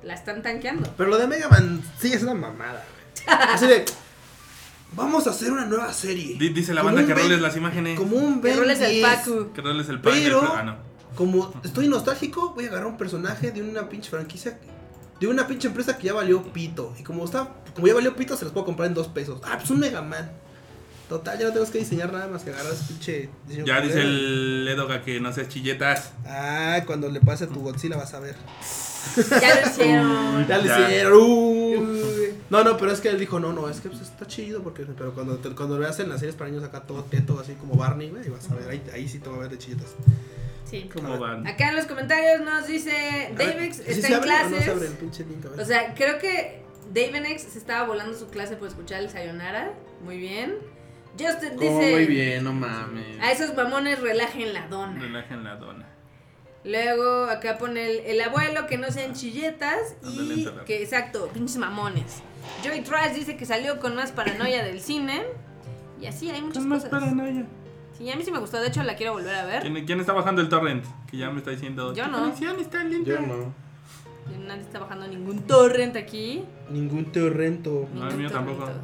S3: la están tanqueando.
S5: Pero lo de Mega Man sí es una mamada, güey. Así de, vamos a hacer una nueva serie.
S2: Di- Dice la
S5: Como
S2: banda
S5: un
S2: que
S5: Ben-
S2: roles las imágenes.
S5: Como un
S3: Que
S5: Ben
S3: roles del
S5: 10.
S3: Pacu.
S2: Que roles el padre.
S5: Pero-
S2: Ah, no.
S5: Como estoy nostálgico, voy a agarrar un personaje de una pinche franquicia, de una pinche empresa que ya valió pito. Y como está, como ya valió pito, se los puedo comprar en dos pesos. Ah, pues un Mega Man. Total, ya no tenemos que diseñar nada más que agarrar ese pinche. diseño
S2: Ya dice
S5: culero.
S2: el Edoga que no seas chilletas.
S5: Ah, cuando le pase a tu Godzilla vas a ver.
S3: Ya lo hicieron.
S5: Ya le
S2: Ya.
S5: hicieron. uy. No, no, pero es que él dijo, no, no, es que pues, está chido porque pero cuando, te- cuando lo veas en las series para niños acá todo teto, así como Barney, güey, vas a ver, ahí, ahí sí te va a ver de chilletas.
S3: Sí.
S2: ¿Cómo van?
S3: Acá en los comentarios nos dice
S5: A ver,
S3: Davex
S5: ¿sí
S3: está
S5: se
S3: en
S5: abre o No se abre el
S3: clases.
S5: pinche link, a ver.
S3: O sea, creo que Davex se estaba volando su clase por escuchar el Sayonara. Muy bien.
S5: Oh,
S3: Justin
S9: ¿Cómo muy
S3: dice
S9: bien? No mames.
S3: a esos mamones relajen la dona.
S2: Relajen la dona.
S3: Luego acá pone el, el abuelo que no sean chilletas
S2: Ándale,
S3: y
S2: enterrar.
S3: que exacto, pinches mamones. Joey Trash dice que salió con más paranoia del cine y así hay muchas
S2: Son más
S3: cosas.
S2: paranoia.
S3: Sí, a mí sí me gustó, de hecho la quiero volver a ver.
S2: ¿Quién, quién está bajando el torrent? Que ya me está diciendo.
S3: Yo
S2: "Tu
S3: no.
S2: conexión está lenta".
S9: Yo no.
S3: Nadie está bajando ningún torrent aquí.
S5: Ningún torrento.
S2: No, el
S3: ningún
S2: mío tampoco.
S3: torrento.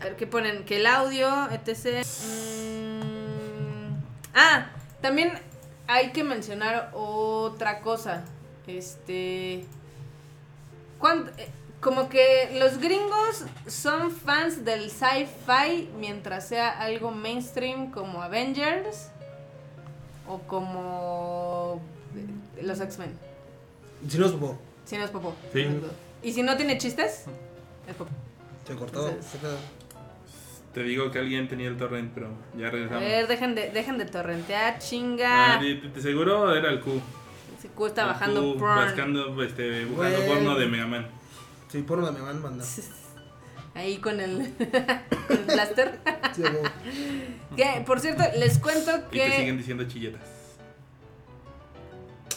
S3: A ver qué ponen, que el audio, etc. Mm, Ah, también hay que mencionar otra cosa. Este. cuan- eh, Como que los gringos son fans del sci-fi mientras sea algo mainstream como Avengers o como eh, los X-Men.
S5: Si no supo,
S3: Si no es popo.
S2: Sí.
S3: Exacto. Y si no tiene chistes, es popo.
S5: se cortó.
S3: Entonces-
S5: se quedó.
S2: Te digo que alguien tenía el torrent, pero ya
S3: A
S2: regresamos.
S3: ver, dejen de, dejen de torrentear,
S2: Ah,
S3: chinga.
S2: de, de- de seguro era el Q.
S3: Se cu- está
S2: El
S3: bajando
S2: Q
S3: porn.
S2: Buscando, este, buscando
S5: Güey.
S2: porno de Mega Man.
S5: Sí, por donde me van a mandar.
S3: Ahí con el, *laughs* con el blaster.
S5: Sí, a huevo.
S3: que, por cierto, les cuento
S2: Y te siguen
S3: que.
S2: diciendo chilletas.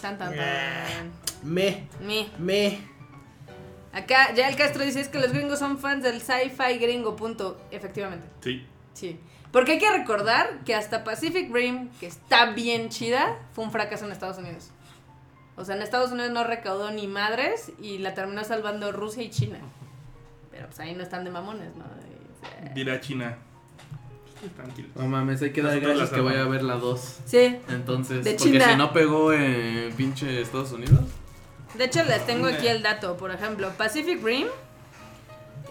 S3: Tan, tan, tan.
S5: me,
S3: Mi.
S5: me.
S3: Acá, ya el Castro dice: es que los gringos son fans del sci-fi gringo, punto. Efectivamente,
S2: Sí.
S3: sí. Porque hay que recordar que hasta Pacific Rim, que está bien chida, fue un fracaso en Estados Unidos. O sea, en Estados Unidos no recaudó ni madres y la terminó salvando Rusia y China. Pero pues ahí no están de mamones, ¿no? Y, o sea,
S2: Dirá China. Tranquilo.
S9: No mames, hay que dar
S2: Nosotros
S9: gracias
S2: las
S9: que vaya a
S2: amamos.
S9: ver la 2.
S3: Sí,
S9: Entonces,
S3: De
S9: porque
S3: China.
S9: si no pegó en pinche Estados Unidos.
S3: de hecho les tengo aquí el dato. Por ejemplo, Pacific Rim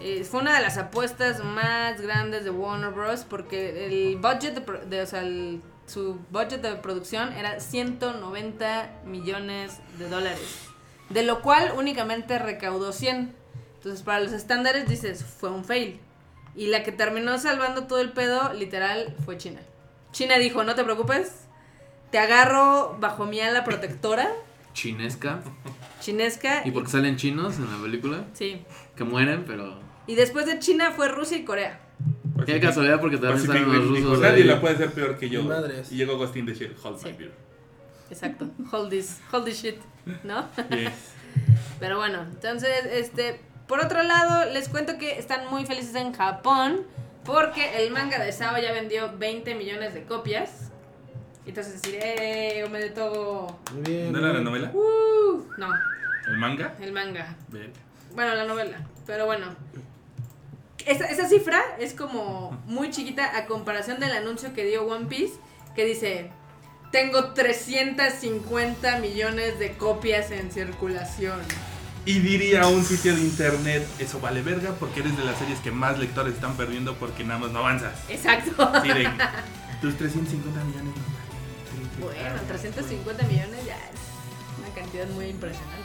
S3: eh, fue una de las apuestas más grandes de Warner Bros. Porque el budget de, pro- de- o sea, el- su budget de producción era 190 millones de dólares. De lo cual únicamente recaudó 100. Entonces, para los estándares dices, fue un fail. Y la que terminó salvando todo el pedo, literal, fue China. China dijo, no te preocupes, te agarro bajo mi ala protectora
S9: Chinesca.
S3: chinesca.
S9: ¿Y porque salen chinos en la película?
S3: Sí.
S9: Que mueren, pero.
S3: Y después de China fue Rusia y Corea.
S9: Qué casualidad porque también
S2: Pacific
S9: salen los
S2: Rim dijo,
S9: rusos.
S2: Nadie
S9: ahí.
S2: la puede hacer peor que yo.
S5: Madres.
S2: Y llegó Agustín de Shell. Hold my
S3: Sí.
S2: beer.
S3: Exacto. *laughs* Hold this, hold this shit, ¿no?
S2: Yes.
S3: Pero bueno, entonces, este, por otro lado, les cuento que están muy felices en Japón porque el manga de Sao ya vendió 20 millones de copias. Y Entonces decir, ¡eh! me de todo.
S5: Muy bien.
S2: ¿No era la novela?
S3: ¡Uh! No,
S2: ¿El manga?
S3: el manga.
S2: Ver.
S3: Bueno, la novela, pero bueno. Esa, esa cifra es como muy chiquita a comparación del anuncio que dio One Piece, que dice, tengo 350 millones de copias en circulación.
S2: Y diría un sitio de internet, eso vale verga porque eres de las series que más lectores están perdiendo porque nada más no avanzas.
S3: Exacto.
S2: Sí, de tus 350 millones no valen.
S3: Ah, Bueno, 350 millones ya es una cantidad muy impresionante.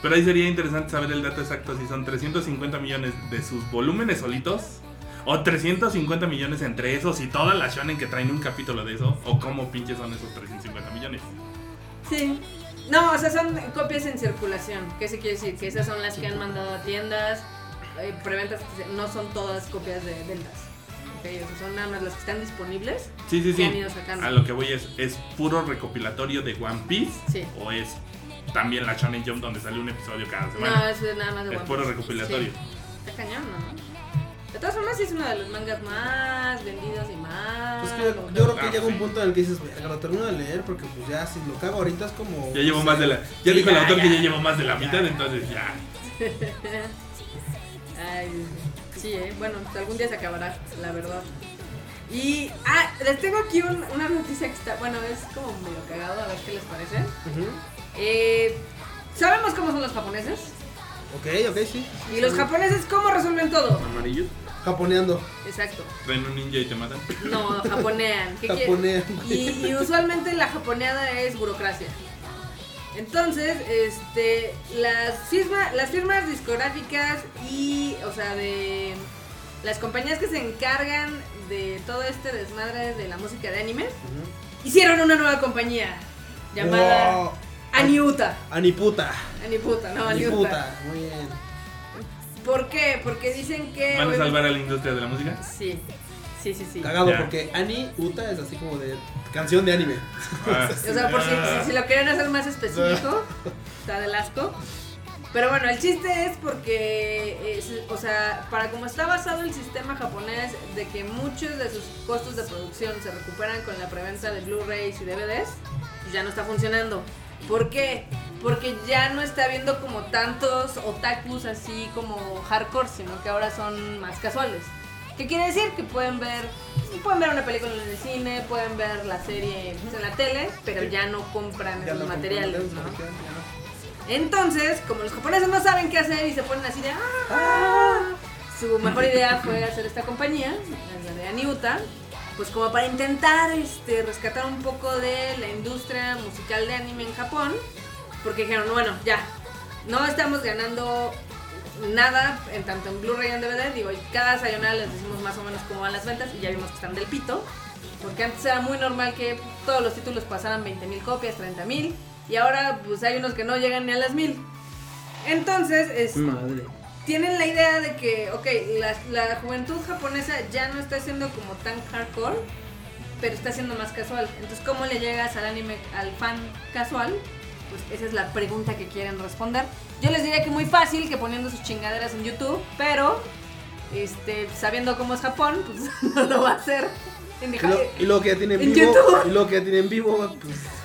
S2: Pero ahí sería interesante saber el dato exacto si son 350 millones de sus volúmenes solitos o 350 millones entre esos y todas las shonen que traen un capítulo de eso o cómo pinches son esos 350 millones.
S3: Sí. No, o sea, son copias en circulación. ¿Qué se quiere decir? Que esas son las que han mandado a tiendas, eh, preventas, que se- no son todas copias de ventas. Ok, o sea, son nada más las que están disponibles.
S2: Sí, sí,
S3: que han
S2: sí.
S3: ido sacando.
S2: A lo que voy es es puro recopilatorio de One Piece
S3: Sí.
S2: o es también la Shonen Jump donde sale un episodio cada
S3: No,
S2: semana.
S3: eso es nada más de
S2: es
S3: One
S2: puro
S3: Piece.
S2: recopilatorio.
S3: Sí. Está cañón, ¿no? De todas formas, sí es uno de los mangas más vendidos y más.
S5: Pues que yo, yo creo que
S2: Ah, sí.
S5: llega un punto en el que dices, verga, lo termino de leer porque pues ya si lo cago ahorita es como...
S2: Ya llevo más de la Ya
S3: Sí,
S2: dijo el
S3: ya,
S2: autor que
S3: ya.
S2: ya llevo más de la mitad, entonces ya.
S3: Ay, sí, ¿eh? bueno, pues algún día se acabará, la verdad. Y, ah, les tengo aquí un- una noticia que está, bueno, es como medio cagado, a ver qué les parece. Eh, Sabemos cómo son los japoneses.
S5: Ok, ok, sí.
S3: Y los japoneses, ¿cómo resuelven todo?
S9: Amarillo.
S5: Japoneando.
S3: Exacto.
S2: Traen un ninja y te matan.
S3: No, japonean. ¿Qué quiere-
S5: Japonean.
S3: Y, y usualmente la japoneada es burocracia. Entonces, este, las, firma- las firmas discográficas y, o sea, de las compañías que se encargan de todo este desmadre de la música de anime, hicieron una nueva compañía *laughs* llamada
S5: Wow.
S3: Aniuta.
S5: Aniputa.
S3: Aniputa, no, Aniuta.
S5: Aniputa. Muy bien.
S3: ¿Por qué? Porque dicen que...
S2: ¿Van a
S3: obviamente-
S2: salvar a la industria de la música?
S3: Sí, sí, sí, sí.
S5: Cagado,
S2: Ya.
S5: porque Ani Uta es así como de canción de anime.
S2: Ah,
S3: *laughs* O sea, por si,
S2: ah.
S3: si, si lo quieren hacer más específico, está del asco. Pero bueno, el chiste es porque, es- o sea, para como está basado el sistema japonés de que muchos de sus costos de producción se recuperan con la preventa de Blu-rays y DVDs, pues ya no está funcionando. ¿Por qué? Porque ya no está viendo como tantos otakus así como hardcore, sino que ahora son más casuales. ¿Qué quiere decir? Que pueden ver, pueden ver una película en el cine, pueden ver la serie pues, en la tele, pero ya no compran
S5: Ya
S3: esos
S5: lo
S3: materiales, ¿no?
S5: comprendemos, ya no.
S3: Entonces, como los japoneses no saben qué hacer y se ponen así de "Ah", su mejor idea fue hacer esta compañía, la de Aniuta, pues como para intentar este, rescatar un poco de la industria musical de anime en Japón, porque dijeron, bueno, ya, no estamos ganando nada en tanto en Blu-ray y en DVD, digo, cada sayonara les decimos más o menos cómo van las ventas y ya vimos que están del pito, porque antes era muy normal que todos los títulos pasaran 20.000 copias, 30.000, y ahora pues hay unos que no llegan ni a las 1.000. Entonces, es,
S9: Madre.
S3: tienen la idea de que, ok, la, la juventud japonesa ya no está siendo como tan hardcore, pero está siendo más casual. Entonces, ¿cómo le llegas al anime, al fan casual? Pues esa es la pregunta que quieren responder. Yo les diría que muy fácil que poniendo sus chingaderas en YouTube, pero este, sabiendo cómo es Japón, pues *laughs* no lo va a hacer. En
S5: Y lo, y lo que ya tiene en
S3: En
S5: vivo.
S3: YouTube.
S5: Y lo que ya tiene en vivo, pues.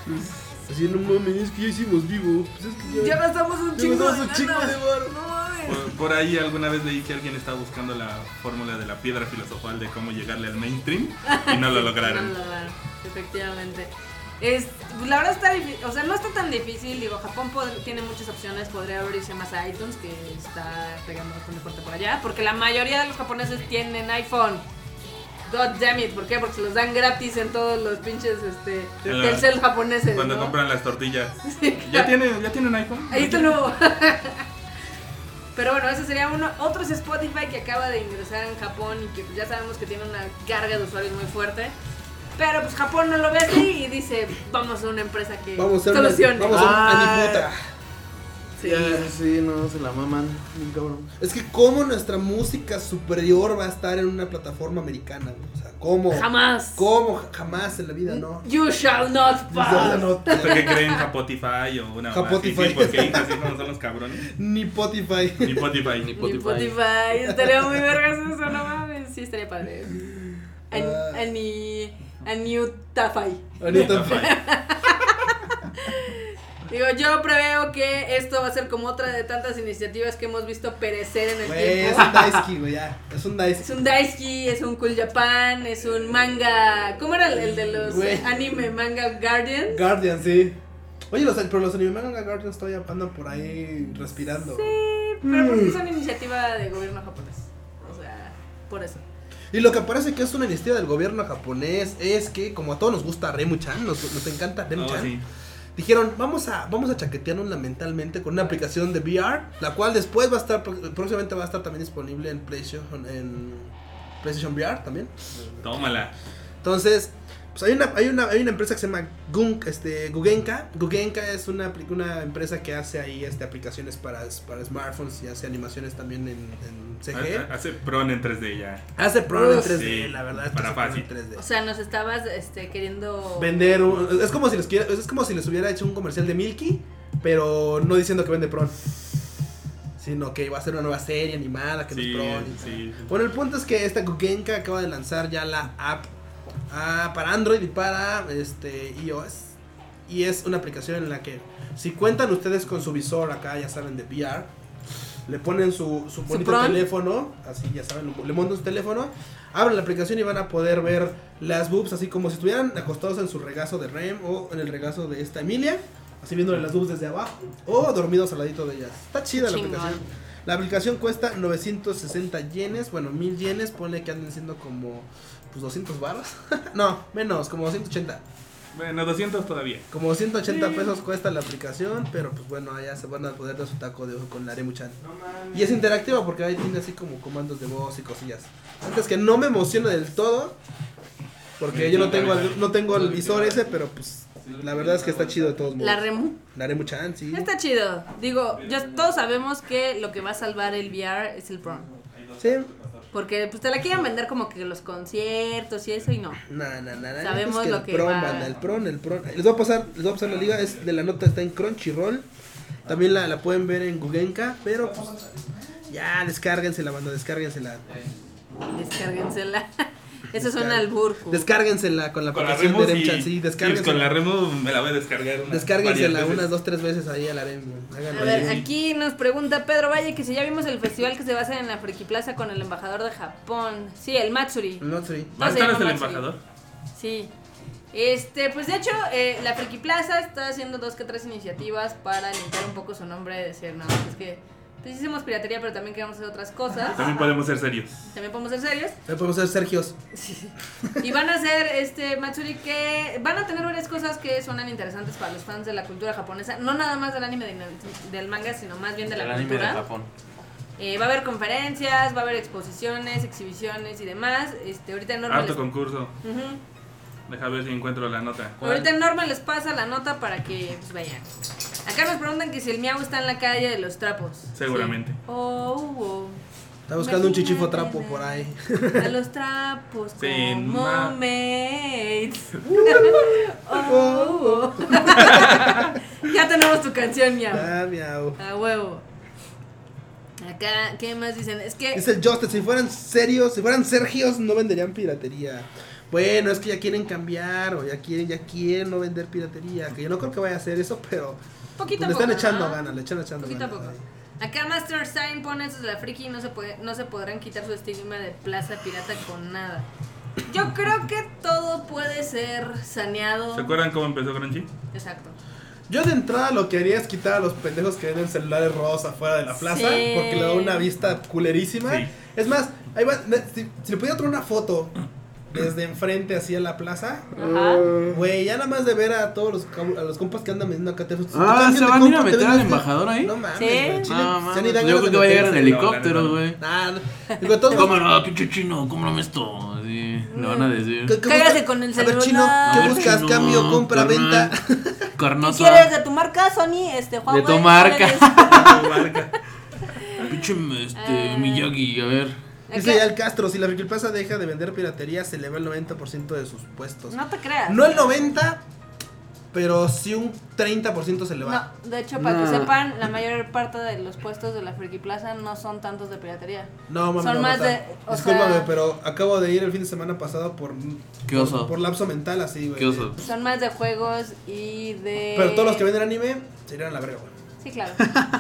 S5: pues, así no mames, es que ya hicimos vivo. Pues es que
S3: Ya gastamos un
S5: ya
S3: chingo,
S5: gastamos un
S3: lana.
S5: chingo de varo.
S3: No mames.
S2: Por, por ahí alguna vez leí que alguien estaba buscando la fórmula de la piedra filosofal de cómo llegarle al mainstream y
S3: *laughs*
S2: no lo
S3: No
S2: lograron.
S3: lo lograron, efectivamente. Es, pues, la verdad está difícil, o sea, no está tan difícil, digo, Japón pod- tiene muchas opciones, podría abrirse más a iTunes, que está pegando bastante fuerte por allá, porque la mayoría de los japoneses tienen iPhone. God damn it, ¿por qué? Porque se los dan gratis en todos los pinches este,
S2: En la-
S3: Telcel japoneses,
S2: Cuando
S3: ¿no?
S2: compran las tortillas.
S3: *laughs* Sí,
S2: ¿Ya tiene, ya tiene un iPhone?
S3: Ahí está el nuevo. *laughs* Pero bueno, ese sería uno. Otro es Spotify que acaba de ingresar en Japón y que pues, ya sabemos que tiene una carga de usuarios muy fuerte. Pero pues Japón no lo ve así y dice, vamos a una empresa que
S5: Vamos a hacer una-
S3: solucione.
S5: vamos a-
S9: Ah,
S5: Aniputa.
S3: Sí.
S9: Ya, sí, no, se la maman. Bien cabrón.
S5: Es que cómo nuestra música superior va a estar en una plataforma americana, güey? O sea, cómo.
S3: Ah, Jamás.
S5: Cómo jamás en la vida, ¿no?
S3: You shall not
S5: No,
S3: pass.
S5: no,
S2: ¿Usted qué creen? ¿Japotify o una mamá así?
S5: Japotify.
S2: Sí, porque hijas así como son los cabrones.
S5: Ni Spotify.
S2: Ni Spotify.
S9: Ni
S3: Ni
S9: Spotify.
S3: Spotify. Estaría muy vergas eso, no mames. Sí, estaría
S5: *laughs*
S3: padre. An- Ani. Aniutafai.
S5: Ahorita.
S3: Digo, yo preveo que esto va a ser como otra de tantas iniciativas que hemos visto perecer en el
S5: Güey, es
S3: tiempo.
S5: un Daisuke, güey, ya. Es un
S3: Es
S5: Daisuke.
S3: un Daisuke, es un Cool Japan, es un manga. ¿Cómo era el, el de los
S5: Güey.
S3: anime manga Guardians?
S5: Guardian, sí. Oye, los, pero los anime manga Guardians todavía andan por ahí respirando.
S3: Sí, pero porque
S5: Mm.
S3: es una iniciativa de gobierno japonés. O sea, por eso.
S5: Y lo que parece que es una iniciativa del gobierno japonés es que, como a todos nos gusta Remu-chan, nos, nos encanta
S2: Oh,
S5: Remu-chan,
S2: sí.
S5: dijeron, vamos a, vamos a chaquetearnos mentalmente con una aplicación de VR, la cual después va a estar, pro- próximamente va a estar también disponible en PlayStation, en PlayStation VR también.
S2: Tómala.
S5: Entonces, pues hay una, hay una, hay una empresa que se llama Gun, este, Gugenka. Gugenka es una, apli- una empresa que hace ahí este, aplicaciones para, para smartphones y hace animaciones también en, en CG.
S2: Hace pron en 3D ya.
S5: Hace Pro en
S3: Uf.
S5: 3D,
S2: ah, Sí,
S5: la verdad. es que
S2: para
S5: hace Pro en
S2: fácil.
S5: 3D.
S3: O sea, nos estabas este, queriendo.
S5: Vender un- es como si les quiera- es como si les hubiera hecho un comercial de Milky, pero no diciendo que vende Pro. Sino que va a ser una nueva serie animada que
S2: Sí,
S5: no es Pro. y-
S2: sí.
S5: Bueno, el punto es que esta Gugenka acaba de lanzar ya la app ah, para Android y para este, iOS. Y es una aplicación en la que si cuentan ustedes con su visor acá, ya saben, de VR, le ponen su, su bonito
S3: pron?
S5: teléfono, así ya saben, le montan su teléfono, abren la aplicación y van a poder ver las boobs así como si estuvieran acostados en su regazo de Rem o en el regazo de esta Emilia, así viéndole las boobs desde abajo o dormidos al ladito de ellas. Está chida la
S3: Chingón.
S5: aplicación. La aplicación cuesta 960 yenes, bueno, 1000 yenes, ponle que anden siendo como pues 200 barras. *laughs* no, menos, como 280.
S2: Bueno, 200 todavía.
S5: Como 180 pesos cuesta la aplicación, pero pues bueno, allá se van a poder dar su taco de ojo con la Remuchan. y es interactiva porque ahí tiene así como comandos de voz y cosillas. Antes que no me emociona del todo, porque yo no tengo, el- no tengo el visor ese, pero pues la verdad es que está chido de todos modos.
S3: La remu.
S5: La Remuchan, sí.
S3: Está chido. Digo, ya todos sabemos que lo que va a salvar el VR es el prom.
S5: Sí.
S3: Porque pues te la quieren vender como que los conciertos y eso y no.
S5: Na, na, na, na,
S3: Sabemos
S5: es
S3: lo
S5: el
S3: que
S5: Pron,
S3: va.
S5: banda, el Pron, el Pron. Les voy a pasar, les voy a pasar la liga, es de la nota, está en Crunchyroll. También la, la pueden ver en Gugenka, pero pues ya descárguensela, banda, descárguensela. *laughs*
S3: Descárguensela. Eso es un
S5: Descarga.
S3: albur. cu.
S5: Descárguensela con la
S2: Con la
S5: aplicación
S2: remo
S5: de
S2: sí.
S5: Remchan, sí,
S2: Sí, Con la
S5: descárguensela.
S2: remo me la voy a descargar. Unas,
S5: Descárguensela
S2: varias veces.
S5: unas dos, tres veces ahí a la Rem. güey. Háganlo
S3: A ver,
S5: ahí.
S3: aquí nos pregunta Pedro Valle que si ya vimos el festival que se va a hacer en la Friki Plaza con el embajador de Japón. Sí, el Matsuri.
S5: No, sí.
S2: ¿Va a estar
S3: No
S2: hasta
S3: sé,
S2: el
S3: no, Maxi.
S2: embajador?
S3: Sí. Este, pues de hecho, eh, la Friki Plaza está haciendo dos que tres iniciativas para limpiar un poco su nombre de decir, no, pues es que pues hicimos piratería, pero también queremos hacer otras cosas.
S2: También podemos ser serios.
S3: También podemos ser serios.
S5: Ahí podemos ser Sergios.
S3: Y van a hacer este Matsuri que van a tener varias cosas que suenan interesantes para los fans de la cultura japonesa, no nada más del anime de- del manga, sino más bien de
S8: El
S3: la
S8: anime de
S3: cultura.
S8: Japón.
S3: Eh, va a haber conferencias, va a haber exposiciones, exhibiciones y demás. Este, ahorita Norma
S2: Harto
S3: les...
S2: concurso.
S3: Ujú.
S2: Deja ver si encuentro la nota.
S3: Ahorita Norma les pasa la nota para que pues, vayan. Acá nos preguntan que si el miau está en la calle de los trapos.
S2: Seguramente.
S3: Sí. Oh,
S5: Está buscando un chichifo
S3: Imagínate,
S5: trapo por ahí.
S3: oh, a los trapos
S2: Sí,
S3: como
S2: ma- *laughs* Uh,
S3: mates. Oh, oh, oh. *laughs* ya tenemos tu canción, miau.
S5: *laughs* Ah, miau.
S3: A huevo. Acá, ¿qué más dicen? Es que
S5: Dice el Justin, si fueran serios, si fueran Sergios, no venderían piratería. Bueno, es que ya quieren cambiar, o ya quieren, ya quieren no vender piratería. Que yo no creo que vaya a hacer eso, pero pues,
S3: poquito
S5: le
S3: a
S5: están
S3: poco,
S5: echando
S3: ¿no?
S5: ganas, le están echando
S3: Poquito a
S5: ganas.
S3: poco. Acá Master Sign pone eso de la friki y no se, puede, no se podrán quitar su estigma de plaza pirata con nada. Yo creo que todo puede ser saneado.
S2: ¿Se acuerdan cómo empezó Crunchy?
S3: Exacto.
S5: Yo de entrada lo que haría es quitar a los pendejos que venden celulares robados afuera de la plaza,
S3: Sí.
S5: porque le da una vista culerísima.
S2: Sí.
S5: Es más, ahí va- me- si, si le pudiera tomar una foto desde enfrente hacia la plaza.
S3: Ajá.
S9: Uh,
S5: Güey, ya nada más de ver a todos los, cab- a los compas que andan vendiendo acá. te- te
S8: Ah,
S5: cambian
S8: ¿se
S5: de
S8: van a ir
S5: compa,
S8: a
S5: te
S8: meter
S5: ven
S8: al
S5: así.
S8: embajador ahí?
S5: No mames,
S3: ¿Sí?
S5: güey, Chile,
S8: No,
S5: ya ni
S8: mames. pues
S5: dan
S8: Yo creo
S5: ganas
S8: que
S5: de
S8: va a llegar en
S5: meterse.
S8: helicóptero, güey.
S5: Nah, no. Digo,
S8: *laughs*
S5: todos-
S8: ¿Cómo no? ¿Qué chino? ¿Cómo no esto? Así, le van a decir.
S5: ¿qué- qué
S10: Cállate
S5: buscas?
S10: con el
S5: A ver,
S10: celular.
S5: chino,
S10: A
S5: ¿qué
S10: ver,
S5: buscas?
S8: chino,
S5: Cambio, compra,
S8: carnal.
S5: venta.
S8: *laughs*
S10: ¿Qué
S8: Carnosa.
S10: quieres de tu marca, Sony? Este, Huawei.
S8: tu marca.
S10: ¿qué eres?
S2: *laughs* Marca.
S8: Pinche este,
S5: Eh.
S10: Ah.
S8: Miyagi, a ver.
S5: Dice ya el Castro, si la Riquilplaza deja de vender piratería, se le va el 90% de sus puestos.
S10: No te creas.
S5: No el 90, pero sí un 30% se le va.
S3: No, de hecho, para que
S8: No.
S3: sepan, la mayor parte de los puestos de la Friki Plaza no son tantos de piratería.
S5: No, mami,
S3: Son
S5: me va a
S3: más de-
S5: matar.
S3: o
S5: Discúlpame,
S3: sea-
S5: pero acabo de ir el fin de semana pasado por
S8: Qué oso.
S5: por lapso mental así, güey.
S8: Qué oso.
S3: Son más de juegos y de.
S5: Pero todos los que venden anime se irían a la verga, güey.
S3: Sí, claro.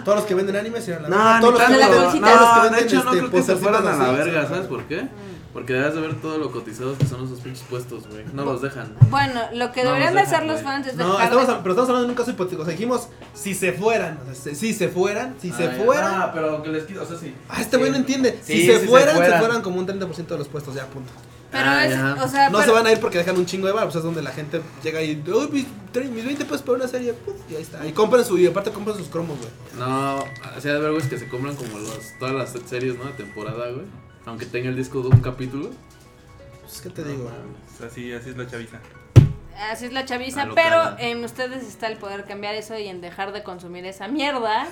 S5: Todos los que venden anime se irían a la verga.
S8: No,
S5: todos
S8: ni
S5: los que
S8: tanto.
S3: venden-
S8: no,
S3: todos
S5: los que
S8: no, Ah, de
S5: venden,
S8: hecho no
S5: este,
S8: creo que se
S5: postecitos
S8: fueran a la
S5: así,
S8: verga,
S5: sí,
S8: ¿sabes
S5: claro.
S8: por qué? Porque debes de ver todo lo cotizados que son esos pinches puestos, güey. No los dejan.
S3: Bueno, lo que
S8: No,
S3: deberían de
S8: nos
S3: hacer
S8: dejan,
S3: los
S8: güey.
S3: fans es
S5: No,
S3: dejar.
S5: estamos
S3: de-
S5: a- pero estamos hablando de un caso hipotético. O sea, dijimos, si se fueran, o sea, si- si se fueran, si se
S8: Ay,
S5: fueran.
S8: Ah, pero que les quito, o sea, sí.
S5: Ah, este güey no entiende.
S8: Sí,
S5: si
S8: sí
S5: se
S8: se
S5: fueran, se fueran,
S8: fueran.
S5: como un 30% de los puestos, ya, punto.
S3: Pero
S8: Ah,
S3: es.
S8: ya.
S3: O sea,
S5: No
S3: pero-
S5: se van a ir porque dejan un chingo de bar, pues es donde la gente llega y, uy, mis, tre- mis 20 pesos para una serie, puf, y ahí está. Y compran su, y aparte compran sus cromos, güey.
S8: No, o sea, de ver, güey, es que se compran como los, todas las series, ¿no? De temporada, güey. Aunque tenga el disco de un capítulo.
S5: Pues, ¿qué te digo?
S2: Así, así es la chavita.
S3: Así es la chaviza,
S8: Alocada.
S3: pero en ustedes está el poder cambiar eso y en dejar de consumir esa mierda.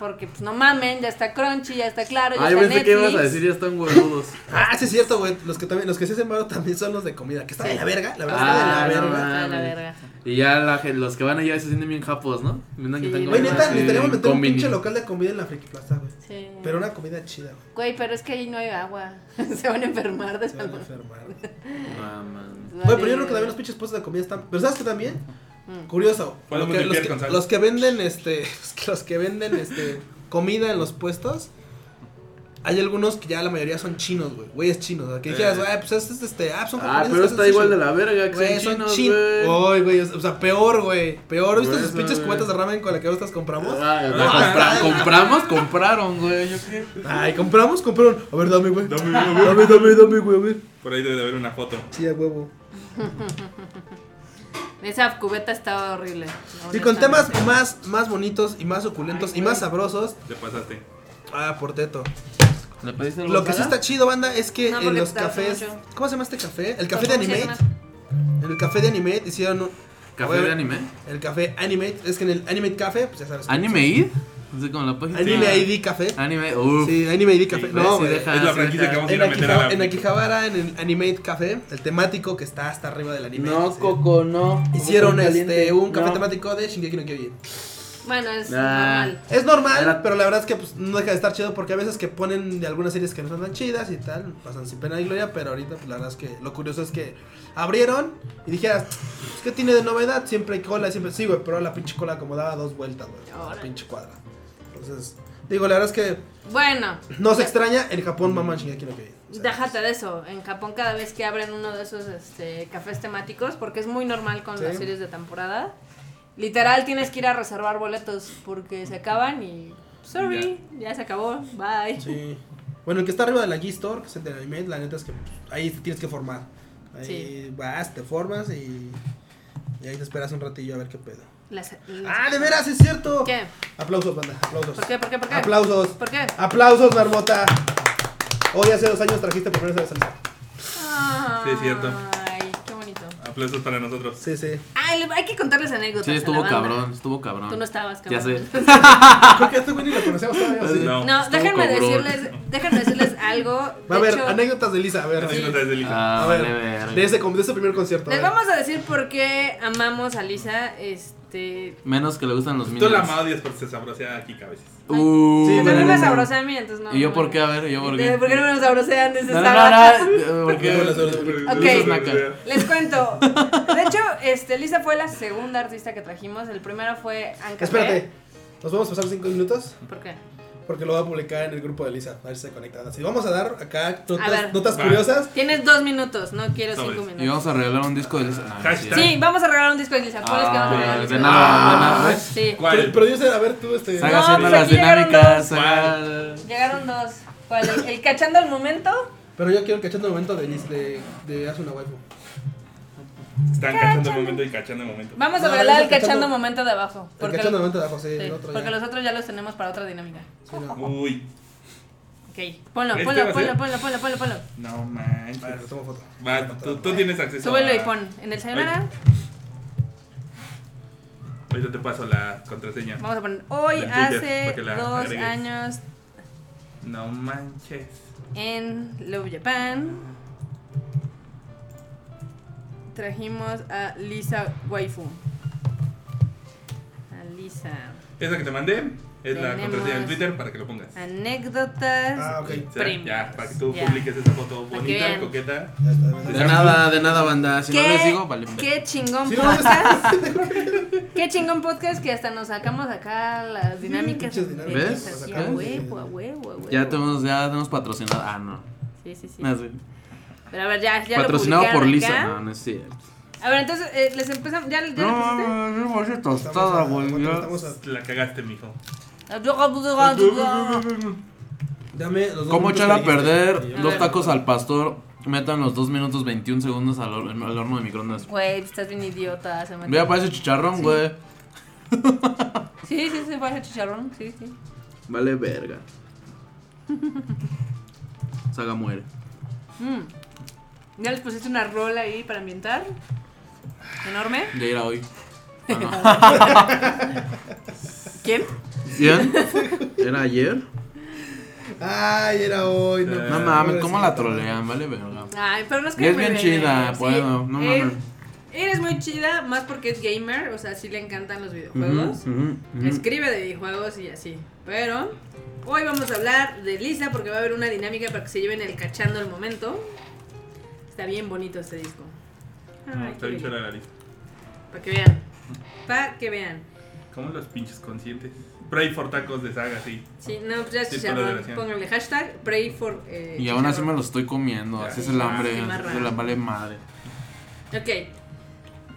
S3: Porque, pues, no mamen, ya está Crunchy, ya está claro, ya
S8: Ah, yo
S3: está
S8: pensé
S3: Netflix.
S8: que ibas a decir, ya están huevudos.
S5: Ah, sí es cierto, güey. Los que también, los que sí hacen barro también son los de comida, que está de la verga, la verdad
S8: Ah,
S5: está de la
S8: no
S5: verga.
S8: mames.
S3: Ah, la verga.
S8: Y ya la, gen- los que van allá se sienten bien japos, ¿no? Miren que
S3: Sí,
S8: están
S3: no
S5: Güey,
S8: comiendo
S5: neta,
S8: así
S5: necesitaríamos
S8: en
S5: meter un
S8: combini.
S5: pinche local de comida en la friki plaza, güey.
S3: Sí.
S5: Pero una comida chida, güey.
S3: Güey, pero es que ahí no hay agua. *laughs* Se van a enfermar de
S5: Se van a
S3: salud.
S5: enfermar, güey.
S8: No, mames.
S5: Güey, pero yo creo que también los pinches puestos de comida están. Pero ¿sabes qué también?
S3: Mm.
S5: Curioso.
S2: Podemos
S5: lo que- los,
S2: limpiar
S5: que,
S2: con sal.
S5: los que venden este. *laughs* Los que, los que venden este. comida en los puestos. Hay algunos que ya la mayoría son chinos, güey. Güeyes chinos. O sea, que dijeras,
S2: Eh.
S5: ah, pues es es este. Ah, son
S8: Ah,
S5: japoneses,
S8: pero
S5: hacen
S8: está igual de
S5: sushi".
S8: la verga que
S5: Güey,
S8: son
S5: son Oh.
S8: chinos,
S5: chinos.
S8: güey.
S5: Ay, güey. O sea, peor, güey. Peor. ¿Viste
S8: Por
S5: esos
S8: eso,
S5: pinches
S8: güey.
S5: cubetas de ramen con la que ahorita compramos?
S8: Ah, güey,
S2: Ah,
S8: compra-
S5: *laughs* ah,
S8: compramos, compraron, güey. Yo qué.
S5: Ay, compramos, compraron. A ver, dame, güey.
S2: Dame,
S5: Dame,
S2: dame,
S5: dame, dame, güey. A ver.
S2: Por ahí debe de haber una foto.
S5: Sí, a huevo.
S3: Esa cubeta estaba horrible.
S5: Y con temas
S3: honestamente.
S5: más, más bonitos y más suculentos y más sabrosos.
S2: Te pasaste.
S5: Ah, por teto.
S8: ¿Le pediste algo
S5: Lo que sí
S8: Sara?
S5: está chido, banda, es que
S3: No,
S5: en
S3: porque
S5: los
S3: te hace
S5: cafés.
S3: mucho.
S5: ¿Cómo se llama este café? El café de
S3: ¿Cómo se
S5: Animate. En el café de Animate hicieron un-
S8: ¿Café de anime?
S5: el café Animate. Es que en el Animate Café, pues ya sabes. cómo
S8: ¿Anime ID? No sé cómo la
S5: se
S8: página.
S5: llama. Anime ID Café.
S8: Anime, uff.
S5: Sí, Anime ID Café.
S8: Sí, güey,
S5: no,
S8: sí
S5: güey.
S8: deja- Ah,
S2: es la
S8: sí,
S2: franquicia que
S8: claro.
S2: vamos a
S5: En
S2: ir a meter a
S5: Akihabara,
S2: la.
S5: en Akihabara, en el Animate Café, el temático que está hasta arriba del anime.
S8: No,
S5: sí.
S8: Coco, no.
S5: Hicieron este, un café
S8: No.
S5: temático de Shingeki no Kyojin.
S3: Bueno, es
S8: Nah.
S3: normal.
S5: Es normal,
S8: Era-
S5: pero la verdad es que pues, no deja de estar chido porque a veces que ponen de algunas series que no son tan chidas y tal, pasan sin pena y gloria, pero ahorita pues, la verdad es que lo curioso es que abrieron y dijeras, pues, ¿qué tiene de novedad? Siempre hay cola, siempre sí, güey, pero la pinche cola como daba dos vueltas, güey, a la
S3: Ahora.
S5: pinche cuadra. Entonces, digo, la verdad es que
S3: Bueno,
S5: no se extraña, en Japón maman Shingeki no Kyojin. O sea,
S3: déjate de eso. En Japón cada vez que abren uno de esos este, cafés temáticos, porque es muy normal con
S5: Sí.
S3: las series de temporada, literal tienes que ir a reservar boletos porque se acaban y... Sorry, ya, se acabó, bye.
S5: Sí. Bueno, el que está arriba de la G-Store, que es el del anime, la neta es que pues, ahí te tienes que formar. Ahí
S3: Sí.
S5: vas, te formas y, y ahí te esperas un ratillo a ver qué pedo.
S3: Las-
S5: Ah, de veras, es cierto.
S3: ¿Qué?
S5: Aplausos, banda, aplausos.
S3: ¿Por qué? ¿Por qué? ¿Por qué?
S5: Aplausos.
S3: ¿Por qué?
S5: Aplausos, marmota. Hoy hace dos años trajiste por primera vez a la salsa.
S2: Sí, es cierto.
S3: Ay, qué bonito.
S2: Aplausos para nosotros.
S5: Sí, sí.
S3: Ay, hay que contarles anécdotas.
S8: Sí,
S3: a la
S8: estuvo
S3: banda.
S8: cabrón, estuvo cabrón.
S3: Tú no estabas,
S8: Ya
S3: cabrón.
S8: sé.
S5: *laughs* Creo que a este güey ni lo conocemos todavía. ¿o sí?
S2: No.
S3: No,
S8: Estuvo
S3: déjenme
S8: cabrón.
S3: decirles, déjenme decirles algo. De
S5: Va a haber
S3: hecho,
S5: anécdotas de Lisa, a ver.
S2: Así nos
S5: sí.
S2: das de lista.
S8: Ah,
S5: A
S8: vale,
S5: ver,
S8: verga.
S5: de ese, con- de ese primer concierto. a
S3: les
S5: ver.
S3: vamos a decir por qué amamos a Lisa. Este.
S8: Menos que le gustan los
S2: Tú
S8: minions.
S2: la amadias porque se sabrosea aquí a veces.
S8: Uh,
S5: Sí,
S3: Pero no me
S5: no.
S3: sabrosé a mí, entonces no.
S8: ¿Y yo por qué? A ver, ¿yo por qué?
S3: ¿Por qué no me sabrosean? Dices,
S8: No, no,
S3: "Sabra".
S8: no, no, porque
S3: Ok.
S8: naca.
S3: Les
S8: *laughs*
S3: cuento. De hecho, este, Lisa fue la segunda artista que trajimos. El primero fue Anka.
S5: Espérate. Nos vamos a pasar cinco minutos.
S3: ¿Por qué?
S5: Porque lo voy a publicar en el grupo de Lisa. A ver si se conectan. Así vamos a dar acá
S3: A
S5: notas,
S3: ver.
S5: notas
S2: Va.
S5: curiosas.
S3: Tienes dos minutos, no quiero
S2: Sobres.
S3: cinco
S8: Y
S3: minutos.
S8: vamos a regalar un disco de esa. Ah,
S2: Hashtag.
S3: Sí, vamos a regalar un disco de Lisa. ¿Cuál es que vamos a
S8: Ah,
S3: regalar? un disco
S8: de
S3: de
S8: nada, de
S5: Ah.
S8: nada, ¿ves?
S3: Lisa? Sí.
S5: Pero,
S2: ¿Cuál?
S5: pero dice, a ver tú, este.
S8: Saga
S3: No,
S8: haciendo
S3: pues
S8: las
S3: aquí llegaron
S8: dinámicas.
S2: dos.
S8: saga-
S3: Llegaron dos. ¿Cuál? El, el cachando al momento.
S5: Pero yo quiero el cachando momento de, de, de Haz una waifu.
S2: Están cachando el momento y cachando el momento.
S3: Vamos a
S5: No,
S3: regalar
S5: es
S3: el
S5: el cachando-
S3: cachando momento de abajo.
S5: El
S3: Porque,
S5: cachando
S3: lo-
S5: momento de José,
S3: sí,
S5: el otro
S3: porque
S5: ya.
S3: los otros ya los tenemos para otra dinámica.
S5: Sí, no.
S2: Uy,
S3: Ok, ponlo,
S2: ¿Este va
S3: ponlo,
S2: a
S3: ponlo,
S2: ser?
S3: ponlo, ponlo, ponlo, ponlo.
S2: no
S5: A ver,
S2: manches.
S5: le tomo foto.
S2: Va, tú, tú tienes acceso.
S3: Súbelo
S2: a-
S3: y pon. En el sayonara
S2: Ahorita te paso la contraseña.
S3: vamos a poner hoy
S2: En Twitter,
S3: hace
S2: para que la
S3: dos
S2: agregues.
S3: años
S2: No manches.
S3: en Love Japan trajimos a Lisa Waifu. A Lisa.
S2: Esa que te mandé es la
S3: Tenemos-
S2: contraseña en Twitter para que lo pongas.
S3: Anécdotas.
S5: Ah, ok.
S2: O sea,
S3: primas.
S2: Ya, para que tú
S3: Ya.
S2: publiques esa foto
S3: que
S2: bonita,
S3: vean.
S2: coqueta.
S5: Ya está, ya está.
S9: De nada, de nada, banda. Si no les
S3: ¿Qué,
S9: digo, vale.
S3: qué chingón podcast. qué chingón podcast que hasta nos sacamos acá las dinámicas.
S5: pinches dinámicas.
S9: ¿Ves?
S3: Así,
S9: ¿Ves?
S3: A huevo, a huevo, a huevo.
S9: Ya tenemos, ya tenemos patrocinado. Ah, no.
S3: Sí, sí, sí.
S9: No sé.
S3: Pero a ver, ya, ya lo
S9: Patrocinado por
S3: publicaron
S9: Lisa.
S3: acá.
S9: No, no es cierto.
S3: A ver, entonces, eh, les empezamos. ¿Ya, ya le
S9: No, no, no, no,
S5: Estamos
S9: tostada,
S5: a-
S9: güey. ya.
S5: estamos a-
S2: La cagaste, mijo.
S3: pusiste?
S5: Dame los dos
S3: Pues
S9: ¿Cómo
S5: minutos
S9: echar a
S5: que dijiste.
S9: perder dos tacos al pastor? Metan los 2 minutos 21 segundos al, hor- al horno de microondas.
S3: Güey, estás bien idiota. Se me-
S9: Vea, parece chicharrón, güey. pues.
S3: Sí, sí, se parece chicharrón. Sí, sí.
S9: Vale, verga. *laughs* Saga muere.
S3: Mm. Ya les pusiste una rola ahí para ambientar. Enorme.
S9: Ya irá hoy.
S3: ¿Quién?
S9: *laughs* ¿Bien? ¿Era ayer? Ah,
S5: Ay, era hoy. No,
S2: Eh,
S9: No mames, ¿cómo la trolean? Vale, verga.
S3: Ay, pero no es
S9: Y
S3: que
S9: es bien chida, bueno, no mames.
S3: Eres muy chida, más porque es gamer, o sea, sí le encantan los videojuegos.
S9: Ujú, ujú, ujú.
S3: Escribe de videojuegos y así. Pero hoy vamos a hablar de Lisa porque va a haber una dinámica para que se lleven el cachando el momento. Está bien bonito este disco.
S2: No,
S3: Ay,
S2: está
S3: qué
S2: bien chula la
S3: lindo.
S2: nariz.
S3: Para que vean. Para que vean.
S2: ¿Cómo los pinches conscientes? Pray for tacos de saga, sí.
S3: Sí, no, pues ya
S2: Sí,
S3: chicharrón.
S2: por la relación.
S3: Pónganle hashtag pray for. eh,
S9: Y aún así me
S3: chicharrón.
S9: lo estoy comiendo. Así es el
S3: Ah,
S9: hambre. así Se la vale madre.
S3: Ok.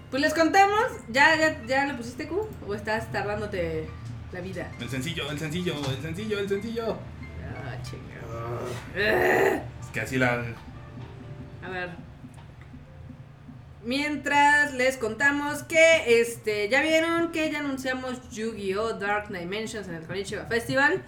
S3: Pues les contamos. ¿Ya, ya, ya lo pusiste, Q? ¿O estás tardándote la vida?
S2: El sencillo, el sencillo, el sencillo, el sencillo.
S3: Ah, chingada.
S2: Es que así la.
S3: A ver. Mientras les contamos que este ya vieron que ya anunciamos Yu-Gi-Oh! Dark Dimensions en el Konichiwa Festival.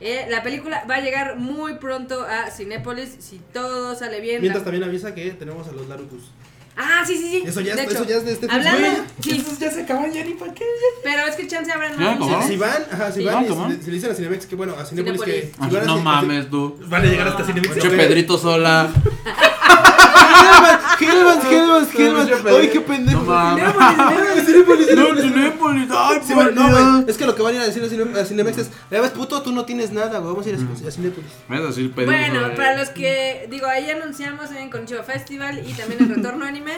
S3: Eh, la película va a llegar muy pronto a Cinépolis si todo sale bien.
S5: Mientras
S3: La-
S5: también avisa que tenemos a los Larucus.
S3: Ah, sí, sí, sí.
S5: Eso ya,
S3: De
S5: está-
S3: hecho,
S5: eso ya es de este
S3: Hablando,
S5: Güey,
S3: sí,
S5: esos ya se acabaron ya ni para qué.
S3: pero es que chance habrán
S9: Ya,
S3: anuncios.
S9: ¿cómo?
S5: Si van, ajá, si
S3: Sí.
S5: van,
S9: Ah,
S5: y
S9: ¿cómo?
S5: si le- si le dicen a Cinemex que bueno, a Cinepolis que.
S3: Cinépolis.
S5: si
S9: Ah,
S5: van a-
S9: No
S5: si- *laughs*
S9: mames, tú.
S2: Van a llegar
S3: Ah.
S2: hasta Cinemix.
S9: Pinche Pedrito sola.
S8: *laughs*
S5: Helmans, Helmans, Helmans. Ay, qué
S9: No
S5: pendejo.
S9: mames.
S5: Cinépolis, Cinépolis,
S9: No,
S5: Cinépolis.
S9: Cinépolis. Ay,
S5: Sí, bueno, no,
S9: no,
S5: güey, Es que lo que van a ir a decir a Cine- a Cinemex es: Ya ves, puto, tú no tienes nada, güey. Vamos a ir a a Cinépolis.
S9: Me vas a decir Pedrito
S3: Bueno,
S9: sola.
S3: para los que, digo, ahí anunciamos en Conchiva Festival y también en Retorno Anime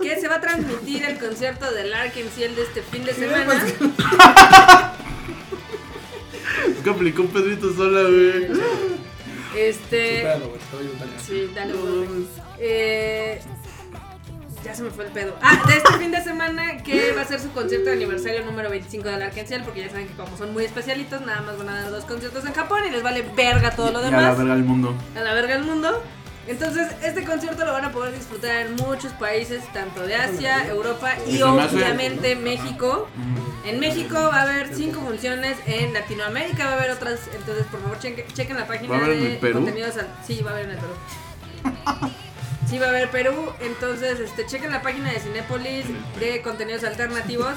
S3: que se va a transmitir el concierto del Ark Ciel de este fin de semana.
S9: pues, Es que aplicó Pedrito sola, güey.
S3: Este.
S5: Espéralo, güey, te voy a ayudar.
S3: Sí, dale, güey. Eh, ya se me fue el pedo. Ah, de este fin de semana que va a ser su concierto de aniversario número 25 del Ark Ciel porque ya saben que como son muy especialitos, nada más van a dar dos conciertos en Japón y les vale verga todo lo
S9: Y a la
S3: demás.
S9: verga del mundo.
S3: a la verga del mundo. Entonces, este concierto lo van a poder disfrutar en muchos países, tanto de Asia, Europa y
S9: se me hace-
S3: obviamente México. En México va a haber cinco funciones, en Latinoamérica va a haber otras, entonces por favor chequen, chequen la página
S9: ¿Va a haber en
S3: de
S9: el Perú?
S3: contenidos. al- sí, va a haber en el Perú. Sí, va a haber Perú, entonces este, chequen la página de Cinépolis de contenidos alternativos.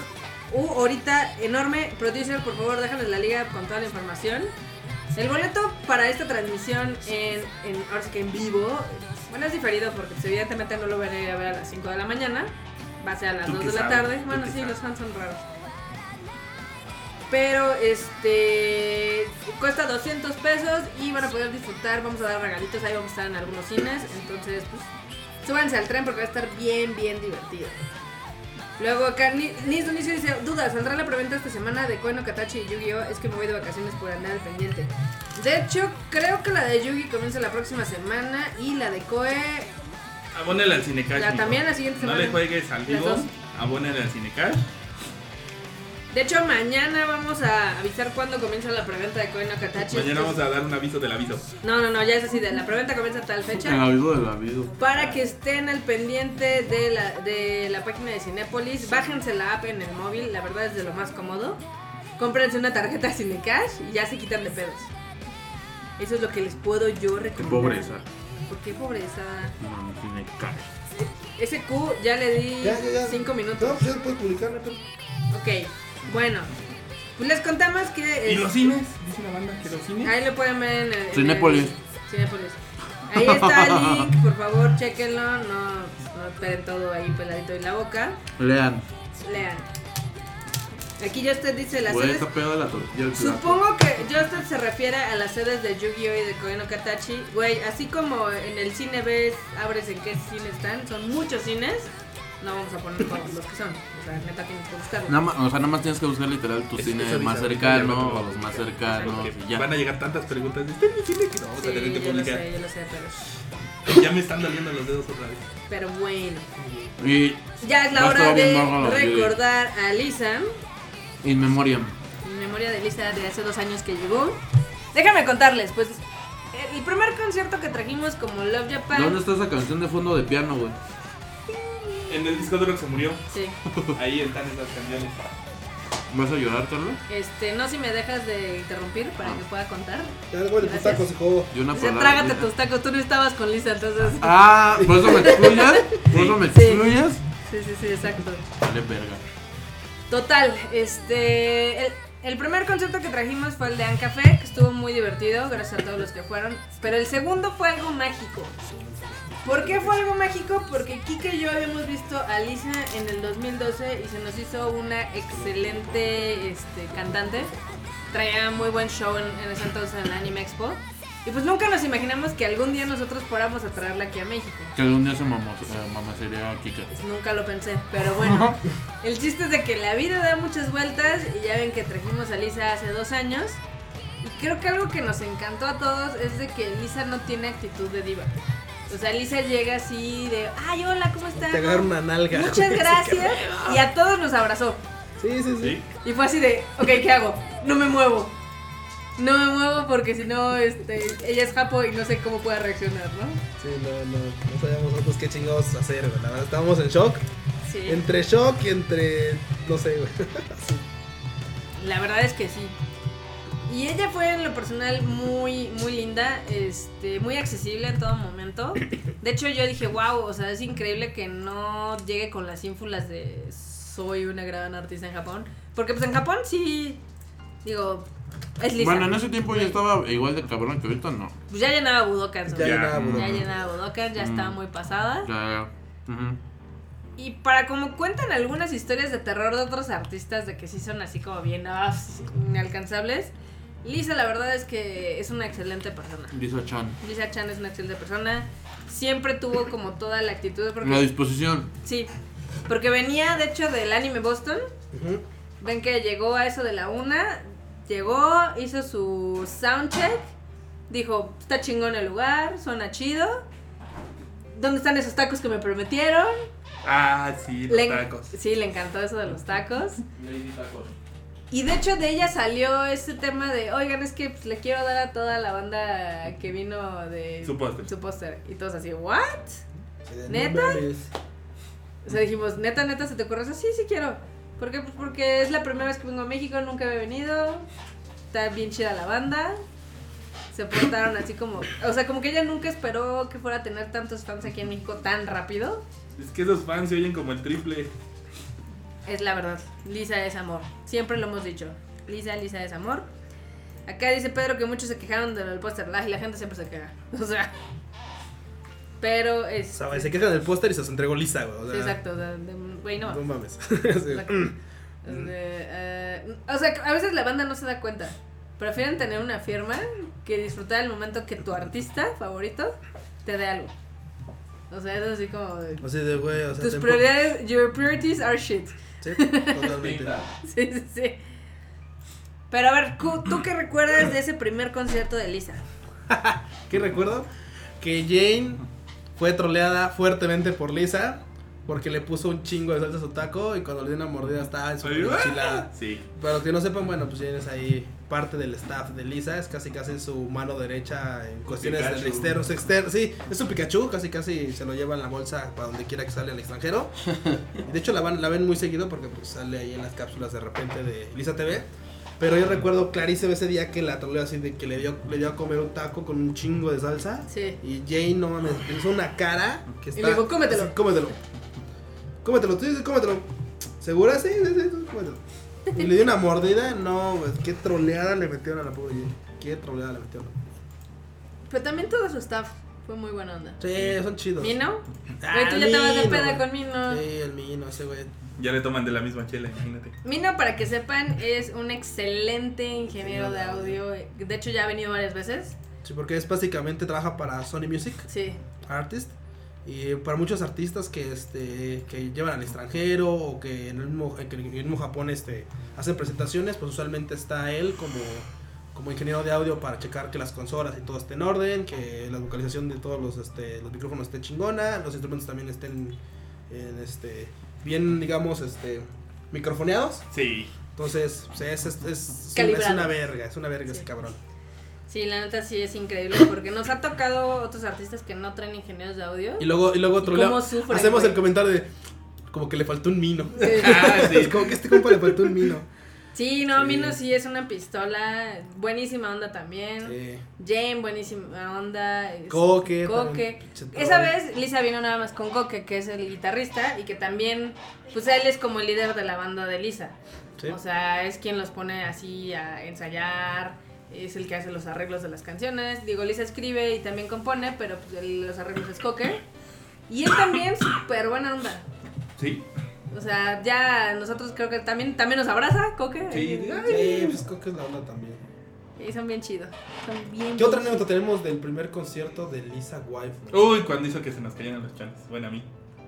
S3: Uh, ahorita enorme, producer, por favor, déjanos la liga con toda la información. El boleto para esta transmisión en, en ahora sí que en vivo, bueno, es diferido porque pues, evidentemente no lo van a ir a ver a las 5 de la mañana, va a ser a las
S2: Tú
S3: 2
S2: qué
S3: de la
S2: sabes,
S3: tarde.
S2: tú
S3: Bueno,
S2: qué
S3: sí,
S2: sabes.
S3: los fans son raros. Pero este cuesta 200 pesos y van a poder disfrutar, vamos a dar regalitos, ahí vamos a estar en algunos cines, entonces pues súbanse al tren porque va a estar bien, bien divertido. Luego acá Ni- Nis Donicio dice, duda, ¿saldrá la preventa esta semana de Koen no Katachi y Yu-Gi-Oh? Es que me voy de vacaciones por andar al pendiente. De hecho, creo que la de Yu-Gi comienza la próxima semana y la de Koe...
S2: Abónale al Cinecash.
S3: La-
S2: mijo.
S3: también la siguiente
S2: No
S3: semana.
S2: le juegues al
S3: Las
S2: vivo.
S3: dos.
S2: Abónale al Cinecash.
S3: De hecho, mañana vamos a avisar cuándo comienza la preventa de Koen no Katachi.
S2: Mañana vamos a dar un aviso del aviso.
S3: No, no, no, ya es así. De la preventa comienza a tal fecha.
S8: El aviso del aviso.
S3: Para que estén al pendiente de la, de la página de Cinépolis, bájense la app en el móvil, la verdad es de lo más cómodo. Cómprense una tarjeta *laughs* Cinecash y ya se quitan de pedos. Eso es lo que les puedo yo
S8: Qué
S3: recomendar.
S8: pobreza.
S3: ¿Por qué pobreza?
S8: No, no tiene cash.
S3: Ese Q ya le di
S11: Ya, ya, ya.
S3: 5 minutos.
S11: No, pues ya puedes publicar, no hay pedo.
S3: Ok, bueno. Pues les contamos que...
S2: ¿Y los
S3: este,
S2: cines? Dice la banda que los cines.
S3: Ahí lo pueden ver en el- en el-
S8: Cinépolis.
S3: Cinépolis. Ahí está el link, por favor, chequenlo. No, no esperen todo ahí peladito en la boca.
S8: Lean.
S3: Lean. Aquí Justin dice las
S8: Güey,
S3: sedes.
S8: está pegada la tortilla al plato.
S3: Supongo que Justin se refiere a las sedes de Yu-Gi-Oh! y de Koen no Katachi. Güey, así como en el cine ves, abres en qué cine están. Son muchos cines. No vamos a poner todos los que son. O sea, neta tienes que buscarlo.
S8: Nada más, o sea, nada más tienes que buscar literal tu
S2: Es-
S8: cine
S2: eso dice
S8: más
S2: ahorita, ya
S8: cercano
S2: me
S8: o los más cercanos
S2: Porque
S8: y ya.
S2: Van a llegar tantas preguntas. ¿Está en mi cine que no vamos a tener que
S3: Sí, yo lo
S2: publicar?
S3: sé, yo lo sé, pero.
S2: Ya me están doliendo los dedos otra vez.
S3: Pero bueno.
S8: Y
S3: Ya es la
S8: Va a
S3: hora
S8: estar bien bárbaro
S3: de
S8: los Yu-Gi-Oh.
S3: recordar a Lisa.
S8: in memoriam.
S3: En memoria de Lisa de hace dos años que llegó. Déjame contarles, pues. El primer concierto que trajimos como Love Japan.
S8: ¿Dónde está esa canción de fondo de piano, güey?
S2: En el disco duro que se murió.
S3: Sí.
S2: Ahí están esas canciones.
S8: ¿Vas a llorar, Carlos?
S3: Este, no si me dejas de interrumpir para que pueda contar.
S11: Ya, güey, le
S3: Gracias.
S11: puta aconsejó.
S8: Yo una
S3: O sea,
S8: palabra.
S3: trágate tus tacos, tú no estabas con Lisa, entonces.
S8: pues, Ah, ¿por eso me excluyas? ¿Por eso me
S3: Sí.
S8: excluyas?
S3: Sí, sí, sí, exacto.
S8: Vale, verga.
S3: Total, este. El, el primer concierto que trajimos fue el de Ancafé, que estuvo muy divertido, gracias a todos los que fueron. Pero el segundo fue algo mágico. ¿Por qué fue algo mágico? Porque Kike y yo habíamos visto a Lisa en el 2012 y se nos hizo una excelente este, cantante. Traía muy buen show en, en ese entonces en la Anime Expo. Y pues nunca nos imaginamos que algún día nosotros fuéramos a traerla aquí a México.
S8: Que algún día se mamó, eh, mamá sería Kika.
S3: Pues nunca lo pensé, pero bueno. El chiste es de que la vida da muchas vueltas y ya ven que trajimos a Lisa hace dos años. Y creo que algo que nos encantó a todos es de que Lisa no tiene actitud de diva. O sea, Lisa llega así de, ay, hola, ¿cómo están?
S5: Te agarra una nalga.
S3: Muchas gracias. Y a todos nos abrazó.
S5: Sí, sí, sí.
S2: ¿Sí?
S3: Y fue así de, ok, ¿qué hago? No me muevo. No me muevo porque si no, este, ella es japo y no sé cómo pueda reaccionar, ¿no?
S5: Sí, no, no. No sabíamos nosotros qué chingados hacer, güey. La verdad, estábamos en shock.
S3: Sí.
S5: Entre shock y entre. No sé, güey. *laughs*
S3: La verdad es que sí. Y ella fue en lo personal muy, muy linda, este, muy accesible en todo momento. De hecho, yo dije, wow, o sea, es increíble que no llegue con las ínfulas de soy una gran artista en Japón. Porque pues en Japón sí, digo, es lisa.
S8: Bueno, en ese tiempo yo estaba igual de cabrón que ahorita, no.
S3: Pues ya llenaba Budokan,
S5: Ya,
S3: sobre-
S2: Ya.
S5: nada,
S3: ya,
S5: güey.
S3: llenaba Budokan, ya estaba
S8: Mm.
S3: muy pasada.
S8: Ya, ya. Ujú.
S3: Y para como cuentan algunas historias de terror de otros artistas de que sí son así como bien ah, inalcanzables, Lisa la verdad es que es una excelente persona.
S8: Dice Chan.
S3: Lisa Chan es una excelente persona. Siempre tuvo como toda la actitud
S8: La
S3: porque
S8: disposición.
S3: sí, porque venía de hecho del anime Boston.
S5: Ujú.
S3: Ven que llegó a eso de la una, llegó, hizo su soundcheck, dijo, está chingón el lugar, suena chido. ¿Dónde están esos tacos que me prometieron?
S2: Ah, sí, los
S3: Le-
S2: tacos.
S3: Sí, le encantó eso de los tacos. Y de hecho de ella salió este tema de, oigan, es que pues, le quiero dar a toda la banda que vino de
S2: Su póster.
S3: Su póster. Y todos así, ¿what?
S5: Sí, de-
S3: ¿Neta?
S5: no mames.
S3: O sea, dijimos, neta, neta, ¿se te ocurre eso? Sí, sí quiero. ¿Por qué? Pues porque es la primera vez que vengo a México, nunca había venido. Está bien chida la banda. Se portaron así como, o sea, como que ella nunca esperó que fuera a tener tantos fans aquí en México tan rápido.
S2: Es que esos fans se oyen como el triple.
S3: Es la verdad. Lisa es amor. Siempre lo hemos dicho. Lisa, Lisa es amor. Acá dice Pedro que muchos se quejaron del póster. Ay, la gente siempre se queja. *laughs* O sea. Pero
S5: O
S3: es.
S5: sea, güey, se quejan del póster y se los entregó lisa, güey. O
S3: sí,
S5: sea,
S3: exacto. o sea, de- Güey, no.
S5: No mames. *laughs*
S3: Exacto.
S5: *clears throat*
S3: Es de, eh, o sea, a veces la banda no se da cuenta. Prefieren tener una firma que disfrutar el momento que tu artista favorito te dé algo. O sea, es así como. de,
S5: O sea, de güey, o sea,
S3: Tus
S5: te-
S3: prioridades, your priorities are shit.
S5: Sí, totalmente.
S3: *laughs* Sí, sí, sí. Pero a ver, Q, ¿tú qué recuerdas de ese primer concierto de Lisa?
S5: ¿Qué recuerdo? Que Jane fue troleada fuertemente por Lisa Porque le puso un chingo de salsa a su taco y cuando le dio una mordida estaba súper
S2: Ay, ¡ah!
S5: enchilada.
S12: Sí.
S5: Para los que no sepan, bueno, pues Jenny es ahí parte del staff de Lisa, es casi casi su mano derecha en cuestiones
S2: Pikachu.
S5: de externos, externos, sí, es un Pikachu, casi casi se lo lleva en la bolsa para donde quiera que sale al extranjero. Y de hecho la, van, la ven muy seguido porque pues, sale ahí en las cápsulas de repente de Lisa TV. Pero yo recuerdo clarísimo ese día que la troleó así de que le dio, le dio a comer un taco con un chingo de salsa.
S13: Sí.
S5: Y Jane no mames, hizo una cara que está.
S13: le dijo, "Cómetelo".
S5: así, cómetelo. Cómetelo, tú dices, cómetelo. ¿Segura? Sí, sí, sí, cómetelo. Y le dio una mordida, no, pues, qué troleada le metieron a la pobre Jane. Qué troleada le metieron.
S3: Pero Pues también todo su staff fue muy buena onda.
S5: Sí, son chidos.
S3: ¿Mino?
S5: Ah,
S3: Güey, tú ya te vas de
S5: Mino.
S3: peda con Mino.
S5: Sí, el Mino, ese güey.
S2: Ya le toman de la misma chela, imagínate.
S3: Mino, para que sepan, es un excelente ingeniero de audio. De hecho, ya ha venido varias veces.
S5: Sí, porque es básicamente trabaja para Sony Music.
S3: Sí.
S5: artist y para muchos artistas que este que llevan al extranjero o que en el mismo, que en el mismo Japón este hacen presentaciones pues usualmente está él como como ingeniero de audio para checar que las consolas y todo esté en orden que la vocalización de todos los este los micrófonos esté chingona los instrumentos también estén en, este bien digamos este microfoneados
S2: Sí.
S5: entonces pues, es, es, es- es una- es
S3: Calibrado.
S5: una verga es una verga ese
S3: Sí.
S5: cabrón
S3: Sí, la neta sí es increíble porque nos ha tocado otros artistas que no traen ingenieros de audio.
S5: y luego y luego
S3: ¿Y
S5: trolea-
S3: cómo sufren,
S5: hacemos
S3: güey?
S5: el comentario de como que le faltó un mino *laughs*
S2: Ah, sí.
S5: Es como que este compa le faltó un mino.
S3: Sí, no,
S5: Sí.
S3: Mino sí es una pistola. Buenísima onda también. Jane, buenísima onda. es-
S5: Coque.
S3: Coque.
S5: también, pinche
S3: Esa
S5: troll.
S3: vez Lisa vino nada más con Coque, que es el guitarrista y que también, pues él es como el líder de la banda de Lisa.
S5: Sí.
S3: O sea, es quien los pone así a ensayar, es el que hace los arreglos de las canciones. Digo, Lisa escribe y también compone, pero pues, el- los arreglos es Coque. Y él también, súper buena onda.
S2: Sí.
S3: O sea, ya nosotros creo que también, también nos abraza, Coque.
S2: Sí.
S5: Sí, pues Coque es la onda también.
S3: Y son bien chidos. Son bien.
S5: ¿Qué otra
S3: bien
S5: anécdota tenemos del primer concierto de Lisa Wife?
S3: Uh.
S2: Uy, cuando hizo que se nos cayeran los chanes. Bueno, a mí.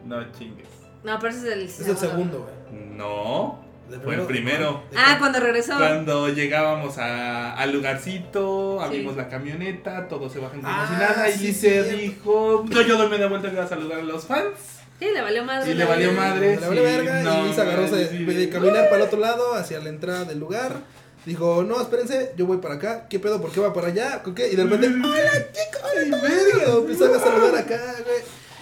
S2: No chingues.
S3: chidos. No, pero ese es el
S5: Es el segundo, güey.
S2: No.
S5: De
S2: Fue el primero.
S5: de-
S3: Ah, cuando regresó.
S2: Cuando llegábamos a- al lugarcito, abrimos
S3: Sí.
S2: la camioneta, todos se bajan como
S5: Ah,
S2: si nada. Y
S5: sí,
S2: Lice
S5: cierto.
S2: dijo: No, yo doy media vuelta a saludar a los fans.
S3: Sí, le valió madre.
S2: Y le valió madre.
S5: Le valió
S2: sí,
S5: verga
S2: no,
S5: y Lisa agarró
S2: no,
S5: de,
S2: sí.
S5: de caminar para el otro lado, hacia la entrada del lugar. Dijo, no, espérense, yo voy para acá. ¿Qué pedo? ¿Por qué va para allá? ¿Con qué? Y de repente, ¡Hola, chicos! ¡Hola, verga! Empezaron
S2: *laughs*
S5: a saludar acá, güey.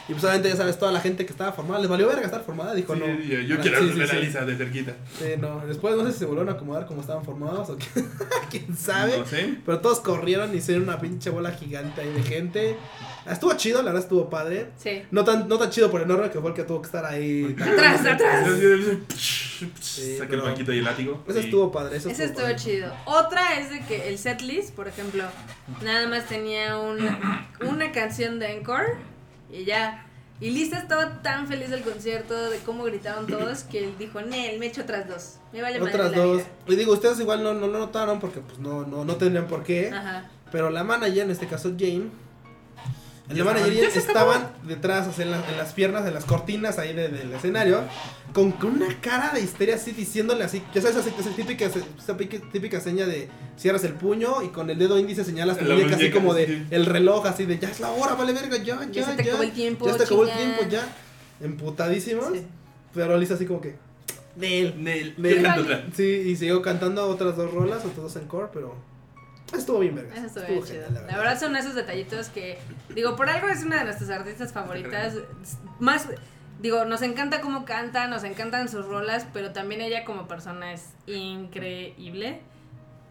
S5: Y pues obviamente, ya sabes, toda la gente que estaba formada, les valió verga estar formada. Dijo,
S2: Sí,
S5: no.
S2: yo yo
S5: Ah,
S2: quiero
S5: sí,
S2: ver
S5: sí,
S2: a
S5: sí.
S2: Lisa de cerquita.
S5: Sí, no. Después no sé si se volvieron a acomodar como estaban formados o qué- *laughs* quién sabe.
S2: No sé.
S5: Pero todos corrieron y hicieron una pinche bola gigante ahí de gente. Estuvo chido, la verdad estuvo padre.
S3: Sí.
S5: No tan, no tan chido por enorme que fue el que tuvo que estar ahí.
S3: Atrás, atrás.
S2: Saqué
S5: pero-
S2: el banquito y el látigo.
S5: Eso
S2: y-
S5: Pues estuvo padre. Eso
S3: Ese
S5: estuvo
S3: estuvo
S5: padre.
S3: chido. Otra es de que el setlist, por ejemplo, nada más tenía una, una canción de Encore y ya. Y Lisa estaba tan feliz del concierto, de cómo gritaron todos, que él dijo, Nel, me echo otras dos. Me vale madre
S5: Otras
S3: la
S5: dos.
S3: vida".
S5: Y digo, ustedes igual no, no lo notaron porque pues no, no, no tendrían por qué.
S3: Ajá.
S5: Pero la manager, en este caso Jane, la
S2: Ya
S5: manager
S2: estaban- ya se
S5: estaban detrás, o sea, en, la- en las piernas, en las cortinas ahí de- del escenario, con, con una cara de histeria así diciéndole así, ya sabes, así, esa típica, esa pique- típica seña de cierras el puño y con el dedo índice señalas tu
S2: La
S5: muñeca así
S2: muñeca,
S5: como de
S2: sí.
S5: el reloj, así de ya es la hora, vale verga, ya, ya,
S3: Ya se te acabó el tiempo,
S5: Ya se te acabó el
S3: chinga".
S5: tiempo, ya. Emputadísimos.
S3: Sí.
S5: Pero Lisa así como que. Nel,
S2: *laughs* Nel,
S5: Nel.
S2: cántatela.
S5: Sí, y siguió cantando otras dos rolas, otras dos encore, pero estuvo bien verga.
S3: Eso estuvo bien chido.
S5: genial,
S3: La verdad son esos detallitos que, digo, por algo es una de nuestras artistas favoritas. Más, digo, nos encanta cómo canta, nos encantan sus rolas, pero también ella como persona es increíble.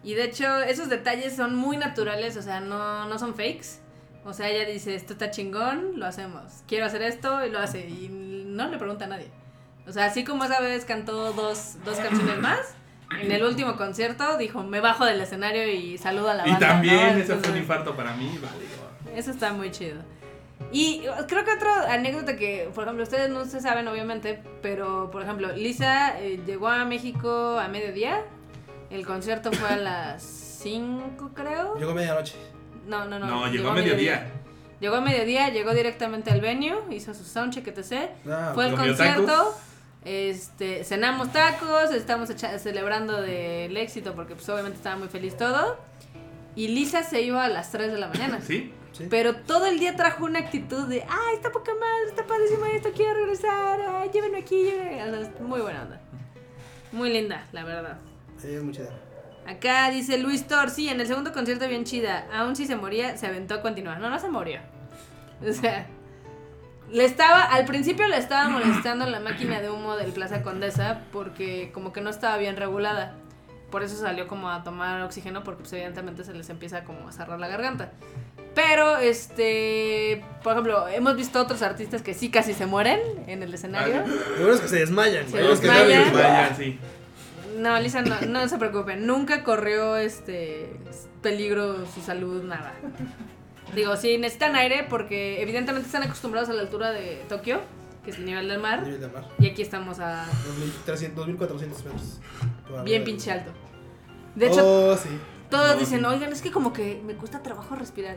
S3: Y de hecho, esos detalles son muy naturales, o sea, no, no son fakes. O sea, ella dice, esto está chingón, lo hacemos. Quiero hacer esto y lo hace. Y no le pregunta a nadie. O sea, así como esa vez cantó dos, dos canciones más, en el último concierto dijo, me bajo del escenario y saludo a la
S2: Y
S3: banda.
S2: también
S3: ¿no?
S2: ese fue un
S3: Entonces,
S2: infarto para mí. Vale,
S3: Eso está muy chido. Y oh, creo que otra anécdota que, por ejemplo, ustedes no se saben obviamente, pero por ejemplo, Lisa eh, llegó a México a mediodía. El concierto fue a las 5, creo.
S5: Llegó medianoche.
S3: No, no, no.
S2: no, llegó a mediodía.
S3: Llegó a mediodía, llegó directamente al venue, hizo su soundcheck, etc.
S5: Ah,
S3: Fue el
S2: comió
S3: concierto.
S2: tacos.
S3: Este, cenamos tacos, estamos echa- celebrando del éxito porque pues obviamente estaba muy feliz todo. Y Lisa se iba a las 3 de la mañana.
S2: *laughs* ¿Sí?
S5: Sí.
S3: Pero todo el día trajo una actitud de, ay, está poca madre, está padrísima esto, quiero regresar, ay, llévenme aquí, llévenme. O sea, es Muy buena onda. Muy linda, la verdad.
S5: Es muy chida.
S3: Acá dice Luis Thor, sí, en el segundo concierto bien chida. Aún si se moría, se aventó a continuar. No, no se murió. *laughs* O sea, le estaba, al principio le estaba molestando la máquina de humo del Plaza Condesa porque como que no estaba bien regulada. Por eso salió como a tomar oxígeno porque pues, evidentemente se les empieza como a cerrar la garganta. Pero, este, por ejemplo, hemos visto otros artistas que sí casi se mueren en el escenario.
S14: Lo bueno es que se desmayan.
S3: Se
S14: güey.
S2: Los Pues, que saben
S3: desmayan.
S2: que vayan, sí.
S3: No, Lisa, no, no se preocupen. Nunca corrió este peligro su salud, nada. Digo, sí, necesitan aire porque evidentemente están acostumbrados a la altura de Tokio, que es el nivel del mar.
S5: Nivel de mar.
S3: Y aquí estamos a
S5: 2300, 2400 metros.
S3: bien pinche alto. De hecho,
S5: Oh, sí.
S3: todos
S15: no,
S3: dicen,
S15: sí.
S3: oigan, es que como que me cuesta trabajo respirar.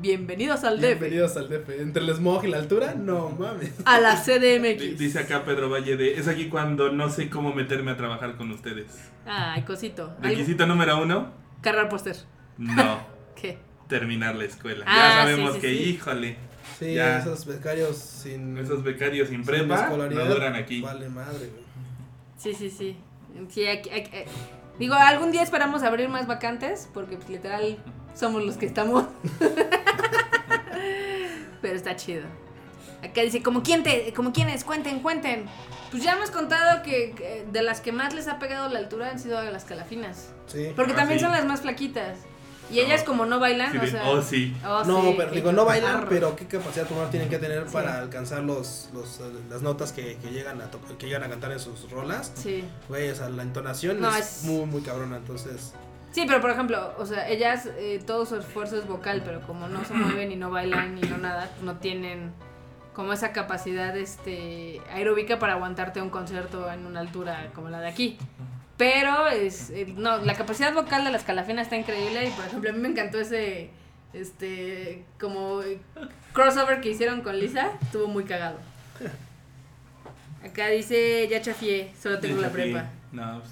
S3: Bienvenidos al DF,
S5: Bienvenidos al DF. Entre el smog y la altura, no mames.
S3: a la
S2: Di-
S3: CDMX.
S2: Dice acá Pedro Valle de, es aquí cuando no sé cómo meterme a trabajar con ustedes.
S3: Ay, cosito. Algo-
S2: Requisito número uno,
S3: Cargar póster.
S2: no, *laughs*
S3: ¿Qué?
S2: terminar la escuela.
S3: Ah,
S2: ya sabemos
S3: sí, sí,
S2: que,
S3: sí.
S2: híjole,
S5: Sí,
S2: Ya.
S5: esos becarios sin.
S2: esos becarios sin
S5: sin
S2: prepa no
S5: escolaridad,
S2: duran aquí.
S5: Vale madre, güey.
S3: Sí, sí, sí. Sí, aquí- aquí- eh, Digo, algún día esperamos abrir más vacantes, porque pues, literal somos los que estamos. *laughs* Pero está chido. Acá dice, como quién te, como quiénes, cuenten, cuenten. Pues ya hemos contado que que de las que más les ha pegado la altura han sido a las calafinas.
S5: Sí.
S3: Porque
S2: Ah,
S3: también
S2: sí.
S3: son las más flaquitas. Y ellas como Ah, no bailan,
S2: Sí,
S3: o
S2: de-
S3: sea...
S2: oh, sí.
S3: oh,
S5: No,
S3: sí,
S5: pero
S3: que-
S5: digo, no bailar,
S3: arre.
S5: pero qué capacidad pulmonar tienen que tener para alcanzar los, los, eh, las notas que, que llegan a to- que llegan a cantar en sus rolas.
S3: Sí.
S5: Güey, o sea, la entonación
S3: No,
S5: es,
S3: es-
S5: muy, muy cabrona, entonces.
S3: Sí, pero por ejemplo, o sea, ellas, eh, todo su esfuerzo es vocal, pero como no se mueven y no bailan y no nada, pues no tienen como esa capacidad este, aeróbica para aguantarte un concierto en una altura como la de aquí. Pero es, eh, no, la capacidad vocal de las calafinas está increíble y por ejemplo a mí me encantó ese, este, como eh, crossover que hicieron con Lisa, estuvo muy cagado. Acá dice, ya chafié, solo tengo la
S2: Sí,
S3: prepa.
S2: No, pues,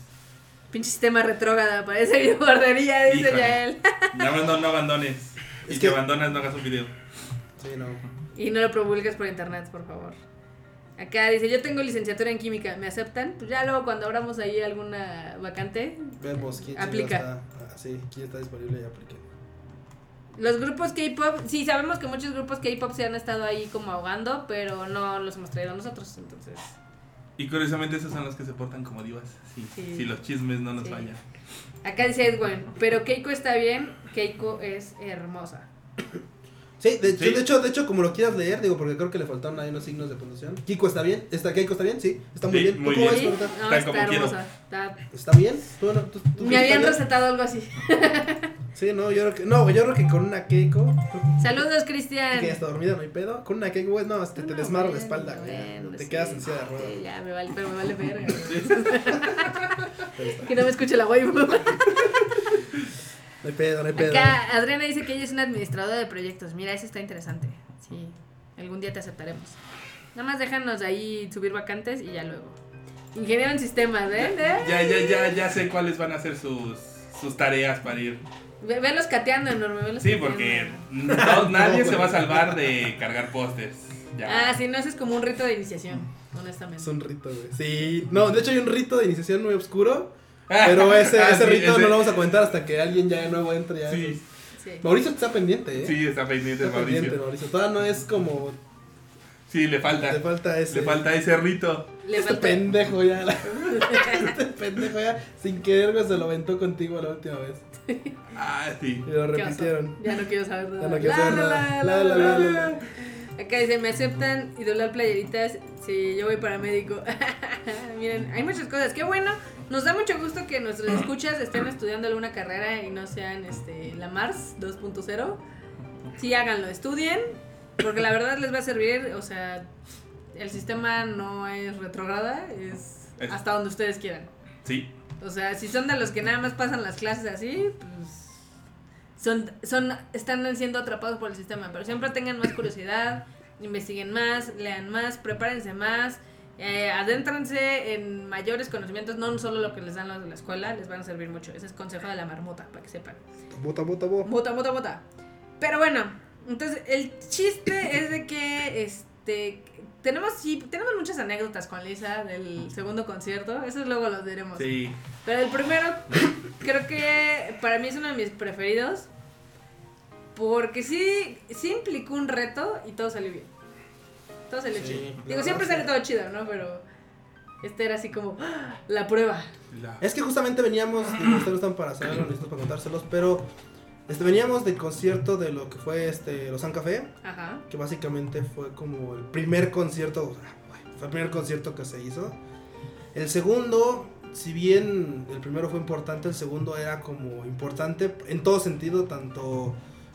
S3: Pinche sistema retrógada, parece mi guardería, dice
S2: Híjole.
S3: Yael.
S2: ya abandon- no
S5: *laughs*
S2: abandones. Y
S5: Es
S2: si
S5: que-
S2: abandonas, no hagas un video.
S5: Sí, no.
S3: Y no lo publiques por internet, por favor. Acá dice, yo tengo licenciatura en química, ¿me aceptan? Pues ya luego cuando abramos ahí alguna vacante.
S5: Vemos quién chingados
S3: Aplica.
S5: está. ah, sí, quién está disponible y aplique.
S3: Los grupos K-pop, sí, sabemos que muchos grupos K-pop se han estado ahí como ahogando, pero no los hemos traído nosotros, entonces.
S2: Y curiosamente, esos son los que se portan como divas. Sí,
S3: Sí.
S2: Si los chismes no nos
S3: Sí.
S2: fallan.
S3: Acá dice Edwin, pero Keiko está bien, Keiko es hermosa.
S5: Sí, de,
S2: Sí.
S5: de hecho, de hecho, como lo quieras leer, digo, porque creo que le faltaron ahí unos signos de puntuación. Kiko está bien, está Keiko está bien, sí, está muy
S2: Sí,
S5: bien. ¿Tú
S2: muy
S5: cómo
S2: bien.
S5: ves, Marta?
S3: No,
S2: Está
S3: está,
S2: como quiero.
S3: hermosa. está-
S5: ¿Está bien? ¿Tú, no- tú- tú-
S3: Me habían
S5: está bien?
S3: recetado algo así.
S5: Sí, no, yo creo que no, güey, yo creo que con una Keiko
S3: Saludos,
S5: que
S3: Cristian.
S5: ya está dormida, no hay pedo. Con una Keiko, güey, no, este, te
S3: Ah, No,
S5: desmarra la
S3: bueno,
S5: espalda, güey.
S3: bueno,
S5: te
S3: sí.
S5: quedas en silla de ruedas.
S3: Sí, ya, me vale, pero me vale
S5: *laughs*
S3: verga. güey. *laughs* que no me escuche la waifu.
S5: No hay pedo, no hay pedo.
S3: Acá Adriana dice que ella es una administradora de proyectos. Mira, eso está interesante. Sí, algún día te aceptaremos. Nada más déjanos ahí subir vacantes y ya luego. Ingeniero en sistemas,
S5: *laughs*
S3: ¿eh? ¿Eh?
S2: Ya, ya, ya, ya sé cuáles van a ser sus, sus tareas para ir.
S3: Ve- Velos cateando, enorme. Velos
S2: Sí,
S3: cateando.
S2: porque
S3: *laughs*
S2: no- nadie se va a salvar de cargar pósters. Ya.
S3: pues. Ah, sí, no, eso es como un rito de iniciación, honestamente.
S5: Es un rito, güey. Sí, no, de hecho hay un rito de iniciación muy oscuro,
S2: *laughs*
S5: pero ese,
S2: Ah,
S5: ese
S2: sí,
S5: rito
S2: ese-
S5: no lo vamos a comentar hasta que alguien ya de nuevo entre. Ya
S2: Sí,
S3: Sí.
S5: Mauricio está pendiente, ¿eh?
S2: sí, está pendiente
S5: está
S2: Mauricio.
S5: pendiente, Mauricio. Todavía no es como.
S2: Sí, le
S5: Te
S2: falta.
S5: falta ese.
S2: Ah, Le falta ese rito.
S3: Le
S5: Este
S3: falta-
S5: pendejo
S3: *laughs*
S5: ya. *laughs* la- este pendejo ya, sin querer, güey, se lo aventó contigo la última vez.
S2: Ah, sí.
S5: Y lo
S3: Qué oso.
S5: repitieron.
S3: Ya no quiero saber nada.
S5: Ya no quiero
S3: La,
S5: saber
S3: la,
S5: nada.
S3: la, la, la, la,
S5: la,
S3: Acá dice, me aceptan idolar playeritas. Sí, yo voy para médico. *laughs* Miren, hay muchas cosas. Qué bueno. Nos da mucho gusto que nuestros escuchas estén estudiando alguna carrera y no sean este, la Mars 2.0. Sí, háganlo, estudien, porque la verdad les va a servir. O sea, el sistema no es retrograda, es
S2: Es-
S3: hasta donde ustedes quieran.
S2: Sí.
S3: O sea, si son de los que nada más pasan las clases así, pues son, son, están siendo atrapados por el sistema. Pero siempre tengan más curiosidad, investiguen más, lean más, prepárense más, eh, adéntrense en mayores conocimientos, no solo lo que les dan los de la escuela, les van a servir mucho. Ese es consejo de la marmota, para que sepan.
S5: Bota, bota, bota.
S3: Mota, mota, mota. Pero bueno, Entonces, el chiste es de que este tenemos sí, tenemos muchas anécdotas con Lisa del segundo concierto, eso luego los diremos.
S2: Sí.
S3: Pero el primero creo que para mí es uno de mis preferidos porque sí sí implicó un reto y todo salió bien. Todo salió
S5: Sí,
S3: chido.
S5: la
S3: Digo, siempre sale
S5: verdad
S3: todo chido, ¿no? Pero este era así como ¡ah! la prueba.
S2: La-
S5: Es que justamente veníamos, digo, ustedes no están para saberlo, listos para contárselos, pero este, veníamos del concierto de lo que fue este, Los San Café,
S3: Ajá.
S5: que básicamente fue como el primer concierto, o sea, bueno, fue el primer concierto que se hizo. El segundo, si bien el primero fue importante, el segundo era como importante en todo sentido, tanto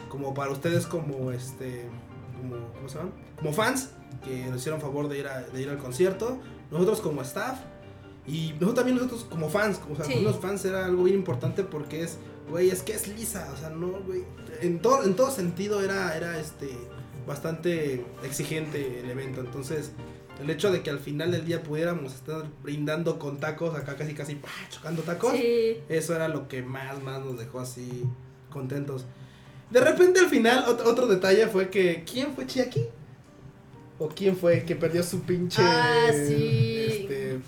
S5: como para ustedes como este, como, ¿cómo se llaman? Como fans, que nos hicieron favor de ir, a- de ir al concierto, nosotros como staff. Y nosotros también nosotros como fans, o sea,
S3: Sí.
S5: como unos fans era algo bien importante porque es, güey, es que es lisa, o sea, no, güey, en todo, en todo sentido era, era este, bastante exigente el evento. Entonces, el hecho de que al final del día pudiéramos estar brindando con tacos, acá casi casi ¡pah! chocando tacos,
S3: Sí.
S5: eso era lo que más, más nos dejó así contentos. De repente al final, ot- otro detalle fue que, ¿quién fue Chiaki? ¿O quién fue que perdió su pinche...
S3: Ah, sí.
S5: Este,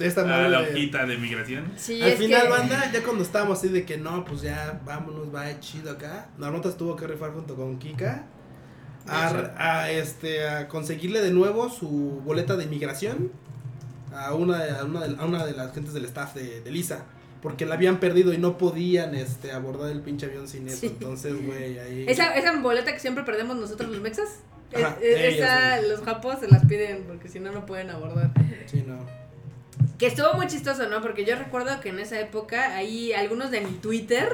S5: esta
S2: Ah, La,
S5: madre de-
S2: hojita de migración.
S3: Sí,
S5: al
S3: es
S5: final,
S3: que-
S5: banda, ya cuando estábamos así de que no, pues ya vámonos, va chido acá. Normotas tuvo que rifar junto con Kika a, a, este, a conseguirle de nuevo su boleta de inmigración a una, de- a una, de, a una de las gentes del staff de, de Lisa. Porque la habían perdido y no podían este, abordar el pinche avión sin eso.
S3: Sí.
S5: Entonces, güey, ahí.
S3: Esa, esa boleta que siempre perdemos nosotros los mexas. es-
S5: Ajá,
S3: es-
S5: ellos,
S3: esa,
S5: ellos.
S3: los japos se las piden porque si no, no pueden abordar.
S5: Sí, no.
S3: Que estuvo muy chistoso, ¿no? Porque yo recuerdo que en esa época, ahí algunos de mi Twitter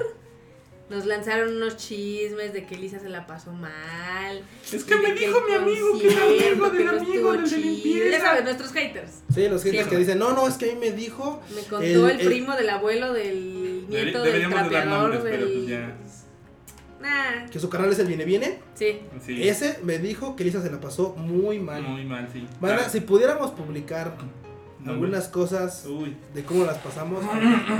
S3: nos lanzaron unos chismes de que Lisa se la pasó mal.
S2: Es que
S3: y de
S2: me dijo
S3: el
S2: mi amigo que era
S3: concierto,
S2: amigo
S3: que
S2: del
S3: no
S2: amigo
S3: estuvo
S2: del de
S3: chido.
S2: limpieza.
S3: Ya sabes, nuestros haters.
S5: Sí, los gentes
S3: Sí.
S5: que dicen, no, no, es que a mí me dijo.
S3: Me contó el,
S5: el-
S3: primo del abuelo del nieto del
S2: Deberíamos de dar
S3: trapeador
S2: nombres, pero pues
S3: del...
S2: ya.
S3: Nah,
S5: Que su canal es el Viene Viene.
S3: sí.
S2: Sí.
S5: Ese me dijo que Lisa se la pasó muy mal.
S2: Muy mal, sí.
S5: Banda,
S2: Ah,
S5: si pudiéramos publicar
S2: no, Uh.
S5: algunas cosas
S2: Uy.
S5: de cómo
S3: *laughs*
S5: las pasamos,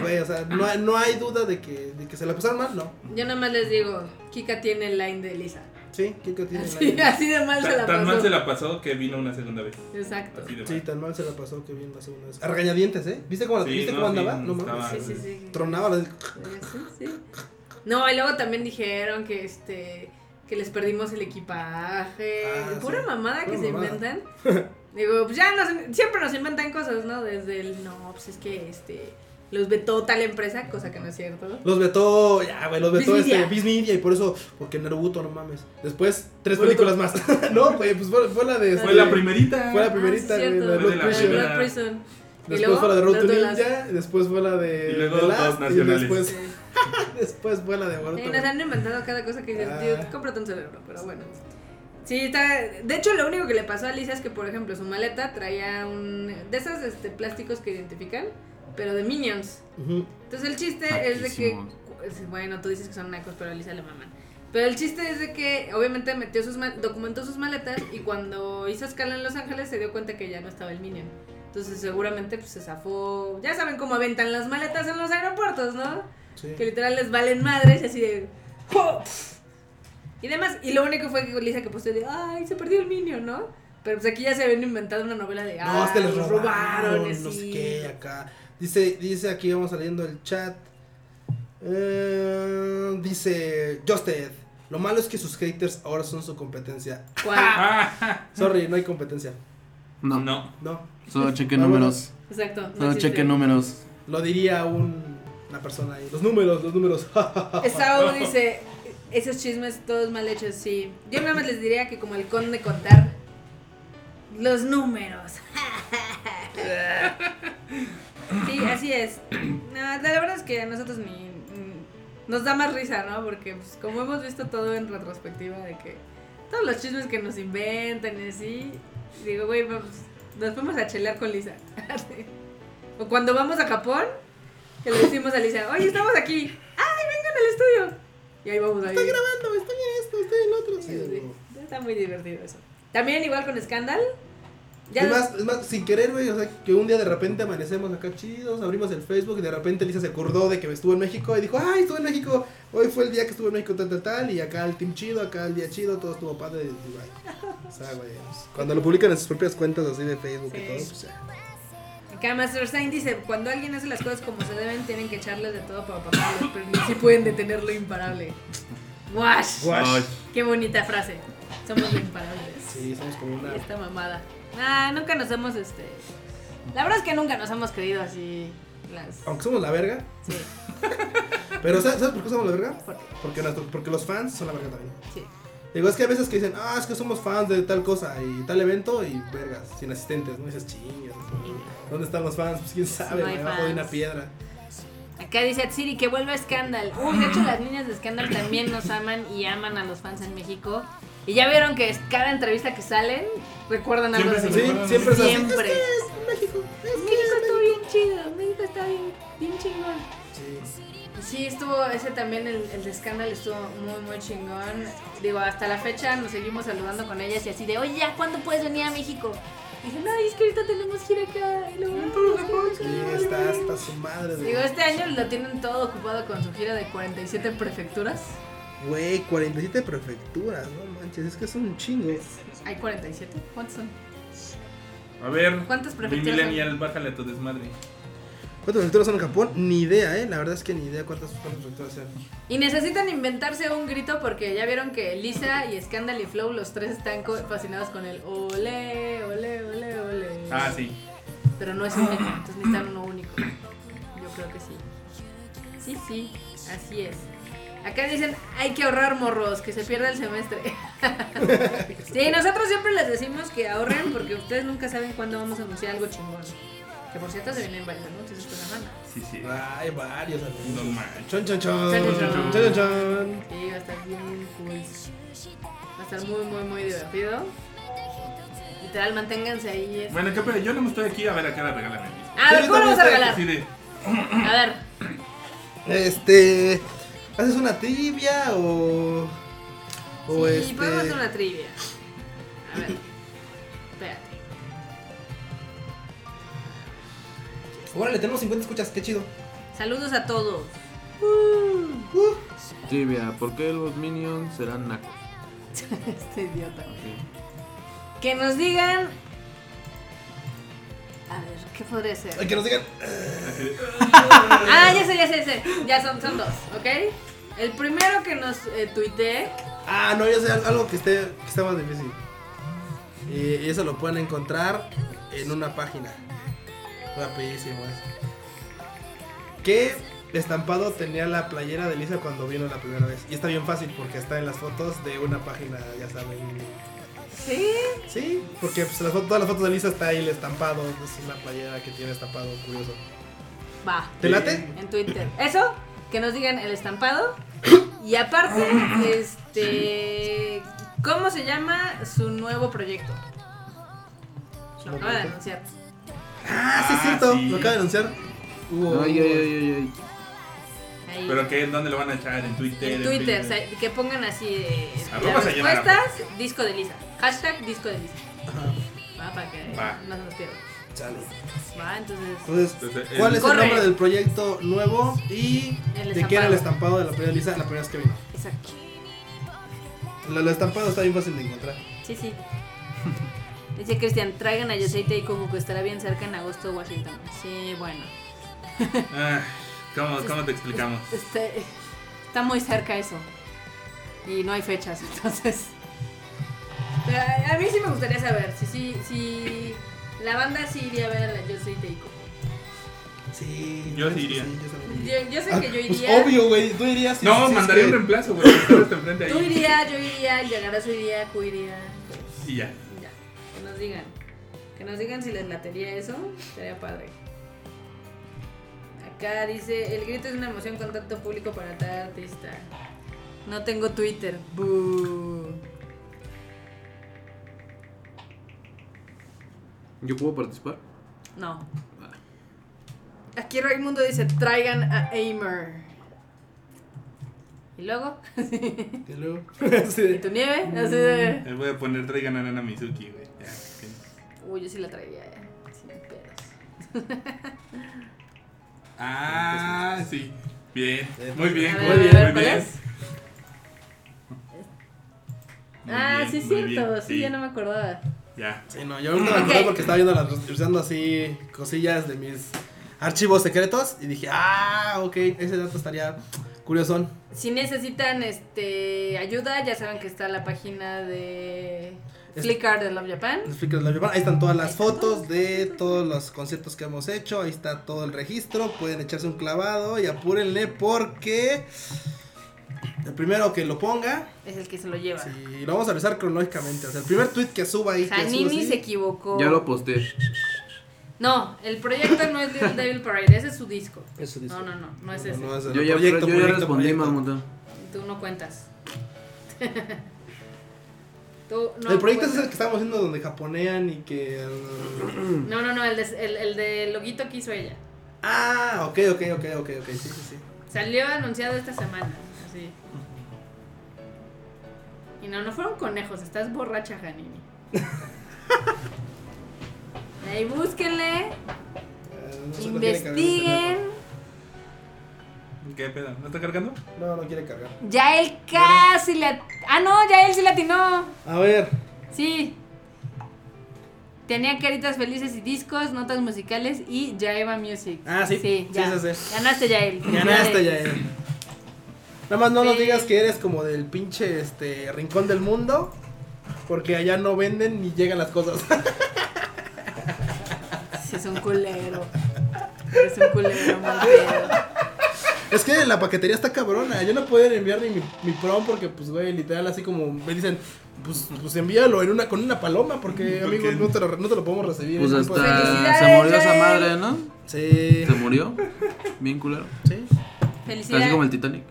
S5: güey, o sea, no, hay- no hay duda de que, de que se la pasaron mal, no.
S3: Yo nada más les digo, Kika tiene el line de Lisa.
S5: Sí, Kiko tiene
S3: *laughs*
S5: la
S3: Así, así de mal se
S2: Tan,
S3: la
S2: tan
S3: pasó.
S2: mal se la pasó que vino una segunda vez.
S3: Exacto.
S2: Así de mal.
S5: Sí, tan mal se la pasó que bien la segunda vez. A regañadientes, ¿eh? ¿Viste cómo, la-
S2: Sí,
S5: ¿viste
S2: no,
S5: cómo
S2: sí,
S5: andaba?
S2: no
S5: no mames.
S2: estaba-
S3: Sí, sí, sí.
S5: Tronaba la-
S3: Sí, sí. No, y luego también dijeron que este que les perdimos el equipaje.
S5: Ah,
S3: Pura
S5: sí.
S3: mamada que
S5: Pura
S3: se
S5: mamada.
S3: inventan.
S5: *laughs*
S3: Digo, pues ya nos- siempre nos inventan cosas, ¿no? Desde el no, pues es que este los vetó tal empresa, cosa que no es cierto.
S5: Los vetó, ya, güey, los vetó
S3: Biz Media.
S5: este, Biz Media, y por eso, porque Naruto, no mames. Después, tres
S3: Boruto.
S5: películas más. *laughs* no, güey, pues fue, fue la de.
S2: Fue
S5: este,
S2: la primerita.
S5: Fue la
S3: primerita,
S5: primerita, güey, la
S2: Fue
S5: de Blood
S2: de la
S5: Pressure.
S2: primera.
S3: Prison. Y
S5: Después
S3: luego,
S5: fue la de Road to
S3: Naruto Last.
S5: Ninja, después fue la de.
S2: Y luego
S5: de
S2: dos
S5: Last, y
S2: nacionales.
S5: después, *laughs*
S3: Sí.
S5: después fue la de Boruto.
S3: Eh, nos han inventado cada cosa que dices,
S5: Ah.
S3: dude, cómprate un cerebro, pero bueno. Sí, está. De hecho, lo único que le pasó a Alicia es que, por ejemplo, su maleta traía un. de esas este, plásticos que identifican, pero de Minions.
S5: Ujú.
S3: Entonces el chiste es de que.
S16: Naquísimos.
S3: cu- Bueno, tú dices que son nacos, pero a Alicia le maman. Pero el chiste es de que, obviamente, metió sus ma- documentó sus maletas y cuando hizo escala en Los Ángeles se dio cuenta que ya no estaba el Minion. Entonces, seguramente, pues se zafó. Ya saben cómo aventan las maletas en los aeropuertos, ¿no?
S5: Sí.
S3: que literal les valen madres y así de ¡jo! y demás y lo único fue que Lisa que puso de ay se perdió el minion no pero pues aquí ya se habían inventado una novela de ah
S5: No, es que les
S3: los
S5: robaron,
S3: así.
S5: no sé qué, acá. Dice, dice aquí, vamos saliendo el chat. Eh, dice Justed. Lo malo es que sus haters ahora son su competencia.
S3: ¿Cuál?
S5: Ah. Sorry, no hay competencia.
S8: No,
S2: No.
S5: No,
S8: solo cheque
S5: Vámonos.
S8: números.
S3: exacto no
S8: Solo
S3: existe.
S8: cheque números.
S5: lo diría un- una persona ahí. Los números, los números. *laughs*
S3: Sao dice esos chismes todos mal hechos sí yo nada más les diría que como el conde contar los números *laughs* sí así es No, la verdad es que a nosotros ni mm, nos da más risa no porque pues, como hemos visto todo en retrospectiva de que todos los chismes que nos inventan y así digo güey pues, nos fuimos a chelar con Lisa *laughs* o cuando vamos a Japón que le decimos a Lisa oye estamos aquí al estudio. Y ahí vamos a ir.
S5: grabando, estoy en esto, estoy en lo otro. Sí,
S3: Está muy divertido eso. También igual con Scandal. Ya
S5: es,
S3: lo-
S5: más, es más, sin querer, güey, o sea, que un día de repente amanecemos acá chidos, abrimos el Facebook y de repente Lisa se acordó de que estuvo en México y dijo, ay, estuve en México, hoy fue el día que estuve en México, tal, tal, tal, y acá el team chido, acá el día chido, todo estuvo padre, y, güey, o sea, güey, pues, cuando lo publican en sus propias cuentas así de Facebook y
S3: Sí.
S5: todo, pues ya.
S3: Acá Master Saint dice, cuando alguien hace las cosas como se deben, tienen que echarles de todo para pararlo, pero ni si pueden detener lo imparable. ¡Wash!
S2: Ay,
S3: ¡Qué bonita frase! Somos lo imparables.
S5: Sí, somos como una...
S3: Y esta mamada. Ah, nunca nos hemos, este... La verdad es que nunca nos hemos creído así las...
S5: Aunque somos la verga,
S3: Sí,
S5: pero ¿sabes, sabes por qué somos la verga?
S3: ¿por qué?
S5: Porque, nuestro- porque los fans son la verga también.
S3: Sí.
S5: Digo, es que a veces que dicen, ah, es que somos fans de tal cosa y tal evento y vergas, sin asistentes, ¿no? Y dices, chingas, ¿dónde están los fans? Pues quién sabe,
S3: No hay
S5: debajo de una
S3: fans.
S5: piedra.
S3: Acá dice Siri que vuelva Scandal. Uy, de hecho las niñas de Scandal también nos aman y aman a los fans en México. Y ya vieron que es- cada entrevista que salen recuerdan algo
S2: Siempre
S3: de
S2: se
S3: México.
S2: recuerdan.
S5: siempre es así.
S3: Siempre.
S5: México.
S3: México estuvo bien chido, México está bien, bien chingón. Sí, estuvo, ese también, el, el de Scandal estuvo muy, muy chingón. Digo, hasta la fecha nos seguimos saludando con ellas y así de, oye, ¿ya cuándo puedes venir a México? Y dije, no, es que ahorita tenemos gira acá. Y luego,
S5: Sí, está hasta su madre.
S3: Digo,
S5: de-
S3: este año lo tienen todo ocupado con su gira de 47 prefecturas.
S5: Güey, 47 prefecturas, no manches, es que son un chingo.
S3: ¿Hay 47? ¿Cuántos son?
S2: A ver,
S3: ¿Cuántas
S2: mi
S3: prefecturas
S2: millennial, bájale a tu desmadre.
S5: ¿Cuántas prefecturas son en Japón? Ni idea, ¿eh? La verdad es que ni idea cuántas, cuántas prefecturas sean.
S3: Y necesitan inventarse un grito porque ya vieron que Lisa y Scandal y Flow, los tres están co- fascinados con el ole, ole, ole, ole.
S2: Ah, sí.
S3: Pero no es un grito, entonces necesitan uno único. Yo creo que sí. Sí, sí, así es. Acá dicen, hay que ahorrar morros, que se pierda el semestre. *laughs* sí, nosotros siempre les decimos que ahorren porque ustedes nunca saben cuándo vamos a anunciar algo chingón. Que por cierto se vienen varios anuncios esta semana.
S2: Sí, sí.
S5: Ay, varios.
S2: No manches.
S5: Chon, chon, chon.
S3: Chon, chon, chon.
S5: Chon, chon, chon.
S3: Sí, va a estar bien cool. Va a estar muy, muy, muy divertido. Literal, manténganse ahí. es-
S2: Bueno, qué pedo, yo no me estoy aquí a ver a qué la regalan el disco.
S3: A ver, ¿cómo lo vas a
S17: Ah.
S3: regalar?
S2: Así de,
S3: A ver,
S5: Este. ¿Haces una tibia o.? O
S3: sí,
S5: este.
S3: podemos hacer una trivia. A ver, espérate.
S5: Órale, tenemos 50 escuchas, qué chido.
S3: Saludos a todos. Uh.
S5: Uh,
S8: Tibia, ¿por qué los minions serán nacos?
S3: Este idiota.
S8: Sí.
S3: Que nos digan. A ver, ¿qué podría ser?
S5: Ay, que nos digan.
S2: así de,
S3: Ah, ya sé, ya sé, ya sé. Ya son, son dos, ¿ok? El primero que nos eh, tuitee
S5: Ah, no, ya sé, al- algo que esté, que esté más difícil. Y, y eso lo pueden encontrar en una página. Rapidísimo eso. ¿Qué estampado tenía la playera de Lisa cuando vino la primera vez? Y está bien fácil porque está en las fotos de una página, ya saben.
S3: Sí.
S5: Sí, porque pues, las fotos- todas las fotos de Lisa está ahí el estampado. Es una playera que tiene estampado curioso.
S3: Va.
S5: ¿Te late?
S3: en Twitter. Eso, que nos digan el estampado. Y aparte, este. ¿Cómo se llama su nuevo proyecto? Lo acaba de anunciar.
S5: Ah, sí, es cierto.
S2: sí.
S5: Lo acaba de anunciar. Hubo-
S8: Ay, ay, ay, ay,
S3: Ahí.
S2: Pero qué, ¿dónde lo van a echar? ¿En Twitter?
S3: en Twitter, o
S2: Facebook?
S3: sea, que pongan así eh,
S2: Arroba
S3: las
S2: se llena la
S3: respuestas, disco de Lisa. Hashtag disco de Lisa. Va, para que
S2: Va.
S3: no se nos pierda.
S5: Chale.
S3: Va, entonces.
S5: Entonces,
S2: Entonces, el-
S5: ¿cuál es
S3: Corre.
S5: el nombre del proyecto nuevo y
S3: El
S5: de qué era el
S3: estampado.
S5: estampado de la primera Lisa la primera vez que vino?
S3: Exacto.
S5: Lo, lo estampado está bien fácil de encontrar.
S3: Sí, sí. Dice Cristian, traigan a Yoseite y Coco, que estará bien cerca en agosto de Washington. Sí, bueno.
S2: Ah, ¿cómo, ¿Cómo te explicamos?
S3: Este, está muy cerca eso. Y no hay fechas, *laughs* entonces. Pero a, a mí sí me gustaría saber si, si, si la banda sí iría a ver a la Yo Soy Teiko.
S5: Sí.
S2: Yo sí iría.
S5: yo también.
S3: Yo, yo sé que yo
S5: Pues
S3: iría.
S5: obvio, güey. Tú irías. sí,
S2: No,
S5: sí, es
S2: mandaría
S5: que-
S2: un
S5: *laughs*
S17: *laughs*
S2: reemplazo, güey. estar hasta enfrente
S3: Tú
S2: ahí.
S3: irías, yo iría, el Yagarazo iría, Ku iría.
S2: Y ya.
S3: Ya, que nos digan. Que nos digan si les latería eso. Sería padre. Acá dice, el grito es una emoción con tanto público para tal artista. No tengo Twitter. Boo.
S8: ¿Yo puedo participar?
S3: No.
S8: Ah.
S3: Aquí Raimundo dice, traigan a Aimer. Y luego,
S5: Y
S3: *laughs*
S5: luego. sí.
S3: ¿y tu nieve? Así de...
S2: Le voy a poner traigan a Nana Mizuki, güey. Ya, sí.
S17: Uy, yo sí la traería. eh, Sin pedos.
S2: Ah, sí. Bien.
S5: Entonces,
S2: Muy bien,
S17: a
S2: muy
S17: ver,
S2: bien,
S17: a ver,
S2: muy
S17: ¿cuál
S2: bien.
S17: es?
S2: Muy
S17: Ah,
S2: bien,
S17: sí, es
S2: muy bien,
S17: cierto. sí, ya no me acordaba.
S2: Ya.
S5: Sí, no, yo ahorita me acordé
S17: Ok.
S5: porque estaba viendo las, revisando así cosillas de mis archivos secretos y dije, ah, ok, ese dato estaría curiosón.
S3: Si necesitan este ayuda, ya saben que está la página de
S5: Es-
S3: Flickr de Love Japan.
S5: Los Flickr de la Vivara, Ahí están todas las fotos de todos los conciertos que hemos hecho. Ahí está todo el registro. Pueden echarse un clavado y apúrenle porque el primero que lo ponga,
S3: Es el que se lo lleva.
S5: sí, lo vamos a revisar cronológicamente. O sea, el primer tweet que suba ahí. que suba
S3: Hanini
S5: así,
S3: se equivocó.
S8: Ya lo posté.
S3: No, el proyecto no es Little Devil Parade, ese es su disco.
S5: es su disco.
S3: No, no, no, no es ese.
S5: No, no es el
S8: Yo ya,
S5: proyecto,
S8: yo ya
S5: proyecto,
S8: respondí,
S5: proyecto.
S8: mamutón.
S3: Tú no cuentas. *laughs* Tú no pues,
S5: el proyecto es el
S3: cuentas.
S5: que estamos haciendo donde japonean y que. eh,
S3: No, no, no, el de, el, el de loguito que hizo ella.
S5: Ah, ok, ok, ok, ok, ok. Sí, sí, sí.
S3: Salió anunciado esta semana. Así. Y no, no fueron conejos, estás borracha,
S5: *laughs*
S3: Janini. Ahí búsquenle,
S5: Eh, no sé, no quiere cargar el
S3: investiguen.
S2: ¿Qué pedo? ¿No está cargando?
S5: teléfono. No, no quiere cargar.
S3: Ya él casi le. at- Ah, no, ya él sí le atinó.
S5: A ver.
S3: Sí. Tenía caritas felices y discos, notas musicales y Jaeva Music.
S5: Ah, sí.
S3: Sí,
S5: Sí,
S3: ya.
S5: sí, sí.
S3: Ganaste Yael.
S5: Ganaste ya. Nada más no nos
S3: Sí.
S5: digas que eres como del pinche este rincón del mundo. Porque allá no venden ni llegan las cosas. *laughs*
S3: Sí, es un culero. Es un culero, mal pedo.
S5: es que la paquetería está cabrona. Yo no puedo enviar ni mi, mi prom porque, pues, güey, literal, así como me dicen, pues, pues envíalo en una, con una paloma. Porque,
S2: ¿Por
S5: amigo,
S2: qué?
S5: no te, lo, no te lo podemos recibir.
S8: Pues
S5: ese tipo de-
S8: hasta se
S3: Felicidades,
S8: murió esa
S3: Yael.
S8: madre, ¿no?
S5: Sí.
S8: Se murió. Bien culero.
S5: Sí.
S3: Felicidades.
S8: Casi como el Titanic.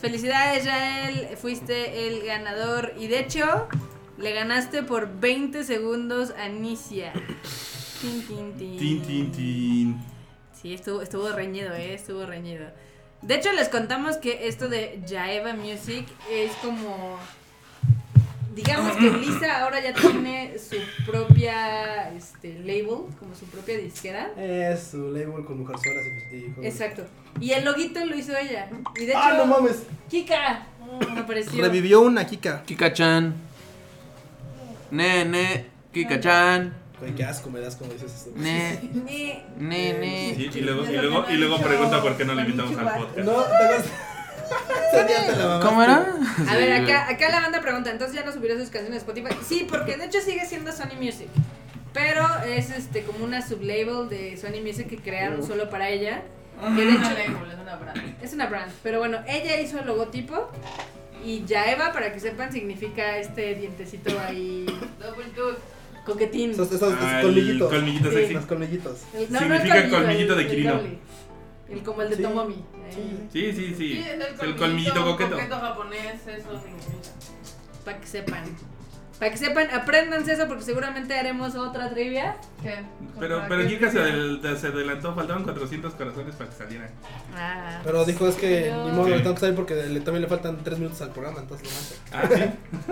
S3: Felicidades, Yael. Fuiste el ganador. Y de hecho, le ganaste por 20 segundos a Nicia. Tin, tin, tin.
S2: Tin, tin, tin.
S3: Sí, estuvo, estuvo reñido, ¿eh? Estuvo reñido. De hecho, les contamos que esto de Jaeva Music es como. Digamos que Lisa ahora ya tiene su propia este, label, como su propia disquera.
S5: Es su label con mujerzuelas y, y con-
S3: Exacto. Y el loguito lo hizo ella. Y de hecho,
S5: ¡Ah, no mames!
S3: Kika mm, apareció.
S5: Revivió una Kika.
S8: Kika-chan. Nene. Kika-chan.
S5: Güey, qué asco me das cuando dices eso.
S8: Ne,
S3: Ni-
S8: ne, ne.
S2: Sí, y luego, y luego, y luego pregunta por qué no le invitamos al podcast.
S5: No, te vas. *laughs* Ese día te la mamaste.
S8: ¿Cómo era?
S2: *laughs*
S3: A ver, acá, acá la banda pregunta, entonces ya no subirá sus canciones a Spotify. Sí, porque de hecho sigue siendo Sony Music. Pero es este como una sublabel de Sony Music que crearon solo para ella. Que de hecho Ah. es una brand. Pero bueno, ella hizo el logotipo. Y Yaeva, para que sepan, significa este dientecito ahí. Coquetín.
S5: Esos, esos, esos
S2: Ah, el
S5: colmillitos.
S2: colmillito
S5: Sí,
S2: sexy.
S5: Los colmillitos.
S3: El- no, no el
S2: Significa colmillito de
S3: el
S2: Kirino.
S3: cable. El como el de
S5: Sí.
S3: Tomomi. ahí.
S2: Sí, sí, sí. Es el colmillito coqueto.
S18: japonés, eso significa.
S3: Para que sepan. Para que sepan, apréndanse eso porque seguramente haremos otra trivia.
S18: ¿Qué?
S2: Pero,
S18: ¿Para
S2: pero
S18: qué
S2: Kika se,
S18: trivia?
S2: adel- se adelantó, faltaban 400 corazones para que saliera.
S3: Ah.
S5: Pero dijo es que
S3: Dios.
S5: ni modo,
S2: Sí.
S5: lo tengo que salir porque le- también le faltan 3 minutos al programa, entonces lo mato.
S2: Ah,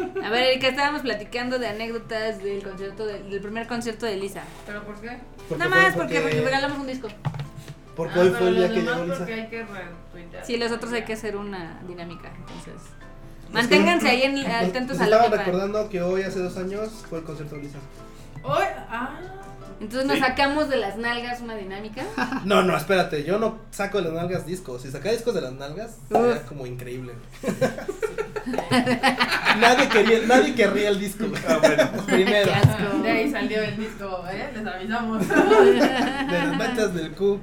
S2: sí.
S3: A ver, Erika, estábamos platicando de anécdotas del concierto de- del primer concierto de Lisa.
S18: ¿Pero por qué?
S3: Nada más
S5: fue
S3: porque, regalamos un disco.
S5: Porque
S18: Ah,
S5: hoy
S18: pero
S5: fue el día
S18: los
S5: que
S18: demás
S5: llegó Lisa.
S18: Porque hay que retuitear.
S3: Sí, los otros hay que hacer una dinámica, entonces. Manténganse ahí en,
S5: Nos-
S3: atentos
S5: nos
S3: al
S5: estaban
S3: Lollapalooza.
S5: recordando que hoy, hace dos años, fue el concierto de Lisa.
S18: Hoy, ah,
S3: Entonces nos
S2: Sí.
S3: sacamos de las nalgas una dinámica.
S5: No, no, espérate, yo no saco de las nalgas discos. Si saca discos de las nalgas, sería como increíble. *laughs* nadie, quería, nadie querría el
S3: *laughs*
S5: disco.
S2: Ah, bueno. *laughs*
S5: Primero,
S3: Qué asco.
S18: de ahí salió el disco, ¿eh? Les
S3: *laughs*
S18: avisamos.
S5: de las manchas del Q.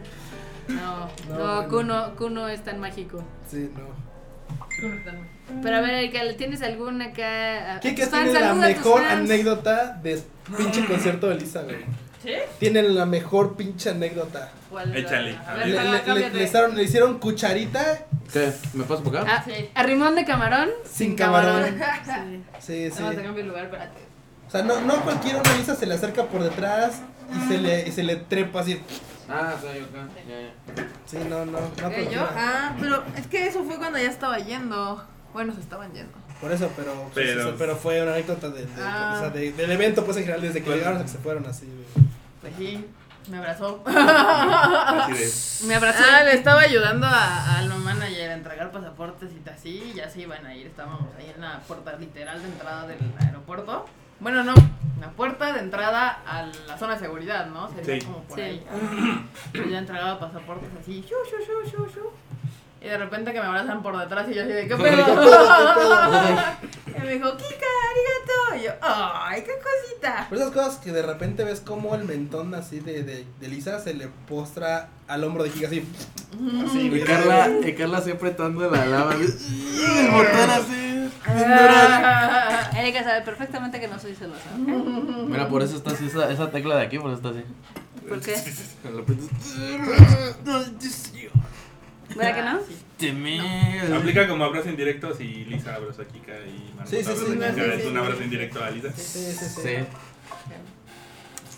S3: No,
S5: No,
S3: no,
S5: bueno.
S3: Kuno, Kuno es tan mágico.
S5: Sí, no.
S3: Pero a ver, Erika, ¿tienes alguna acá?
S5: ¿Qué
S3: Tus
S5: que
S3: fans,
S5: tiene la
S3: saluda a tus
S5: mejor
S3: fans.
S5: anécdota de pinche concierto de Lisa, güey?
S18: Mm. ¿Sí?
S5: Tienen la mejor pinche anécdota.
S18: ¿Cuál era?
S2: Échale.
S18: A
S5: Le,
S18: ver,
S5: le-
S18: para,
S5: le-
S18: cámbiate.
S5: le hicieron, le hicieron cucharita
S8: ¿Qué? ¿Me paso por
S3: A,
S8: acá?
S3: a Rimón de Camarón.
S5: sin camarón.
S3: Sí.
S5: Sí, sí.
S18: Vamos a cambiar el lugar, espérate.
S5: O sea, no, no cualquiera una Lisa se le acerca por detrás y se le, y se le trepa así.
S8: Ah, soy yo acá. Ya, ya.
S5: Sí, no, no. no
S18: ¿Eh,
S5: pues
S18: ¿Yo?
S3: ah.
S5: cualquiera.
S18: Ah, pero es que eso fue cuando ya estaba yendo.
S3: Bueno, se estaban yendo.
S4: Por eso, pero, pues,
S2: Pero-
S4: eso- pero fue una anécdota de- de-
S18: Ah.
S4: o sea, de- del evento, pues en general, desde que
S2: Bueno.
S4: llegaron hasta que se fueron así. güey.
S18: Pues sí, me *laughs* abrazó.
S9: Así de,
S3: Me abrazó.
S18: Ah, le estaba ayudando a, al manager a entregar pasaportes y así, y ya se iban a ir. Estábamos ahí en la puerta literal de entrada del aeropuerto. Bueno, no, la puerta de entrada a la zona de seguridad, ¿no? Sería
S2: Sí.
S18: como por
S3: Sí.
S18: ahí. Yo ya entregaba pasaportes así, shu, shu, shu, shu, shu. Y de repente que me abrazan por detrás y yo así *laughs* de, ¿qué pedo? *laughs* y me dijo, Kika, arigato. Y yo, ¡ay, qué cosita!
S5: Pero esas cosas que de repente ves como el mentón así de, de, de Lisa se le postra al hombro de Kika así.
S9: y Carla, y Carla así apretando la lava. así, y el botón así.
S18: Ah.
S3: Erika sabe perfectamente que no soy celosa.
S8: Mira, por eso está así, esa, esa tecla de aquí, por eso está así.
S3: ¿Por qué?
S8: Lo aprietas.
S3: ¿Verdad que no?
S18: Sí.
S8: Te me-
S2: Aplica como abrazo indirecto si Lisa abraza a Kika y Marmota
S5: Sí, sí,
S2: abraza a
S5: sí, no,
S2: Kika,
S18: sí,
S2: es
S18: sí,
S2: un
S18: sí.
S2: abrazo indirecto a Lisa.
S5: Sí, sí, sí.
S8: Sí.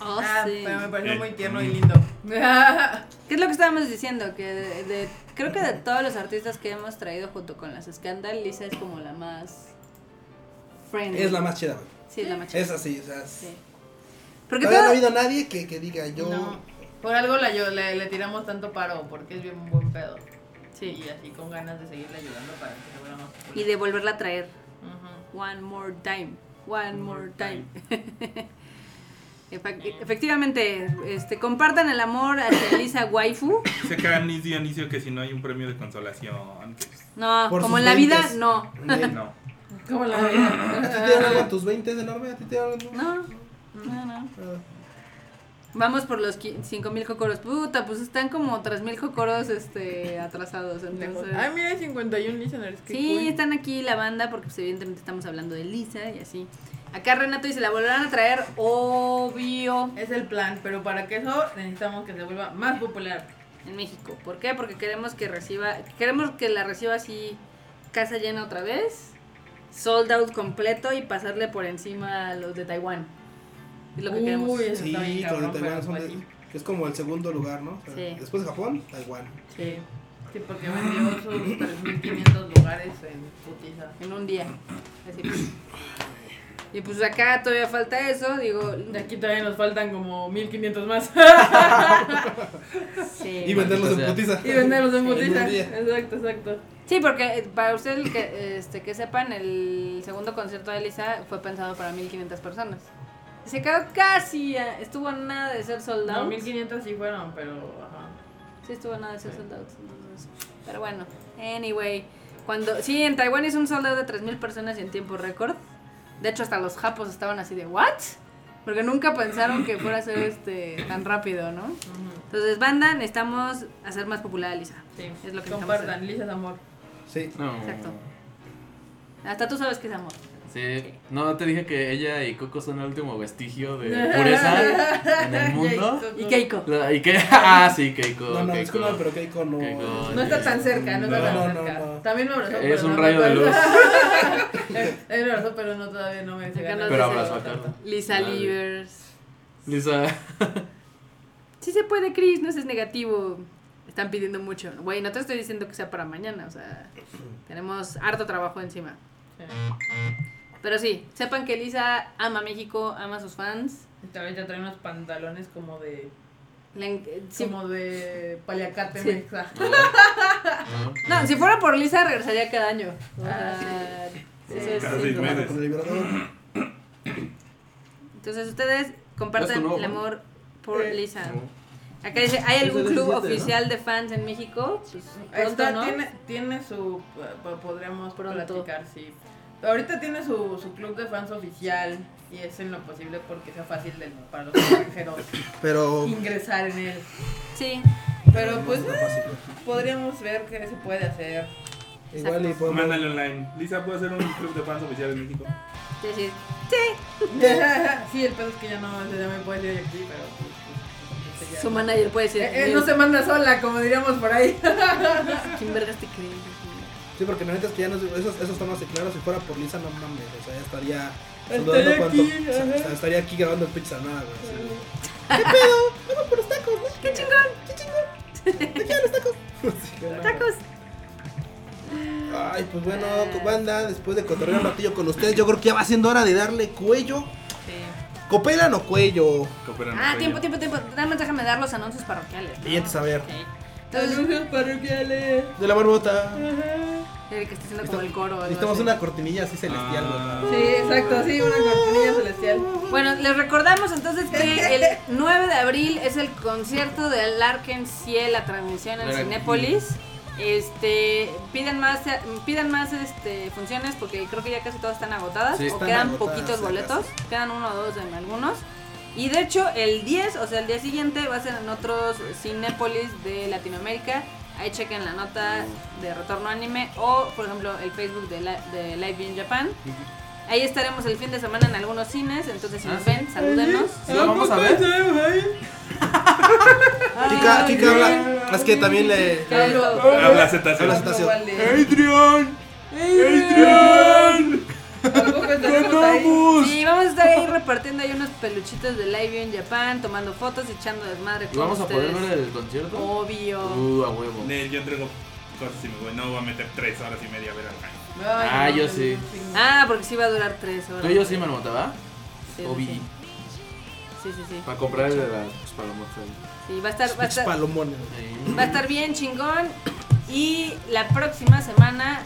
S3: Oh,
S18: Ah,
S3: sí.
S18: pero me pareció
S2: Eh,
S18: muy tierno
S2: mm.
S18: y lindo. *laughs*
S3: ¿Qué es lo que estábamos diciendo? Que de, de- creo que de todos los artistas que hemos traído junto con las Scandal, Lisa es como la más friendly.
S5: Es la más chida, güey.
S3: Sí, es la más
S5: Es
S3: chica.
S5: así, o sea. es-
S3: Sí. Porque
S5: Todavía no ha
S3: todas-
S5: habido nadie que, que diga yo.
S18: No, por algo la, yo- le, le tiramos tanto paro, porque es bien buen pedo. Sí, y así con ganas de seguirle ayudando para que se vuelva más
S3: Y de volverla a traer.
S18: Ujú.
S3: One more time. One more time. *laughs* Efa- Efectivamente, este, compartan el amor hacia Lisa Waifu.
S2: Dice acá Anis Dionisio que si no hay un premio de consolación. que
S3: No,
S5: Por
S3: como
S5: sus
S3: en la vida,
S5: lentes.
S3: no.
S2: No.
S18: ¿Cómo la
S3: Ah,
S18: vida?
S5: ¿A ti te dieron algo a tus 20 de enorme? ¿A ti te dieron algo?
S3: No, no, no. Vamos por los qui- 5000 cocoros. Puta, pues están como 3000 cocoros este, atrasados. Entonces.
S18: Ay, mira, hay 51 listeners. qué
S3: Sí,
S18: cool.
S3: están aquí la banda porque pues, evidentemente estamos hablando de Lisa y así. Acá Renato dice, la volverán a traer, obvio,
S18: Es el plan, pero para que eso necesitamos que se vuelva más popular.
S3: en México. ¿Por qué? Porque queremos que reciba, queremos que la reciba así, casa llena otra vez, sold out completo y pasarle por encima a los de Taiwán. Es lo que queremos.
S18: Uy, eso
S4: Sí,
S18: está bien
S4: con
S18: cabrón,
S4: el Taiwán
S18: pero
S4: son
S18: pues
S4: de-
S18: sí.
S4: que es como el segundo lugar, ¿no? O sea,
S3: Sí.
S4: Después de Japón, Taiwán.
S18: Sí. Sí,
S8: *gasps*
S18: porque vendió sus 3.500 lugares en putiza.
S3: En un día. Así. Y pues acá todavía falta eso, digo.
S18: De aquí todavía nos faltan como 1.500 más. *laughs*
S3: sí.
S4: Y venderlos en
S8: sea.
S4: putiza.
S18: y venderlos en
S4: En
S18: putiza.
S4: un día.
S18: Exacto, exacto.
S3: Sí, porque eh, para ustedes que, este, que sepan, el segundo concierto de Lisa fue pensado para 1500 personas. Y Se quedó casi, a- estuvo a nada de ser sold
S18: No,
S3: out.
S18: 1500 sí fueron, pero. Ajá.
S3: Sí, estuvo a nada de ser sold out. entonces. Pero bueno, anyway. Cuando, sí, en Taiwán hizo un sold out de 3000 personas y en tiempo récord. De hecho, hasta los japos estaban así de, ¿what? Porque nunca pensaron que fuera a ser este, tan rápido, ¿no?
S18: Ujú.
S3: Entonces, banda, necesitamos hacer más popular a Lisa.
S18: Sí,
S3: Es lo que
S18: Compartan, lisas amor.
S5: Sí.
S8: No.
S3: Exacto. Hasta tú sabes que es amor.
S8: Sí. No, te dije que ella y Coco son el último
S3: *laughs*
S8: vestigio de pureza *laughs* en el mundo.
S18: Keiko.
S3: Y Keiko.
S8: La- ¿Y qué? *laughs* Ah, sí, Keiko.
S4: No, no,
S8: Keiko.
S4: disculpa, pero Keiko no.
S8: Keiko.
S18: No está tan cerca, no está
S4: No,
S18: tan
S4: no,
S18: cerca.
S4: no, no.
S18: También me abrazó.
S8: Es
S18: pero
S8: un
S18: no
S8: rayo de luz. *laughs*
S18: Es un abrazó, *laughs* pero no todavía no me
S3: Acá
S18: llega.
S3: nos
S8: Pero
S3: dice-
S8: abrazó a Carla.
S3: Lisa
S8: Madre.
S3: Livers. *laughs*
S8: Lisa.
S3: Sí se puede, Chris, no seas negativo. Están pidiendo mucho. Güey, no te estoy diciendo que sea para mañana, o sea, tenemos harto trabajo encima.
S18: Sí.
S3: Pero sí, sepan que Lisa ama México, ama a sus fans.
S18: Ahorita trae unos pantalones como de.
S3: Le en- eh, sí.
S18: Como de paliacate
S3: Sí.
S18: mexa.
S8: No.
S3: No, si fuera por Lisa regresaría cada año. O
S18: Ah,
S3: sea, eso es-
S2: Cada seis
S5: Bueno,
S2: meses.
S5: con el vibrador.
S3: Entonces ustedes
S8: Es
S3: compartan
S8: tu nuevo,
S3: el
S8: ¿no?
S3: amor por
S18: Eh,
S3: Lisa.
S8: No.
S3: Acá dice, ¿hay algún
S5: Eso es
S3: club
S5: 17, ¿no?
S3: oficial de fans en México? Pues,
S18: Está,
S3: pronto, ¿no?
S18: tiene, tiene su. eh, po- Podríamos
S3: Pronto.
S18: platicar, sí. Ahorita tiene su, su club de fans oficial y es en lo posible porque sea fácil de- para los extranjeros
S3: *laughs*
S5: Pero.
S3: Oh.
S18: ingresar en él.
S3: Sí,
S18: Pero pues
S5: No, fácil.
S18: podríamos ver qué se puede
S3: *laughs*
S18: hacer.
S5: Igual y podemos.
S2: Mándale online. Lisa, ¿puedo hacer un club de fans oficial en México?
S3: sí, sí.
S18: sí, el pedo es que ya no se llama puede ir aquí, pero. pues, pues, pues, ya.
S3: Su manager puede decir,
S18: Eh, eh, no se manda sola, como diríamos por
S3: *laughs*
S18: ahí.
S3: ¿quién este vergas te crees?
S5: Sí, porque la neta es que ya no, esos, esos temas se claro, si fuera por Lisa no mames, o sea, ya estaría saludando
S18: Estaría
S5: cuanto-
S18: aquí, ajá.
S5: o sea, estaría aquí grabando el pitch nada, güey. o sea.
S3: ¡Qué chingón! ¡Qué chingón!
S5: Sí, que no.
S3: ¡Tacos!
S5: Ay, Ay, pues bueno, banda, después de cotorrear un ratillo con ustedes, yo creo que ya va siendo hora de darle cuello. ¿Copelan o cuello?
S2: Cooperan,
S3: Este, Ah,
S2: apoyo.
S3: tiempo, tiempo, tiempo. Nada más déjame dar los anuncios parroquiales. ¿no?
S5: Y entonces, a ver.
S3: Ok. Entonces,
S18: parroquiales.
S5: De la barbota.
S3: el que está haciendo como el coro. o algo
S5: Necesitamos
S3: así.
S5: una cortinilla así celestial,
S2: Ah.
S5: ¿no?
S18: Sí, exacto, sí, una cortinilla celestial.
S3: Bueno, les recordamos entonces que el 9 de abril es el concierto de Larkin Ciel, la transmisión en
S19: Larkin.
S3: Cinépolis. Este, pidan más, pidan más este, funciones porque creo que ya casi todas están agotadas
S19: Sí,
S3: o
S5: están
S3: quedan
S5: agotadas,
S3: poquitos
S5: sí,
S3: boletos, quedan uno o dos en algunos. Y de hecho el 10, o sea, el día siguiente va a ser en otros Cinépolis de Latinoamérica. Ahí chequen la nota de Retorno Anime o, por ejemplo, el Facebook de, la- de Live in Japan. Ahí estaremos el fin de semana en algunos cines, entonces si
S8: Ah,
S3: nos ven, salúdenos.
S19: ¿Sí lo vamos a ver?
S5: Kika, Kika habla. Es que también le.
S2: Habla Z.
S5: Habla cetáceo.
S2: Adrián.
S18: Tampoco estás como ahí.
S3: Y vamos a estar ahí repartiendo ahí unos peluchitos de Live en Japan, tomando fotos, echando desmadre
S8: ¿Y
S3: con
S8: vamos a poder
S3: ustedes. Oh.
S8: ver el concierto?
S3: Obvio.
S8: Uh, a huevo.
S2: Nel, yo entrego cosas y me voy. No voy a meter tres horas y media a ver al Jaime.
S18: Ay,
S8: Ah,
S18: no,
S8: yo
S18: no,
S8: sí.
S18: no,
S3: Ah, porque sí va a durar tres horas.
S8: Tú y yo sí, Marmota, ¿va?
S3: Sí,
S8: O
S3: sí,
S8: Billy.
S3: sí, sí, sí.
S8: Para comprar el de las pues, palomotas.
S3: Sí, va a estar, va a
S5: Pinches
S3: estar,
S5: palomones.
S3: va a estar bien chingón. Y la próxima semana,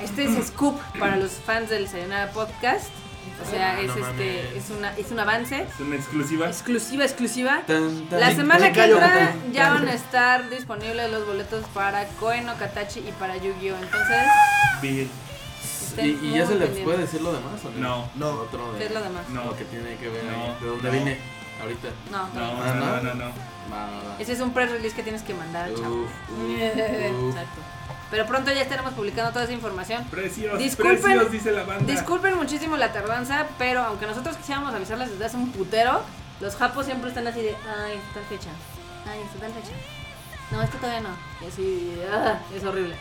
S3: este es Scoop para los fans del Sayonara Podcast. O sea,
S2: Ah,
S3: es
S2: no
S3: este,
S2: mames.
S3: es una, es un avance.
S2: Es una exclusiva.
S3: Exclusiva, exclusiva.
S8: Tan, tan.
S3: La semana que
S5: callo,
S3: entra
S5: Katachi.
S3: ya van a estar disponibles los boletos para Koen Okatachi y para Yu-Gi-Oh! Entonces,
S2: Bill.
S3: estén
S8: ¿Y, y
S3: muy
S8: ya se les
S3: pendientes.
S8: puede decir lo demás o no?
S2: No.
S5: No.
S8: Otro de,
S3: ¿Qué es lo demás?
S2: No.
S8: lo que tiene que ver
S2: No.
S8: ahí, de dónde
S2: No.
S8: vine ahorita.
S3: No,
S2: No,
S3: no.
S2: no, no, no, no.
S8: Va, va, va.
S3: Ese es un pre-release que tienes que mandar al
S8: Uf,
S3: chavo. *laughs*
S8: uf, uf.
S3: Exacto. Pero pronto ya estaremos publicando toda esa información.
S2: Precios,
S3: Disculpen.
S2: precios, dice la banda.
S3: Disculpen muchísimo la tardanza, pero aunque nosotros quisiéramos avisarles desde hace un putero, los japos siempre están así de, ay, está tal fecha, ay, está tal fecha. No, esto todavía no. Y así, ah, es horrible.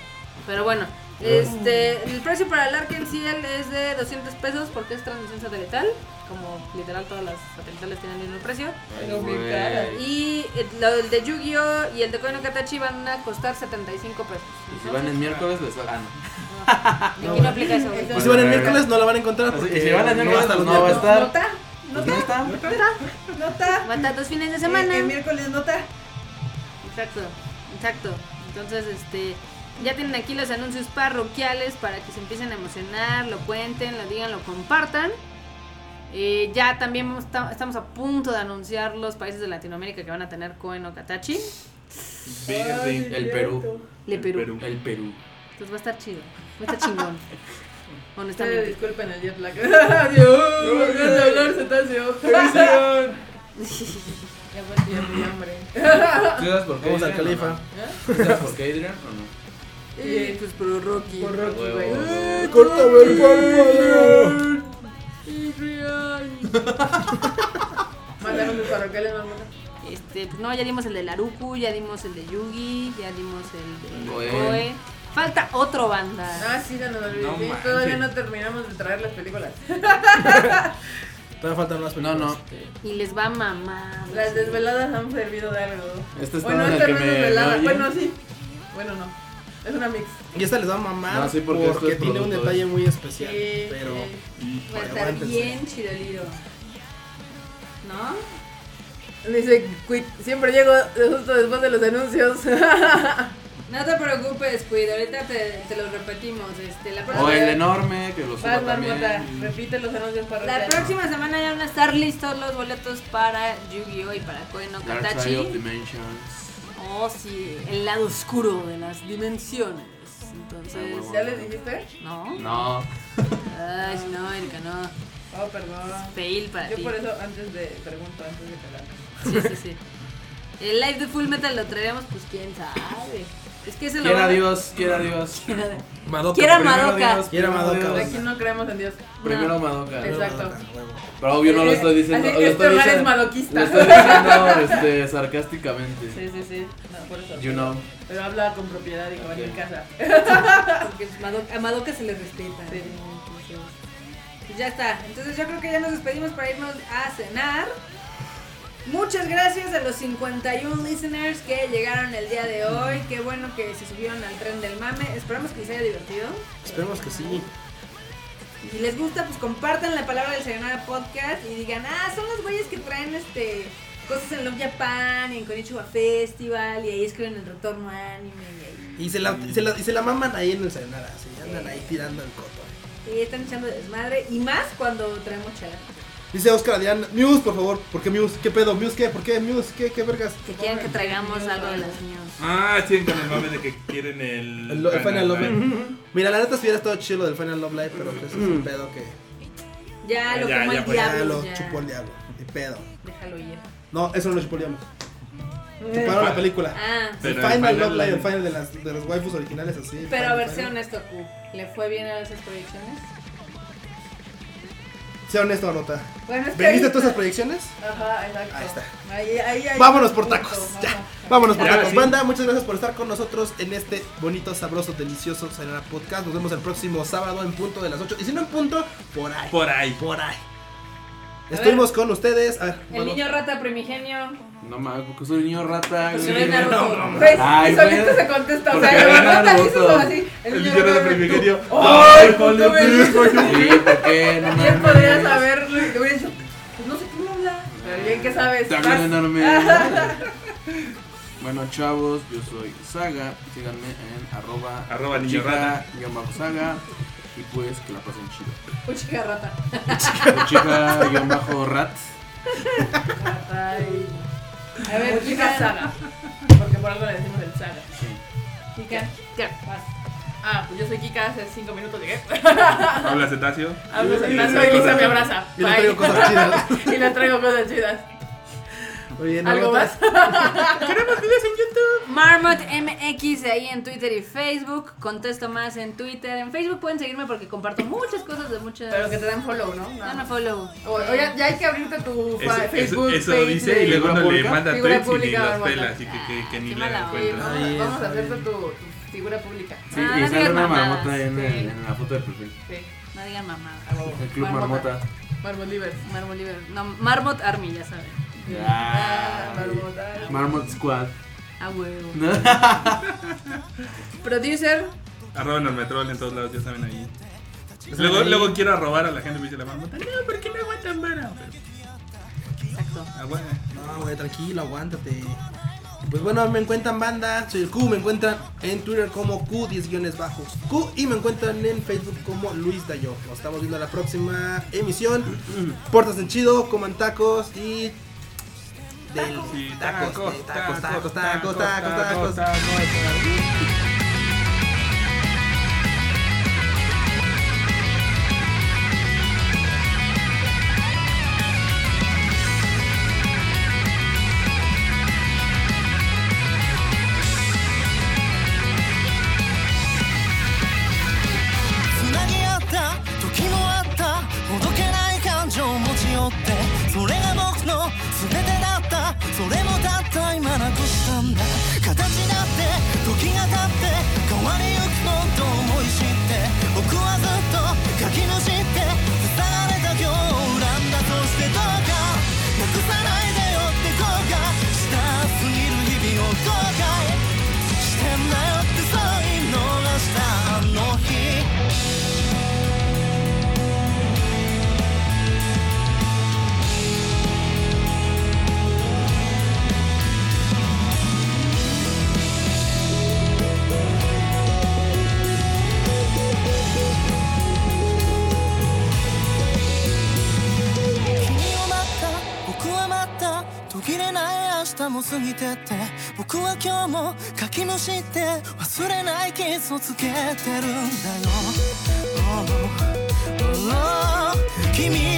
S3: Pero bueno,
S8: Oh.
S3: este, el precio para el Ark en Ciel es de 200 pesos porque es transmisión satelital, como literal todas las satelitales tienen el mismo precio.
S18: no, mi
S8: Güey.
S18: cara.
S3: Y el, lo- el de Yu-Gi-Oh y el de Koen no Katachi van a costar 75 pesos.
S8: Y si van el miércoles les va. Ah, no.
S3: Aquí
S8: *laughs*
S3: no aplica eso. güey.
S5: Y si van el miércoles, no la van a encontrar.
S8: Así que
S5: Porque
S8: si van el
S5: no
S8: miércoles
S5: hasta los
S8: no va a
S5: miércoles.
S8: estar.
S18: Nota,
S8: Pues no
S18: nota,
S8: está.
S18: nota.
S3: Va a estar dos fines de semana.
S18: Eh, El miércoles nota.
S3: Exacto, exacto. Entonces, este, ya tienen aquí los anuncios parroquiales para que se empiecen a emocionar, lo cuenten, lo digan, lo compartan. Eh, ya también vamos- ta- estamos a punto de anunciar los países de Latinoamérica que van a tener Koen o Katachi.
S18: Ay,
S8: El Perú.
S3: Le Perú.
S8: El Perú.
S3: Entonces va a estar chido, va a estar *laughs* chingón.
S18: Eh,
S3: Honestamente.
S18: Disculpen el jet *laughs* lag. Adiós. Volvió a hablar cetáceo. *laughs*
S3: *laughs*
S18: Ya fue el día de hambre.
S8: ¿Tú sabes por qué?
S5: Vamos al
S8: Adrián, o
S5: califa.
S8: no? ¿Tú sabes por qué, Adrián o no?
S3: Eh, pues pero Rocky.
S18: Por Rocky,
S8: Huevo,
S18: güey.
S3: Uh,
S8: huevo.
S5: Corta el párpado.
S18: *laughs* Mandaron mis parroquiales, mamona.
S3: Este, pues, no, ya dimos el de Laruku, ya dimos el de Yugi, ya dimos el de
S8: Koe.
S3: Koe. Falta otro banda.
S18: Ah, sí, se nos olvidó.
S2: No
S18: Sí,
S2: manches.
S18: Todavía no terminamos de traer las películas.
S5: Todavía faltan unas
S8: pues No,
S5: películas.
S8: no.
S3: Y les va a mamar.
S18: Las desveladas han servido de algo.
S8: Este es
S18: Bueno,
S8: en el
S18: esta
S8: que
S18: no es
S8: me. me
S18: desvelada. Bueno,
S8: oyen.
S18: sí. Bueno, no. Es una mix.
S5: Y esta les va a mamar
S8: No, Ah, sí, porque
S5: porque,
S8: esto es
S5: tiene un
S8: producto,
S5: detalle
S8: ¿eh?
S5: muy especial.
S18: Sí,
S5: pero
S18: sí.
S3: Va a estar
S5: aguántense.
S3: bien chidolido. ¿No?
S18: Dice, "Cuit, siempre llego justo después de los
S8: *laughs*
S18: anuncios.
S3: No te preocupes, cuida. Ahorita te, te lo repetimos. Este, la próxima,
S8: O el enorme, que lo suba
S18: Vas, Marmota,
S8: también.
S18: repite los anuncios para
S3: la
S18: Raquel.
S3: próxima semana ya van a estar listos los boletos para Yu-Gi-Oh! y para Koen no
S8: Dark Side of
S3: Katachi.
S8: Dimensions.
S3: Oh, sí, el lado oscuro de las dimensiones. Entonces,
S18: ¿Ya les dijiste?
S3: ¿no?
S8: No.
S3: Ay, no, Erika, no.
S18: Oh, perdón.
S3: Fail para ti.
S18: Yo por eso antes de pregunto, antes de calar.
S3: Sí, sí, sí. El live de Full Metal lo traeremos, pues quién sabe. Es que se lo
S8: Quiera
S3: van a-
S8: Dios, quiera Dios.
S5: Madoka.
S3: Quiera
S5: primero.
S3: Madoka.
S5: Quiera Madoka.
S8: Pues,
S18: Aquí no creemos en Dios.
S8: Primero Madoka.
S18: Exacto.
S5: Madoka, Ah, huevo.
S8: Pero obvio no lo estoy diciendo.
S18: Así
S8: lo
S18: que este
S8: estoy
S18: hogar es
S8: diciendo- Lo
S18: madoquista.
S8: estoy diciendo este, sarcásticamente.
S18: Sí, sí, sí. No, por eso.
S8: You know.
S18: Pero habla con propiedad y como en
S8: Ok.
S18: mi casa.
S3: Porque pues, Madoka- a Madoka se le respeta.
S18: Sí.
S3: ¿no? Entonces, pues, ya está. Entonces yo creo que ya nos despedimos para irnos a cenar. Muchas gracias a los 51 listeners que llegaron el día de hoy. Qué bueno que se subieron al tren del mame. Esperamos que les haya divertido.
S5: Esperemos que sí.
S3: Y si les gusta, pues compartan la palabra del Sayonara Podcast y digan, ah, son los güeyes que traen este cosas en Love Japan y en Konichiwa Festival y ahí escriben el retorno anime y
S5: Y se la, y se la, y se la maman ahí en el Sayonara. así, andan ahí tirando el coto.
S3: ahí, y ahí están echando desmadre y más cuando traemos chala.
S5: Dice Oscar Adrián, Muse, por favor. ¿Por qué Muse? ¿Qué pedo? ¿Muse qué? ¿Por qué? ¿Muse qué? ¿Qué vergas?
S20: Que quieran que traigamos algo de las news.
S2: Ah, siguen con el mame de que quieren el.
S5: El, lo- el Final Love
S2: Live.
S5: Live. Mira, la neta si hubiera estado chido lo del Final Love Live, pero pues es un pedo que
S3: Ya lo
S2: Ya,
S3: como
S2: ya,
S3: el
S2: pues,
S5: ya
S3: diablo.
S5: lo
S3: ya.
S5: chupó el diablo. Ni pedo.
S18: Déjalo ir.
S5: No, eso no lo chupó el diablo. Chuparon la película.
S3: Eh. Ah,
S5: El
S2: Pero el
S5: Final Love
S2: Final
S5: Live, el
S2: Live.
S5: final de las, de los waifus originales así.
S3: pero a
S5: Final,
S3: ver, sé
S5: final.
S3: honesto, Q. ¿Le fue bien a esas proyecciones?
S5: Sea honesto, nota.
S18: Bueno, es que
S5: ¿Veniste
S18: ahí-
S5: todas esas proyecciones?
S18: Ajá, exacto.
S5: Ahí está.
S18: Ahí- ahí- ahí-
S5: Vámonos por
S18: punto,
S5: tacos.
S18: ajá.
S5: Ya. Vámonos por
S2: Ya,
S5: tacos.
S2: sí.
S5: Banda, muchas gracias por estar con nosotros en este bonito, sabroso, delicioso Sayonara Podcast. Nos vemos el próximo sábado en punto de las 8. Y si no en punto, por ahí.
S2: Por ahí.
S5: Por ahí. Estuvimos con ustedes. Ah, A ver,
S3: El
S5: Manolo.
S3: niño rata primigenio.
S8: No mames, porque soy niño rata,
S3: Pues
S8: güey.
S3: se ve Naruto.
S2: no, no, no.
S3: Pues,
S8: Ay,
S3: solito
S8: güey.
S3: se
S8: *laughs*
S3: contesta. O
S8: Porque
S3: sea,
S8: ve
S3: el Naruto
S8: Naruto.
S3: hizo
S18: "Oh,
S3: como así.
S2: El villano de primigenio.
S18: ¡Ay,
S2: con
S18: puto bendito!
S8: Sí, ¿por qué? No
S18: *laughs* Bien
S8: mames.
S18: podría saberlo y te hubiera dicho, pues no sé tú me hablas. Pero bien que sabes.
S8: Te hablan
S18: vas. *laughs*
S8: enorme. Bueno, chavos, yo soy Saga. Síganme en arroba,
S2: Arroba niño
S8: chica,
S2: rata.
S8: guión bajo Saga. Y pues que la pasen chido.
S3: Un chica rata.
S8: O Chica guión bajo rat.
S18: Ay,
S3: A ver,
S18: chica
S3: chica
S18: saga. Porque por algo le decimos el saga.
S3: Chica.
S18: Vas. Ah, pues yo soy Kika, hace 5 minutos llegué.
S2: Habla cetáceo.
S18: Hablo
S2: Y
S18: sentado,
S2: les-
S18: soy Lisa, me abraza.
S5: Y les traigo
S18: Bye.
S5: cosas chidas.
S18: *laughs* Y les traigo cosas chidas.
S5: Oye, ¿no
S18: ¿Algo
S5: notas?
S18: más? *laughs*
S20: Marmot MX ahí en Twitter y Facebook. Contesto más en Twitter. En Facebook pueden seguirme porque comparto muchas cosas de muchas.
S18: Pero que te den follow, ¿no?
S20: Dan a follow.
S18: O, o ya, ya hay que abrirte tu fa-
S2: Eso, eso,
S18: Facebook.
S2: eso
S18: page
S2: dice
S18: de-
S2: y luego
S8: figura
S2: no le
S8: pública.
S2: manda
S18: Figura
S2: tweets y ni
S18: pública,
S2: las
S18: Bárbara.
S2: pela, así que, que, que ni
S20: Qué
S2: le
S20: mala
S2: dan
S20: onda.
S2: cuenta.
S18: Vamos,
S5: Ahí
S18: vamos a
S5: está
S18: hacerte
S5: bien.
S18: tu, tu figura pública.
S20: Ah,
S8: Sí, y
S20: no
S8: sale
S20: digas
S8: una
S20: mamadas.
S8: marmota en,
S18: Sí.
S8: el- en la foto de perfil.
S18: Sí.
S20: No digan mamada.
S18: a huevo.
S8: El club
S18: Marmota.
S8: marmota.
S18: Marmot Liver.
S20: Marmot Liber- No, Marmot Army, ya saben.
S8: Ah,
S18: Marmota.
S8: Marmot Squad.
S20: A huevo.
S18: Producer.
S2: Arroben al metrol en todos lados, ya saben ahí. Luego, luego quiero arrobar a la gente me dice la marmota. No, ¿por qué no aguantan vara?
S20: Exacto.
S2: Ah, bueno.
S5: No, güey, tranquilo, aguántate. Pues bueno, me encuentran banda, soy el Q, me encuentran en Twitter como Q10 guiones bajos Q y me encuentran en Facebook como Luis Dayo. Nos estamos viendo en la próxima emisión. Portas en chido, coman tacos y... del-
S2: Sí,
S5: tacos, de- tacos, tacos, tacos, tacos,
S2: tacos,
S5: tacos.
S2: tacos.
S1: つなぎ合った時もあったほどけない感情を持ち寄ってそれが僕の全てだったそれもたった今なくしたんだ形だって時が経って変わりゆくもっと思い知って僕はずっと書きぬしって伝われた今日を恨んだとしてどうかなくさないでよって後悔したすぎる日々を後悔してんだよってそう言い逃したあの日君を待った僕は待った途切れない明日も過ぎてって僕は今日も書きむしって忘れないキスをつけてるんだよ Oh, oh, oh, 君